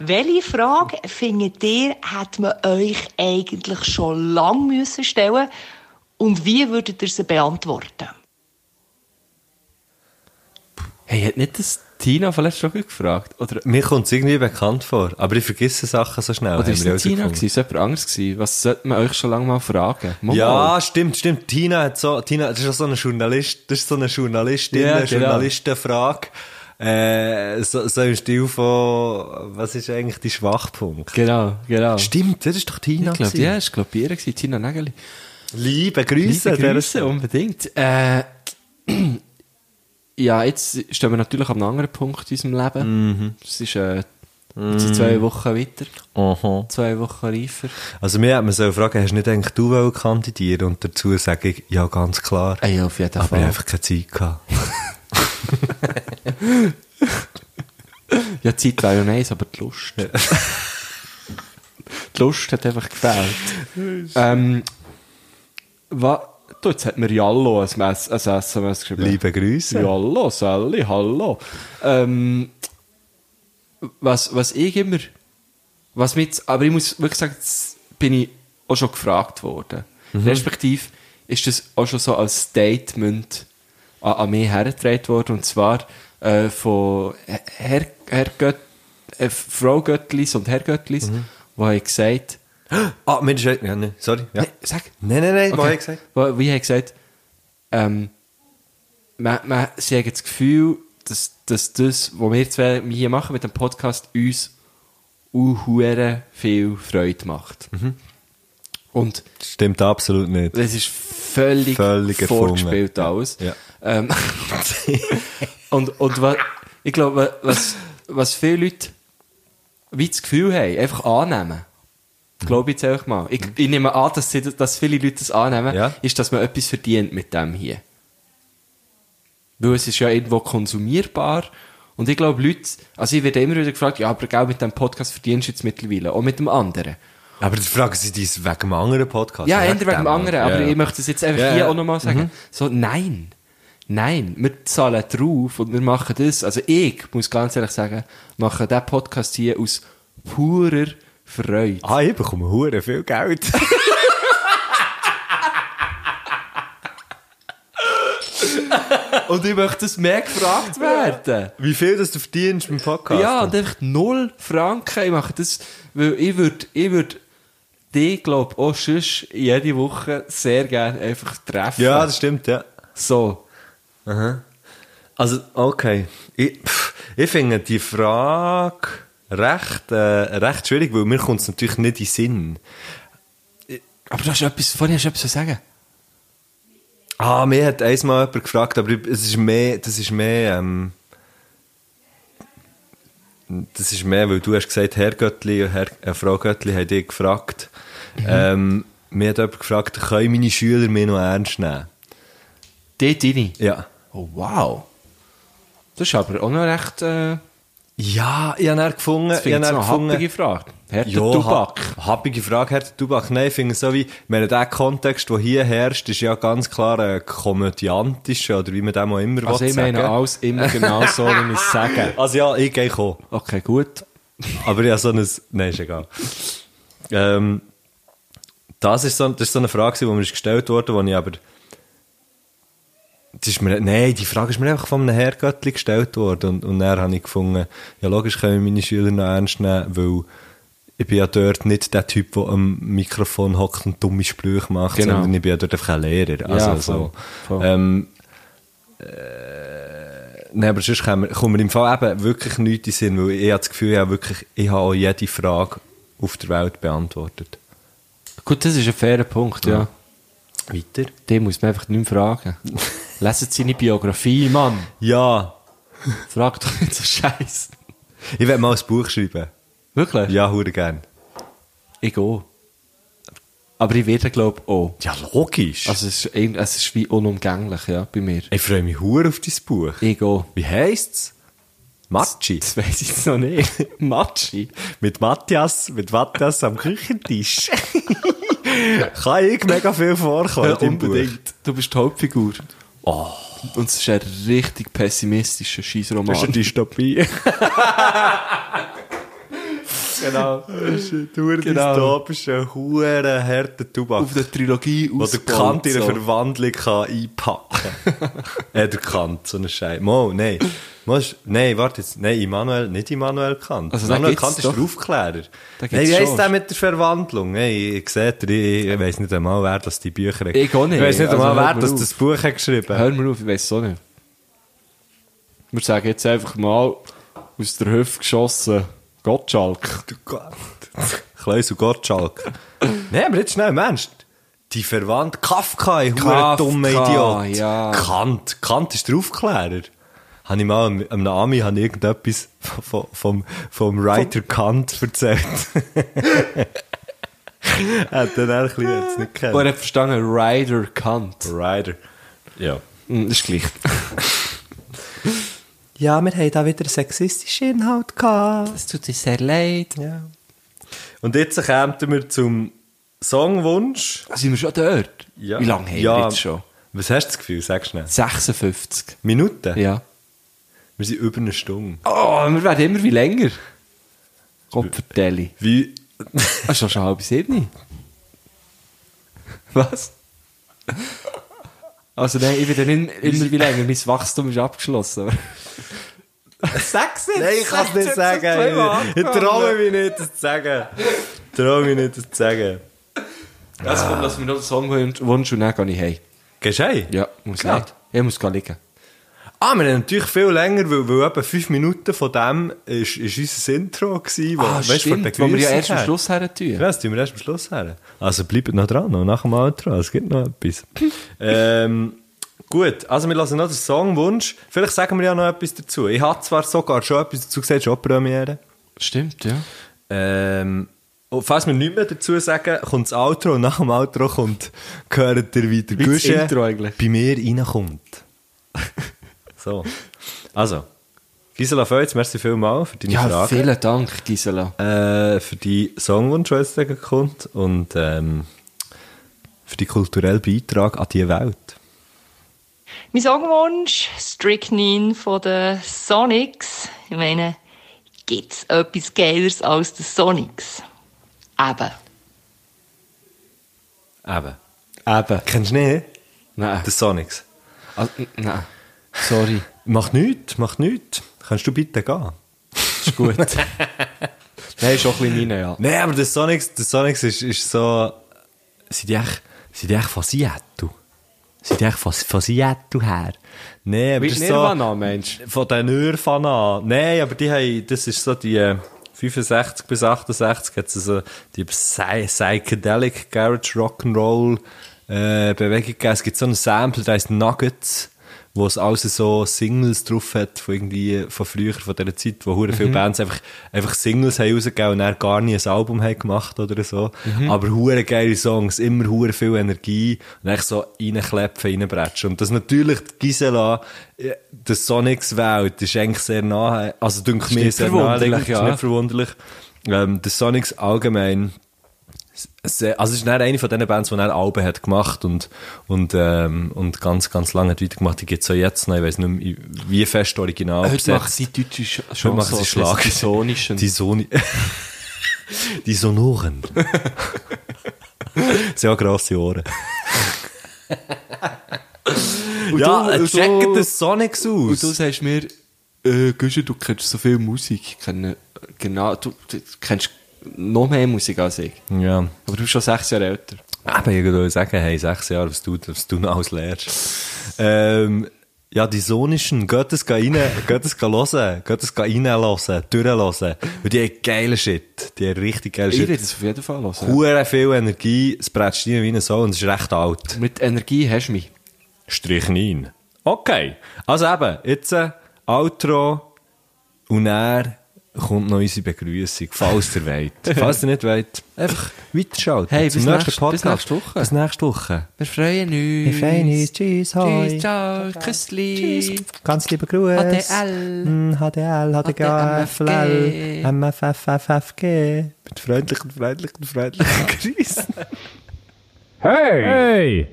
[SPEAKER 6] welche Frage, findet ihr, hat man euch eigentlich schon lange müssen stellen und wie würdet ihr sie beantworten?
[SPEAKER 2] Hey, hat nicht das Tina von letzter Woche gefragt? Oder,
[SPEAKER 5] Mir kommt es irgendwie bekannt vor, aber ich vergesse Sachen so schnell.
[SPEAKER 2] oder
[SPEAKER 5] haben
[SPEAKER 2] ist
[SPEAKER 5] wir
[SPEAKER 2] es Tina
[SPEAKER 5] herausgefunden.
[SPEAKER 2] gewesen? Ist es jemand anderes gewesen? Was sollte man euch schon lange mal fragen? Mal.
[SPEAKER 5] Ja, stimmt, stimmt. Tina hat so, Tina, das ist auch so eine Journalist, das ist so eine Journalistin,
[SPEAKER 2] Ja,
[SPEAKER 5] eine
[SPEAKER 2] genau.
[SPEAKER 5] Journalistenfrage. Äh, so, so im Stil von, was ist eigentlich dein Schwachpunkt?
[SPEAKER 2] Genau, genau.
[SPEAKER 5] Stimmt, das ist doch Tina.
[SPEAKER 2] Ich glaube,
[SPEAKER 5] gewesen.
[SPEAKER 2] ja, ich glaube, ihr gewesen, Tina Nägeli.
[SPEAKER 5] Liebe Grüße,
[SPEAKER 2] Liebe
[SPEAKER 5] der-
[SPEAKER 2] Grüße, unbedingt. Äh, Mhm. ja, jetzt stehen wir natürlich an einem anderen Punkt in unserem Leben. Es ist äh, Jetzt sind zwei Wochen weiter,
[SPEAKER 5] Aha.
[SPEAKER 2] zwei Wochen reifer.
[SPEAKER 5] Also mir hat man so fragen, hast du nicht eigentlich du wollen kandidieren? Und dazu sage ich, ja, ganz klar.
[SPEAKER 2] Ey, auf jeden
[SPEAKER 5] Aber ich
[SPEAKER 2] Fall.
[SPEAKER 5] habe einfach keine Zeit gehabt.
[SPEAKER 2] Ja, die Zeit wäre ja nice, aber die Lust. die Lust hat einfach gefehlt. ähm, was? Du, jetzt hat mir Jallo ein, Mess, ein SMS geschrieben.
[SPEAKER 5] Liebe Grüße.
[SPEAKER 2] Jallo, Sally, hallo. Ähm, was, was ich immer, was mit, aber ich muss wirklich sagen, jetzt bin ich auch schon gefragt worden. Respektiv ist das auch schon so als Statement an, an mich hergetragen worden, und zwar äh, von Herr, Herr Gött, äh, Frau Göttlis und Herr Göttlis, wo haben gesagt,
[SPEAKER 5] Ah, mir ist... Ja, nein, sorry. Ja.
[SPEAKER 2] nee, sag,
[SPEAKER 5] Nein, nein, nein, was
[SPEAKER 2] Okay.
[SPEAKER 5] habe ich gesagt?
[SPEAKER 2] Wo- Wie er gesagt ähm, man, man, sie haben das Gefühl, dass, dass das, was wir zwei hier machen mit dem Podcast, uns unhure viel Freude macht. Und
[SPEAKER 5] Stimmt absolut nicht.
[SPEAKER 2] das ist völlig,
[SPEAKER 5] Völlig erfunden.
[SPEAKER 2] vorgespielt alles.
[SPEAKER 5] Ja.
[SPEAKER 2] Ähm, und und was, ich glaube, was, was viele Leute wie das Gefühl haben, einfach annehmen. Glaube ich jetzt einfach mal. Ich, ich nehme an, dass, sie, dass viele Leute das annehmen,
[SPEAKER 5] Mhm. Ja.
[SPEAKER 2] ist, dass man etwas verdient mit dem hier. Weil es ist ja irgendwo konsumierbar. Und ich glaube, Leute, also ich werde immer wieder gefragt, ja, aber gell, mit dem Podcast verdienst du jetzt mittlerweile, auch mit dem anderen.
[SPEAKER 5] Aber das fragen sie dich wegen einem anderen Podcast.
[SPEAKER 2] Ja, Mhm. entweder wegen Also dem anderen, aber
[SPEAKER 5] ja.
[SPEAKER 2] ich möchte es jetzt einfach
[SPEAKER 5] Ja,
[SPEAKER 2] hier
[SPEAKER 5] ja.
[SPEAKER 2] auch nochmal sagen. So, nein. Nein, wir zahlen drauf und wir machen das. Also ich, muss ganz ehrlich sagen, mache diesen Podcast hier aus purer Freude.
[SPEAKER 5] Ah, ich bekomme hure viel Geld.
[SPEAKER 2] Ah, Und ich möchte, dass mehr gefragt werden.
[SPEAKER 5] Wie viel das du verdienst beim Podcast?
[SPEAKER 2] Ja, und einfach null Franken. Ich mache das, weil ich würde, ich würde dich, glaube ich, auch sonst jede Woche sehr gerne einfach treffen.
[SPEAKER 5] ja, das stimmt, ja.
[SPEAKER 2] so.
[SPEAKER 5] Also, okay. Ich, pff, ich finde die Frage recht, äh, recht schwierig, weil mir kommt es natürlich nicht in den Sinn.
[SPEAKER 2] Aber du hast etwas, vorhin hast du etwas zu sagen.
[SPEAKER 5] Ah, mir hat einmal jemand gefragt, aber ich- es ist mehr, das ist mehr, ähm, das ist mehr, weil du hast gesagt, Herr Göttli und Herr, äh, Frau Göttli haben dich gefragt. Ähm, mir hat jemand gefragt, können meine Schüler mich noch ernst nehmen?
[SPEAKER 2] Die deine.
[SPEAKER 5] Ja.
[SPEAKER 2] Oh, wow. Das ist aber auch noch recht, äh,
[SPEAKER 5] Ja, ich habe dann gefunden,
[SPEAKER 2] das
[SPEAKER 5] ich
[SPEAKER 2] finde
[SPEAKER 5] habe
[SPEAKER 2] ich
[SPEAKER 5] dann
[SPEAKER 2] noch eine
[SPEAKER 5] gefunden,
[SPEAKER 2] happige Frage. Herr
[SPEAKER 5] Ja,
[SPEAKER 2] Tubak.
[SPEAKER 5] ha- Happige Frage, Herr der Tubak. Nein, ich finde so wie, wenn der Kontext, der hier herrscht, ist ja ganz klar ein komödiantischer, oder wie man dem auch immer
[SPEAKER 2] Also
[SPEAKER 5] will
[SPEAKER 2] ich meine
[SPEAKER 5] sagen.
[SPEAKER 2] alles immer genau so, wie ich es sage.
[SPEAKER 5] Also ja, ich gehe auch.
[SPEAKER 2] Okay, gut.
[SPEAKER 5] Aber ja, so ein... Nein, ist egal. Ähm, das, ist so, das ist so eine Frage, die mir ist gestellt wurde, die ich aber... Das ist mir, nein, die Frage ist mir einfach von einem Herrgöttli gestellt worden. Und, und dann habe ich gefunden, ja logisch können meine Schüler noch ernst nehmen, weil ich bin ja dort nicht der Typ, der am Mikrofon hockt und dumme Sprüche macht,
[SPEAKER 2] Genau.
[SPEAKER 5] sondern ich bin ja dort einfach ein Lehrer. Also,
[SPEAKER 2] voll,
[SPEAKER 5] so.
[SPEAKER 2] voll.
[SPEAKER 5] Ähm, äh, Nein, aber sonst kommen wir, kommen wir im Fall eben wirklich nichts in den Sinn, weil ich habe das Gefühl, ich habe, wirklich, ich habe auch jede Frage auf der Welt beantwortet.
[SPEAKER 2] Gut, das ist ein fairer Punkt, ja.
[SPEAKER 5] Weiter?
[SPEAKER 2] Den muss man einfach nicht mehr fragen. Leset seine Biografie, Mann.
[SPEAKER 5] Ja,
[SPEAKER 2] Frag doch nicht so Scheiß.
[SPEAKER 5] ich will mal ein Buch schreiben.
[SPEAKER 2] Wirklich?
[SPEAKER 5] Ja, hure gern.
[SPEAKER 2] Ich auch. Aber ich werde, glaube ich, auch.
[SPEAKER 5] Ja, logisch.
[SPEAKER 2] Also es ist, irgend- es ist wie unumgänglich, ja, bei mir.
[SPEAKER 5] ich freue mich hure auf dein Buch.
[SPEAKER 2] Ich auch.
[SPEAKER 5] Wie heisst's? Matschi.
[SPEAKER 2] Das weiß ich jetzt noch nicht. Matschi.
[SPEAKER 5] Mit Matthias, mit Matthias am Küchentisch. Kann ich mega viel vorkommen in deinem Buch.
[SPEAKER 2] Du bist die Hauptfigur.
[SPEAKER 5] Oh.
[SPEAKER 2] Und es ist ein richtig pessimistischer Scheißroman.
[SPEAKER 5] Das ist eine Dystopie.
[SPEAKER 2] genau.
[SPEAKER 5] Das ist ein hure
[SPEAKER 2] Genau.
[SPEAKER 5] dystopischer, hure harter Tubak.
[SPEAKER 2] Auf der Trilogie
[SPEAKER 5] Wo der Kant in
[SPEAKER 2] so.
[SPEAKER 5] eine Verwandlung kann einpacken kann. äh, der Kant, so eine Scheiße. Mo, nein. Mo ist- Nein, warte jetzt. Nein, Immanuel, nicht Immanuel Kant.
[SPEAKER 2] Also, da
[SPEAKER 5] Immanuel
[SPEAKER 2] gibt's
[SPEAKER 5] Kant ist
[SPEAKER 2] doch-
[SPEAKER 5] der
[SPEAKER 2] Da
[SPEAKER 5] Aufklärer.
[SPEAKER 2] gibt's
[SPEAKER 5] Nein, wie heisst
[SPEAKER 2] schon.
[SPEAKER 5] der mit der Verwandlung? Hey, ich sehe, ich, ich weiss nicht einmal, wer das die Bücher hat.
[SPEAKER 2] Ich auch nicht.
[SPEAKER 5] Ich weiss nicht
[SPEAKER 2] Also,
[SPEAKER 5] einmal,
[SPEAKER 2] hört
[SPEAKER 5] wer
[SPEAKER 2] mir
[SPEAKER 5] das,
[SPEAKER 2] auf.
[SPEAKER 5] das Buch hat geschrieben
[SPEAKER 2] Hör mal auf, ich weiß es auch nicht. Wir sagen jetzt einfach mal aus der Hüfte geschossen. Gottschalk.
[SPEAKER 5] Du Gott. Kleusel Gottschalk. Nein, aber jetzt schnell, Mensch. Die Verwandte Kafka, ich
[SPEAKER 2] Kafka,
[SPEAKER 5] dummer Idiot.
[SPEAKER 2] ja.
[SPEAKER 5] Kant. Kant ist der Aufklärer. habe ich mal einem einem Ami habe ich irgendetwas vom, vom- vom, vom Writer Kant erzählt. Hat dann auch ein bisschen
[SPEAKER 2] Oh,
[SPEAKER 5] hat's nicht
[SPEAKER 2] er
[SPEAKER 5] gekannt.
[SPEAKER 2] hat verstanden, Rider Kant.
[SPEAKER 5] Writer. Ja.
[SPEAKER 2] Hm, Das ist gleich.
[SPEAKER 5] Ja, wir haben da wieder sexistischen Inhalt gehabt.
[SPEAKER 2] Es tut uns sehr leid.
[SPEAKER 5] Ja. Und jetzt kommen wir zum Songwunsch.
[SPEAKER 2] Sind wir schon dort? Wie lange haben wir jetzt schon?
[SPEAKER 5] Was hast du das Gefühl? Sag schnell.
[SPEAKER 2] 56.
[SPEAKER 5] Minuten?
[SPEAKER 2] Ja.
[SPEAKER 5] Wir sind über eine Stunde.
[SPEAKER 2] Oh, wir werden immer wie
[SPEAKER 5] Äh.
[SPEAKER 2] länger. Kopfvertelle.
[SPEAKER 5] Wie,
[SPEAKER 2] Das ist doch Ah, schon halb sieben. Was? Also nein, ich werde nicht immer wie länger. Mein Wachstum ist abgeschlossen. Sechs jetzt?
[SPEAKER 5] Nein, ich kann es nicht sagen. Ich, ich traue mich nicht, das zu sagen. Ich traue mich nicht, das zu sagen.
[SPEAKER 2] Also komm, lass mir noch den Song wünschen und dann gehe ich heim.
[SPEAKER 5] Gehst du heim?
[SPEAKER 2] Ja, muss
[SPEAKER 5] Klar.
[SPEAKER 2] nicht. Ich muss gehen liegen.
[SPEAKER 5] Ah, wir haben natürlich viel länger, weil, weil eben fünf Minuten von dem ist, ist unser Intro gewesen. Wo,
[SPEAKER 2] Ah,
[SPEAKER 5] weisst du, von
[SPEAKER 2] stimmt, wo wir ja
[SPEAKER 5] Begrüßung
[SPEAKER 2] erst am
[SPEAKER 5] her.
[SPEAKER 2] Schluss her tun.
[SPEAKER 5] Ja, das tun wir erst am Schluss her. Also bleibt noch dran, noch nach dem Outro, es gibt noch etwas. ähm, gut, also wir lassen noch den Songwunsch. Vielleicht sagen wir ja noch etwas dazu. Ich habe zwar sogar schon etwas dazu gesagt, schon Premiere.
[SPEAKER 2] Stimmt, ja.
[SPEAKER 5] Ähm, und falls wir nichts mehr dazu sagen, kommt das Outro und nach dem Outro kommt, gehört ihr wieder
[SPEAKER 2] Wie das Intro eigentlich.
[SPEAKER 5] bei mir reinkommt. so. Also, Gisela Feutz, merci vielmals für deine
[SPEAKER 2] Ja,
[SPEAKER 5] Frage.
[SPEAKER 2] vielen Dank, Gisela.
[SPEAKER 5] Äh, für die Songwunsch, der jetzt dagegen kommt und ähm, für den kulturellen Beitrag an die Welt.
[SPEAKER 6] Mein Songwunsch, Strychnine von den Sonics. Ich meine, gibt's etwas Geileres als die Sonics? Eben.
[SPEAKER 5] Eben.
[SPEAKER 2] Eben.
[SPEAKER 5] Kennst du nicht?
[SPEAKER 2] Nein.
[SPEAKER 5] The Sonics.
[SPEAKER 2] Also, n- nein. Sorry.
[SPEAKER 5] Macht nichts, macht nichts. Kannst du bitte gehen?
[SPEAKER 2] Ist gut. Nein, ist auch ein bisschen meine, ja.
[SPEAKER 5] Nein, aber der Sonics, der Sonics ist, ist so. Sind die echt, sind die echt von Seattle? Sind die echt von, von Seattle her? Nein, aber
[SPEAKER 2] Wie
[SPEAKER 5] das ist so.
[SPEAKER 2] Nirvana, Mensch.
[SPEAKER 5] Von den Nirvana. Nein, aber die haben, das ist so die äh, 65 bis 68 hat es so die Psy Psychedelic Garage Rock'n'Roll äh, Bewegung gegeben. Es gibt so ein Sample, der heißt Nuggets, wo es also so Singles drauf hat von irgendwie, von früher, von dieser Zeit, wo hure
[SPEAKER 2] Mhm.
[SPEAKER 5] viele Bands einfach, einfach Singles haben rausgegeben und dann gar nie ein Album haben gemacht oder so.
[SPEAKER 2] Mhm.
[SPEAKER 5] Aber hure geile Songs, immer hure viel Energie und eigentlich so reinkläpfen, reinbretschen. Und das natürlich die Gisela, äh, der Sonics Welt, ist eigentlich sehr nahe, also dünkt mir
[SPEAKER 2] nicht
[SPEAKER 5] sehr
[SPEAKER 2] verwunderlich,
[SPEAKER 5] naheliegend, ist
[SPEAKER 2] ja.
[SPEAKER 5] nicht verwunderlich. Ähm, der Sonics allgemein, sehr, also es ist dann eine von diesen Bands, die dann Alben hat gemacht und, und, ähm, und ganz, ganz lange hat weitergemacht. Die gibt es auch jetzt noch, ich weiß nicht mehr, wie fest original
[SPEAKER 2] Heute
[SPEAKER 5] besetzt.
[SPEAKER 2] macht sie deutsche Sch-
[SPEAKER 5] Heute
[SPEAKER 2] schon
[SPEAKER 5] machen sie Schlag.
[SPEAKER 2] Die sonischen.
[SPEAKER 5] Die, Soni die Sonoren. Sehr grosse Ohren. ja,
[SPEAKER 2] du-
[SPEAKER 5] äh,
[SPEAKER 2] und
[SPEAKER 5] checkt
[SPEAKER 2] du-
[SPEAKER 5] das Sonics aus.
[SPEAKER 2] Und du sagst mir, äh, Güsche, du kennst so viel Musik. Kennen, genau, du, du kennst noch mehr Musik als ich.
[SPEAKER 5] ja.
[SPEAKER 2] Aber du bist schon sechs Jahre älter.
[SPEAKER 5] Eben, ich würde sagen, hey, sechs Jahre, was du, was du noch alles lernst. Ähm, ja, die sonischen, geht das rein, geht das hören, geht das reinlassen, durchlassen. Und die haben geilen Shit, die haben richtig geilen
[SPEAKER 2] Ich werde
[SPEAKER 5] Shit.
[SPEAKER 2] es auf jeden Fall hören.
[SPEAKER 5] Hure viel Energie, es prätscht rein wie ein Sohn, es ist recht alt.
[SPEAKER 2] Mit Energie hast du mich.
[SPEAKER 5] Strich 9. Okay, also eben, jetzt äh, Outro und dann kommt noch unsere Begrüßung, falls ihr wollt. falls ihr nicht wollt, einfach weiterschalten.
[SPEAKER 2] Hey, bis
[SPEAKER 5] Zum nächsten
[SPEAKER 2] nächst- bis
[SPEAKER 5] Podcast.
[SPEAKER 2] nächste Woche.
[SPEAKER 5] Bis nächste Woche.
[SPEAKER 2] Wir freuen uns.
[SPEAKER 4] Wir freuen uns. Tschüss, hoi.
[SPEAKER 2] ciao. Küssli.
[SPEAKER 4] Ganz liebe Grüße.
[SPEAKER 2] er-
[SPEAKER 3] HDL.
[SPEAKER 4] Hm, HDL, HDG, FLL,
[SPEAKER 3] MFG.
[SPEAKER 4] MFFFFG.
[SPEAKER 5] Mit freundlichen, freundlichen, freundlichen Grüßen.
[SPEAKER 7] Hey!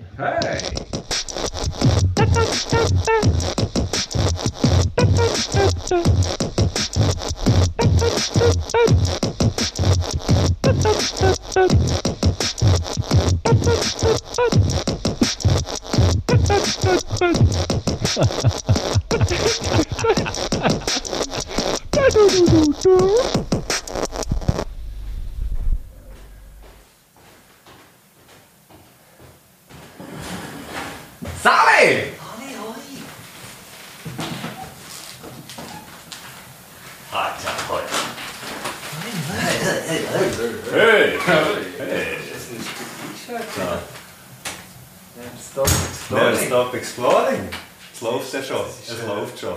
[SPEAKER 5] Never stop exploring. Es läuft ja schon. Es läuft schon.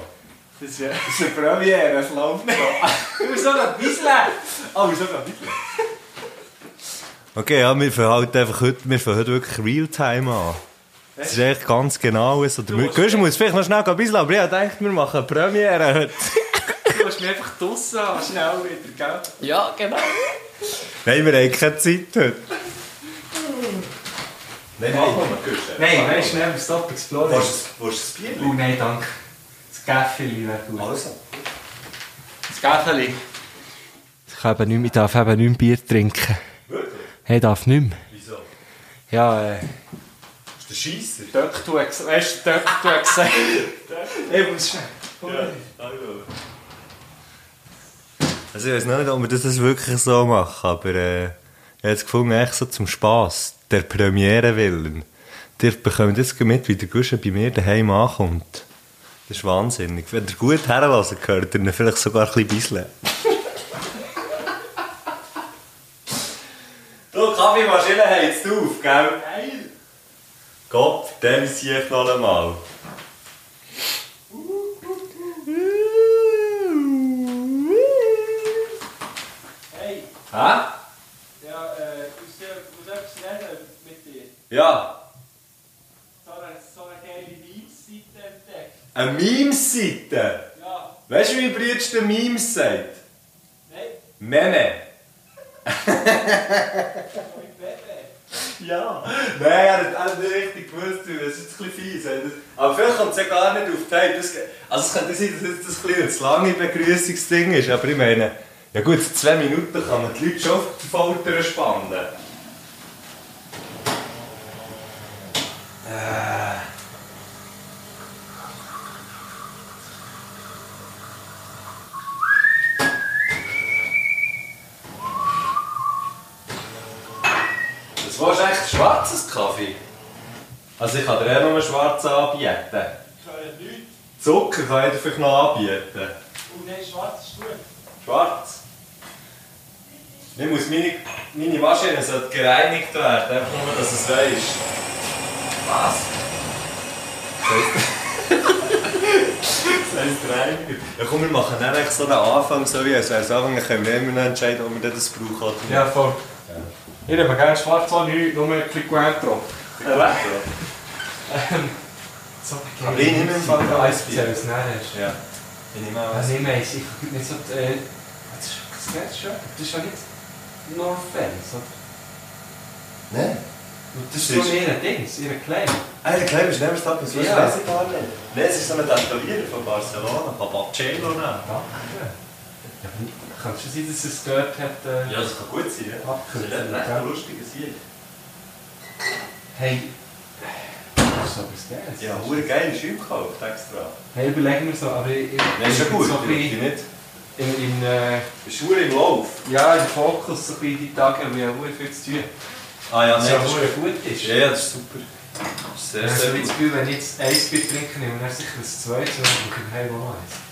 [SPEAKER 1] Das ist eine Premiere, es läuft nicht. Du so ein bisschen. Oh, so ein bisschen.
[SPEAKER 5] Okay, ja, wir fangen halt einfach heute, wir fangen heute wirklich Realtime an. Das ist echt ganz genau so. Der Gusch muss vielleicht noch schnell ein bisschen, aber ich habe gedacht, wir machen eine Premiere heute.
[SPEAKER 1] Du musst mich einfach draussen haben, schnell wieder, gell?
[SPEAKER 6] Ja, genau.
[SPEAKER 5] Nein, wir haben keine Zeit heute. Nein, nein.
[SPEAKER 1] Nein, weißt du, nehmen wir Stop Explorer.
[SPEAKER 5] Willst du ein
[SPEAKER 1] Oh nein, danke. Das Gäffeli wäre gut.
[SPEAKER 5] Also.
[SPEAKER 1] Das Gäffeli.
[SPEAKER 2] Ich, kann eben nicht, mehr- ich darf eben nicht mehr Bier trinken. Hey, ich darf nicht mehr.
[SPEAKER 5] Wieso?
[SPEAKER 2] Ja, äh,
[SPEAKER 5] Ist der Scheisser?
[SPEAKER 1] Döcktu, weißt du, Döcktu gesagt. Ich muss schnell.
[SPEAKER 5] Also ich weiß nicht, ob wir das jetzt wirklich so machen, aber äh, ich habe es gefunden, echt so zum Spass, der Premiere willen. Ihr bekommt jetzt mit, wie der Guschen bei mir daheim ankommt. Das ist wahnsinnig. Wenn ihr gut herlassen hört ihr ihn vielleicht sogar ein bisschen bisschen. du, Kaffeemaschine heizt auf, gell? Nein! Gott, dem sehe ich noch einmal. Hä?
[SPEAKER 1] Ja, äh, ich muss etwas nennen äh, mit dir.
[SPEAKER 5] Ja.
[SPEAKER 1] So eine, so eine geile Weibseite entdeckt.
[SPEAKER 5] Eine Memes-Seite?
[SPEAKER 1] Ja,
[SPEAKER 5] Weißt du, wie Brütsch der Memes sagt?
[SPEAKER 1] nein,
[SPEAKER 5] Meme. ja. Nein, er hat, er hat nicht richtig gewusst, wie- das ist jetzt ein bisschen fies. er hat das- Aber vielleicht kommt es ja gar nicht auf die Tape. Das, ge- also es könnte sein, dass jetzt das ein bisschen zu lange Begrüßungsding ist, aber ich meine, ja gut, in zwei Minuten kann man die Leute schon auf die Folter spannen. Äh. Das war echt schwarzes Kaffee. Also ich kann dir eh nur schwarz anbieten.
[SPEAKER 1] ich höre Äh, nichts.
[SPEAKER 5] Zucker kann ich dir vielleicht noch anbieten.
[SPEAKER 1] Und nein, schwarz ist gut.
[SPEAKER 5] Schwarz. Ich muss meine, meine Maschine sollte gereinigt werden, einfach nur, dass es weisst. Was? Das heisst reinigt. Ja komm, wir machen dann echt so einen Anfang, so wie es wäre. Am Anfang können wir immer noch entscheiden, ob wir das brauchen oder nicht.
[SPEAKER 1] Ja, voll. Ich nehme gerne schwarz an, nichts, nur ein bisschen Guentro. So
[SPEAKER 5] Aber ich nehme im Fall noch eins Bier.
[SPEAKER 1] es nehmen ist.
[SPEAKER 5] Ja. Ich nehme auch eins.
[SPEAKER 1] Also ich meine, ich bin nicht so... Äh, das ist- das ist schon- das ist ja nicht... No offense, oder?
[SPEAKER 5] Nein.
[SPEAKER 1] Das
[SPEAKER 5] Das
[SPEAKER 1] ist
[SPEAKER 5] ist-
[SPEAKER 1] so ihr Dings, ihr Claim.
[SPEAKER 5] Ah, der Kleber ist neben Stab, das
[SPEAKER 1] Ja.
[SPEAKER 5] weiss ich gar nicht. Nein, es ist so ein Tätowierer von Barcelona, Papacello. ne?
[SPEAKER 1] Danke. Ja, aber kann schon sein, dass es dort hat... Äh,
[SPEAKER 5] Ja, das kann gut sein, ja. Das
[SPEAKER 1] Abkürzung,
[SPEAKER 5] ist ein
[SPEAKER 1] ja.
[SPEAKER 5] recht lustiges Lied.
[SPEAKER 1] Hey... Das ist aber das Geld.
[SPEAKER 5] Ja, hure geil, ist gekauft, extra.
[SPEAKER 1] Hey, überlegen wir so, aber ich... ich
[SPEAKER 5] Nein, ist ja
[SPEAKER 1] ich bin
[SPEAKER 5] gut,
[SPEAKER 1] So
[SPEAKER 5] so
[SPEAKER 1] ein
[SPEAKER 5] ich
[SPEAKER 1] bisschen
[SPEAKER 5] nicht.
[SPEAKER 1] in, in, äh,
[SPEAKER 5] Ist hure im Lauf.
[SPEAKER 1] ja, im Fokus so ein bisschen die Tage, weil ich habe verdammt viel zu tun.
[SPEAKER 5] Ah ja,
[SPEAKER 1] Was
[SPEAKER 5] nein,
[SPEAKER 1] ja
[SPEAKER 5] das
[SPEAKER 1] verdammt gut ist.
[SPEAKER 5] ist, ja, das ist super. Das ist sehr,
[SPEAKER 1] Ich
[SPEAKER 5] sehr
[SPEAKER 1] habe das
[SPEAKER 5] gut.
[SPEAKER 1] Gefühl, wenn ich jetzt ein Bier trinke, nehme ich dann sicher ein zweites und dann hey, wo noch eins.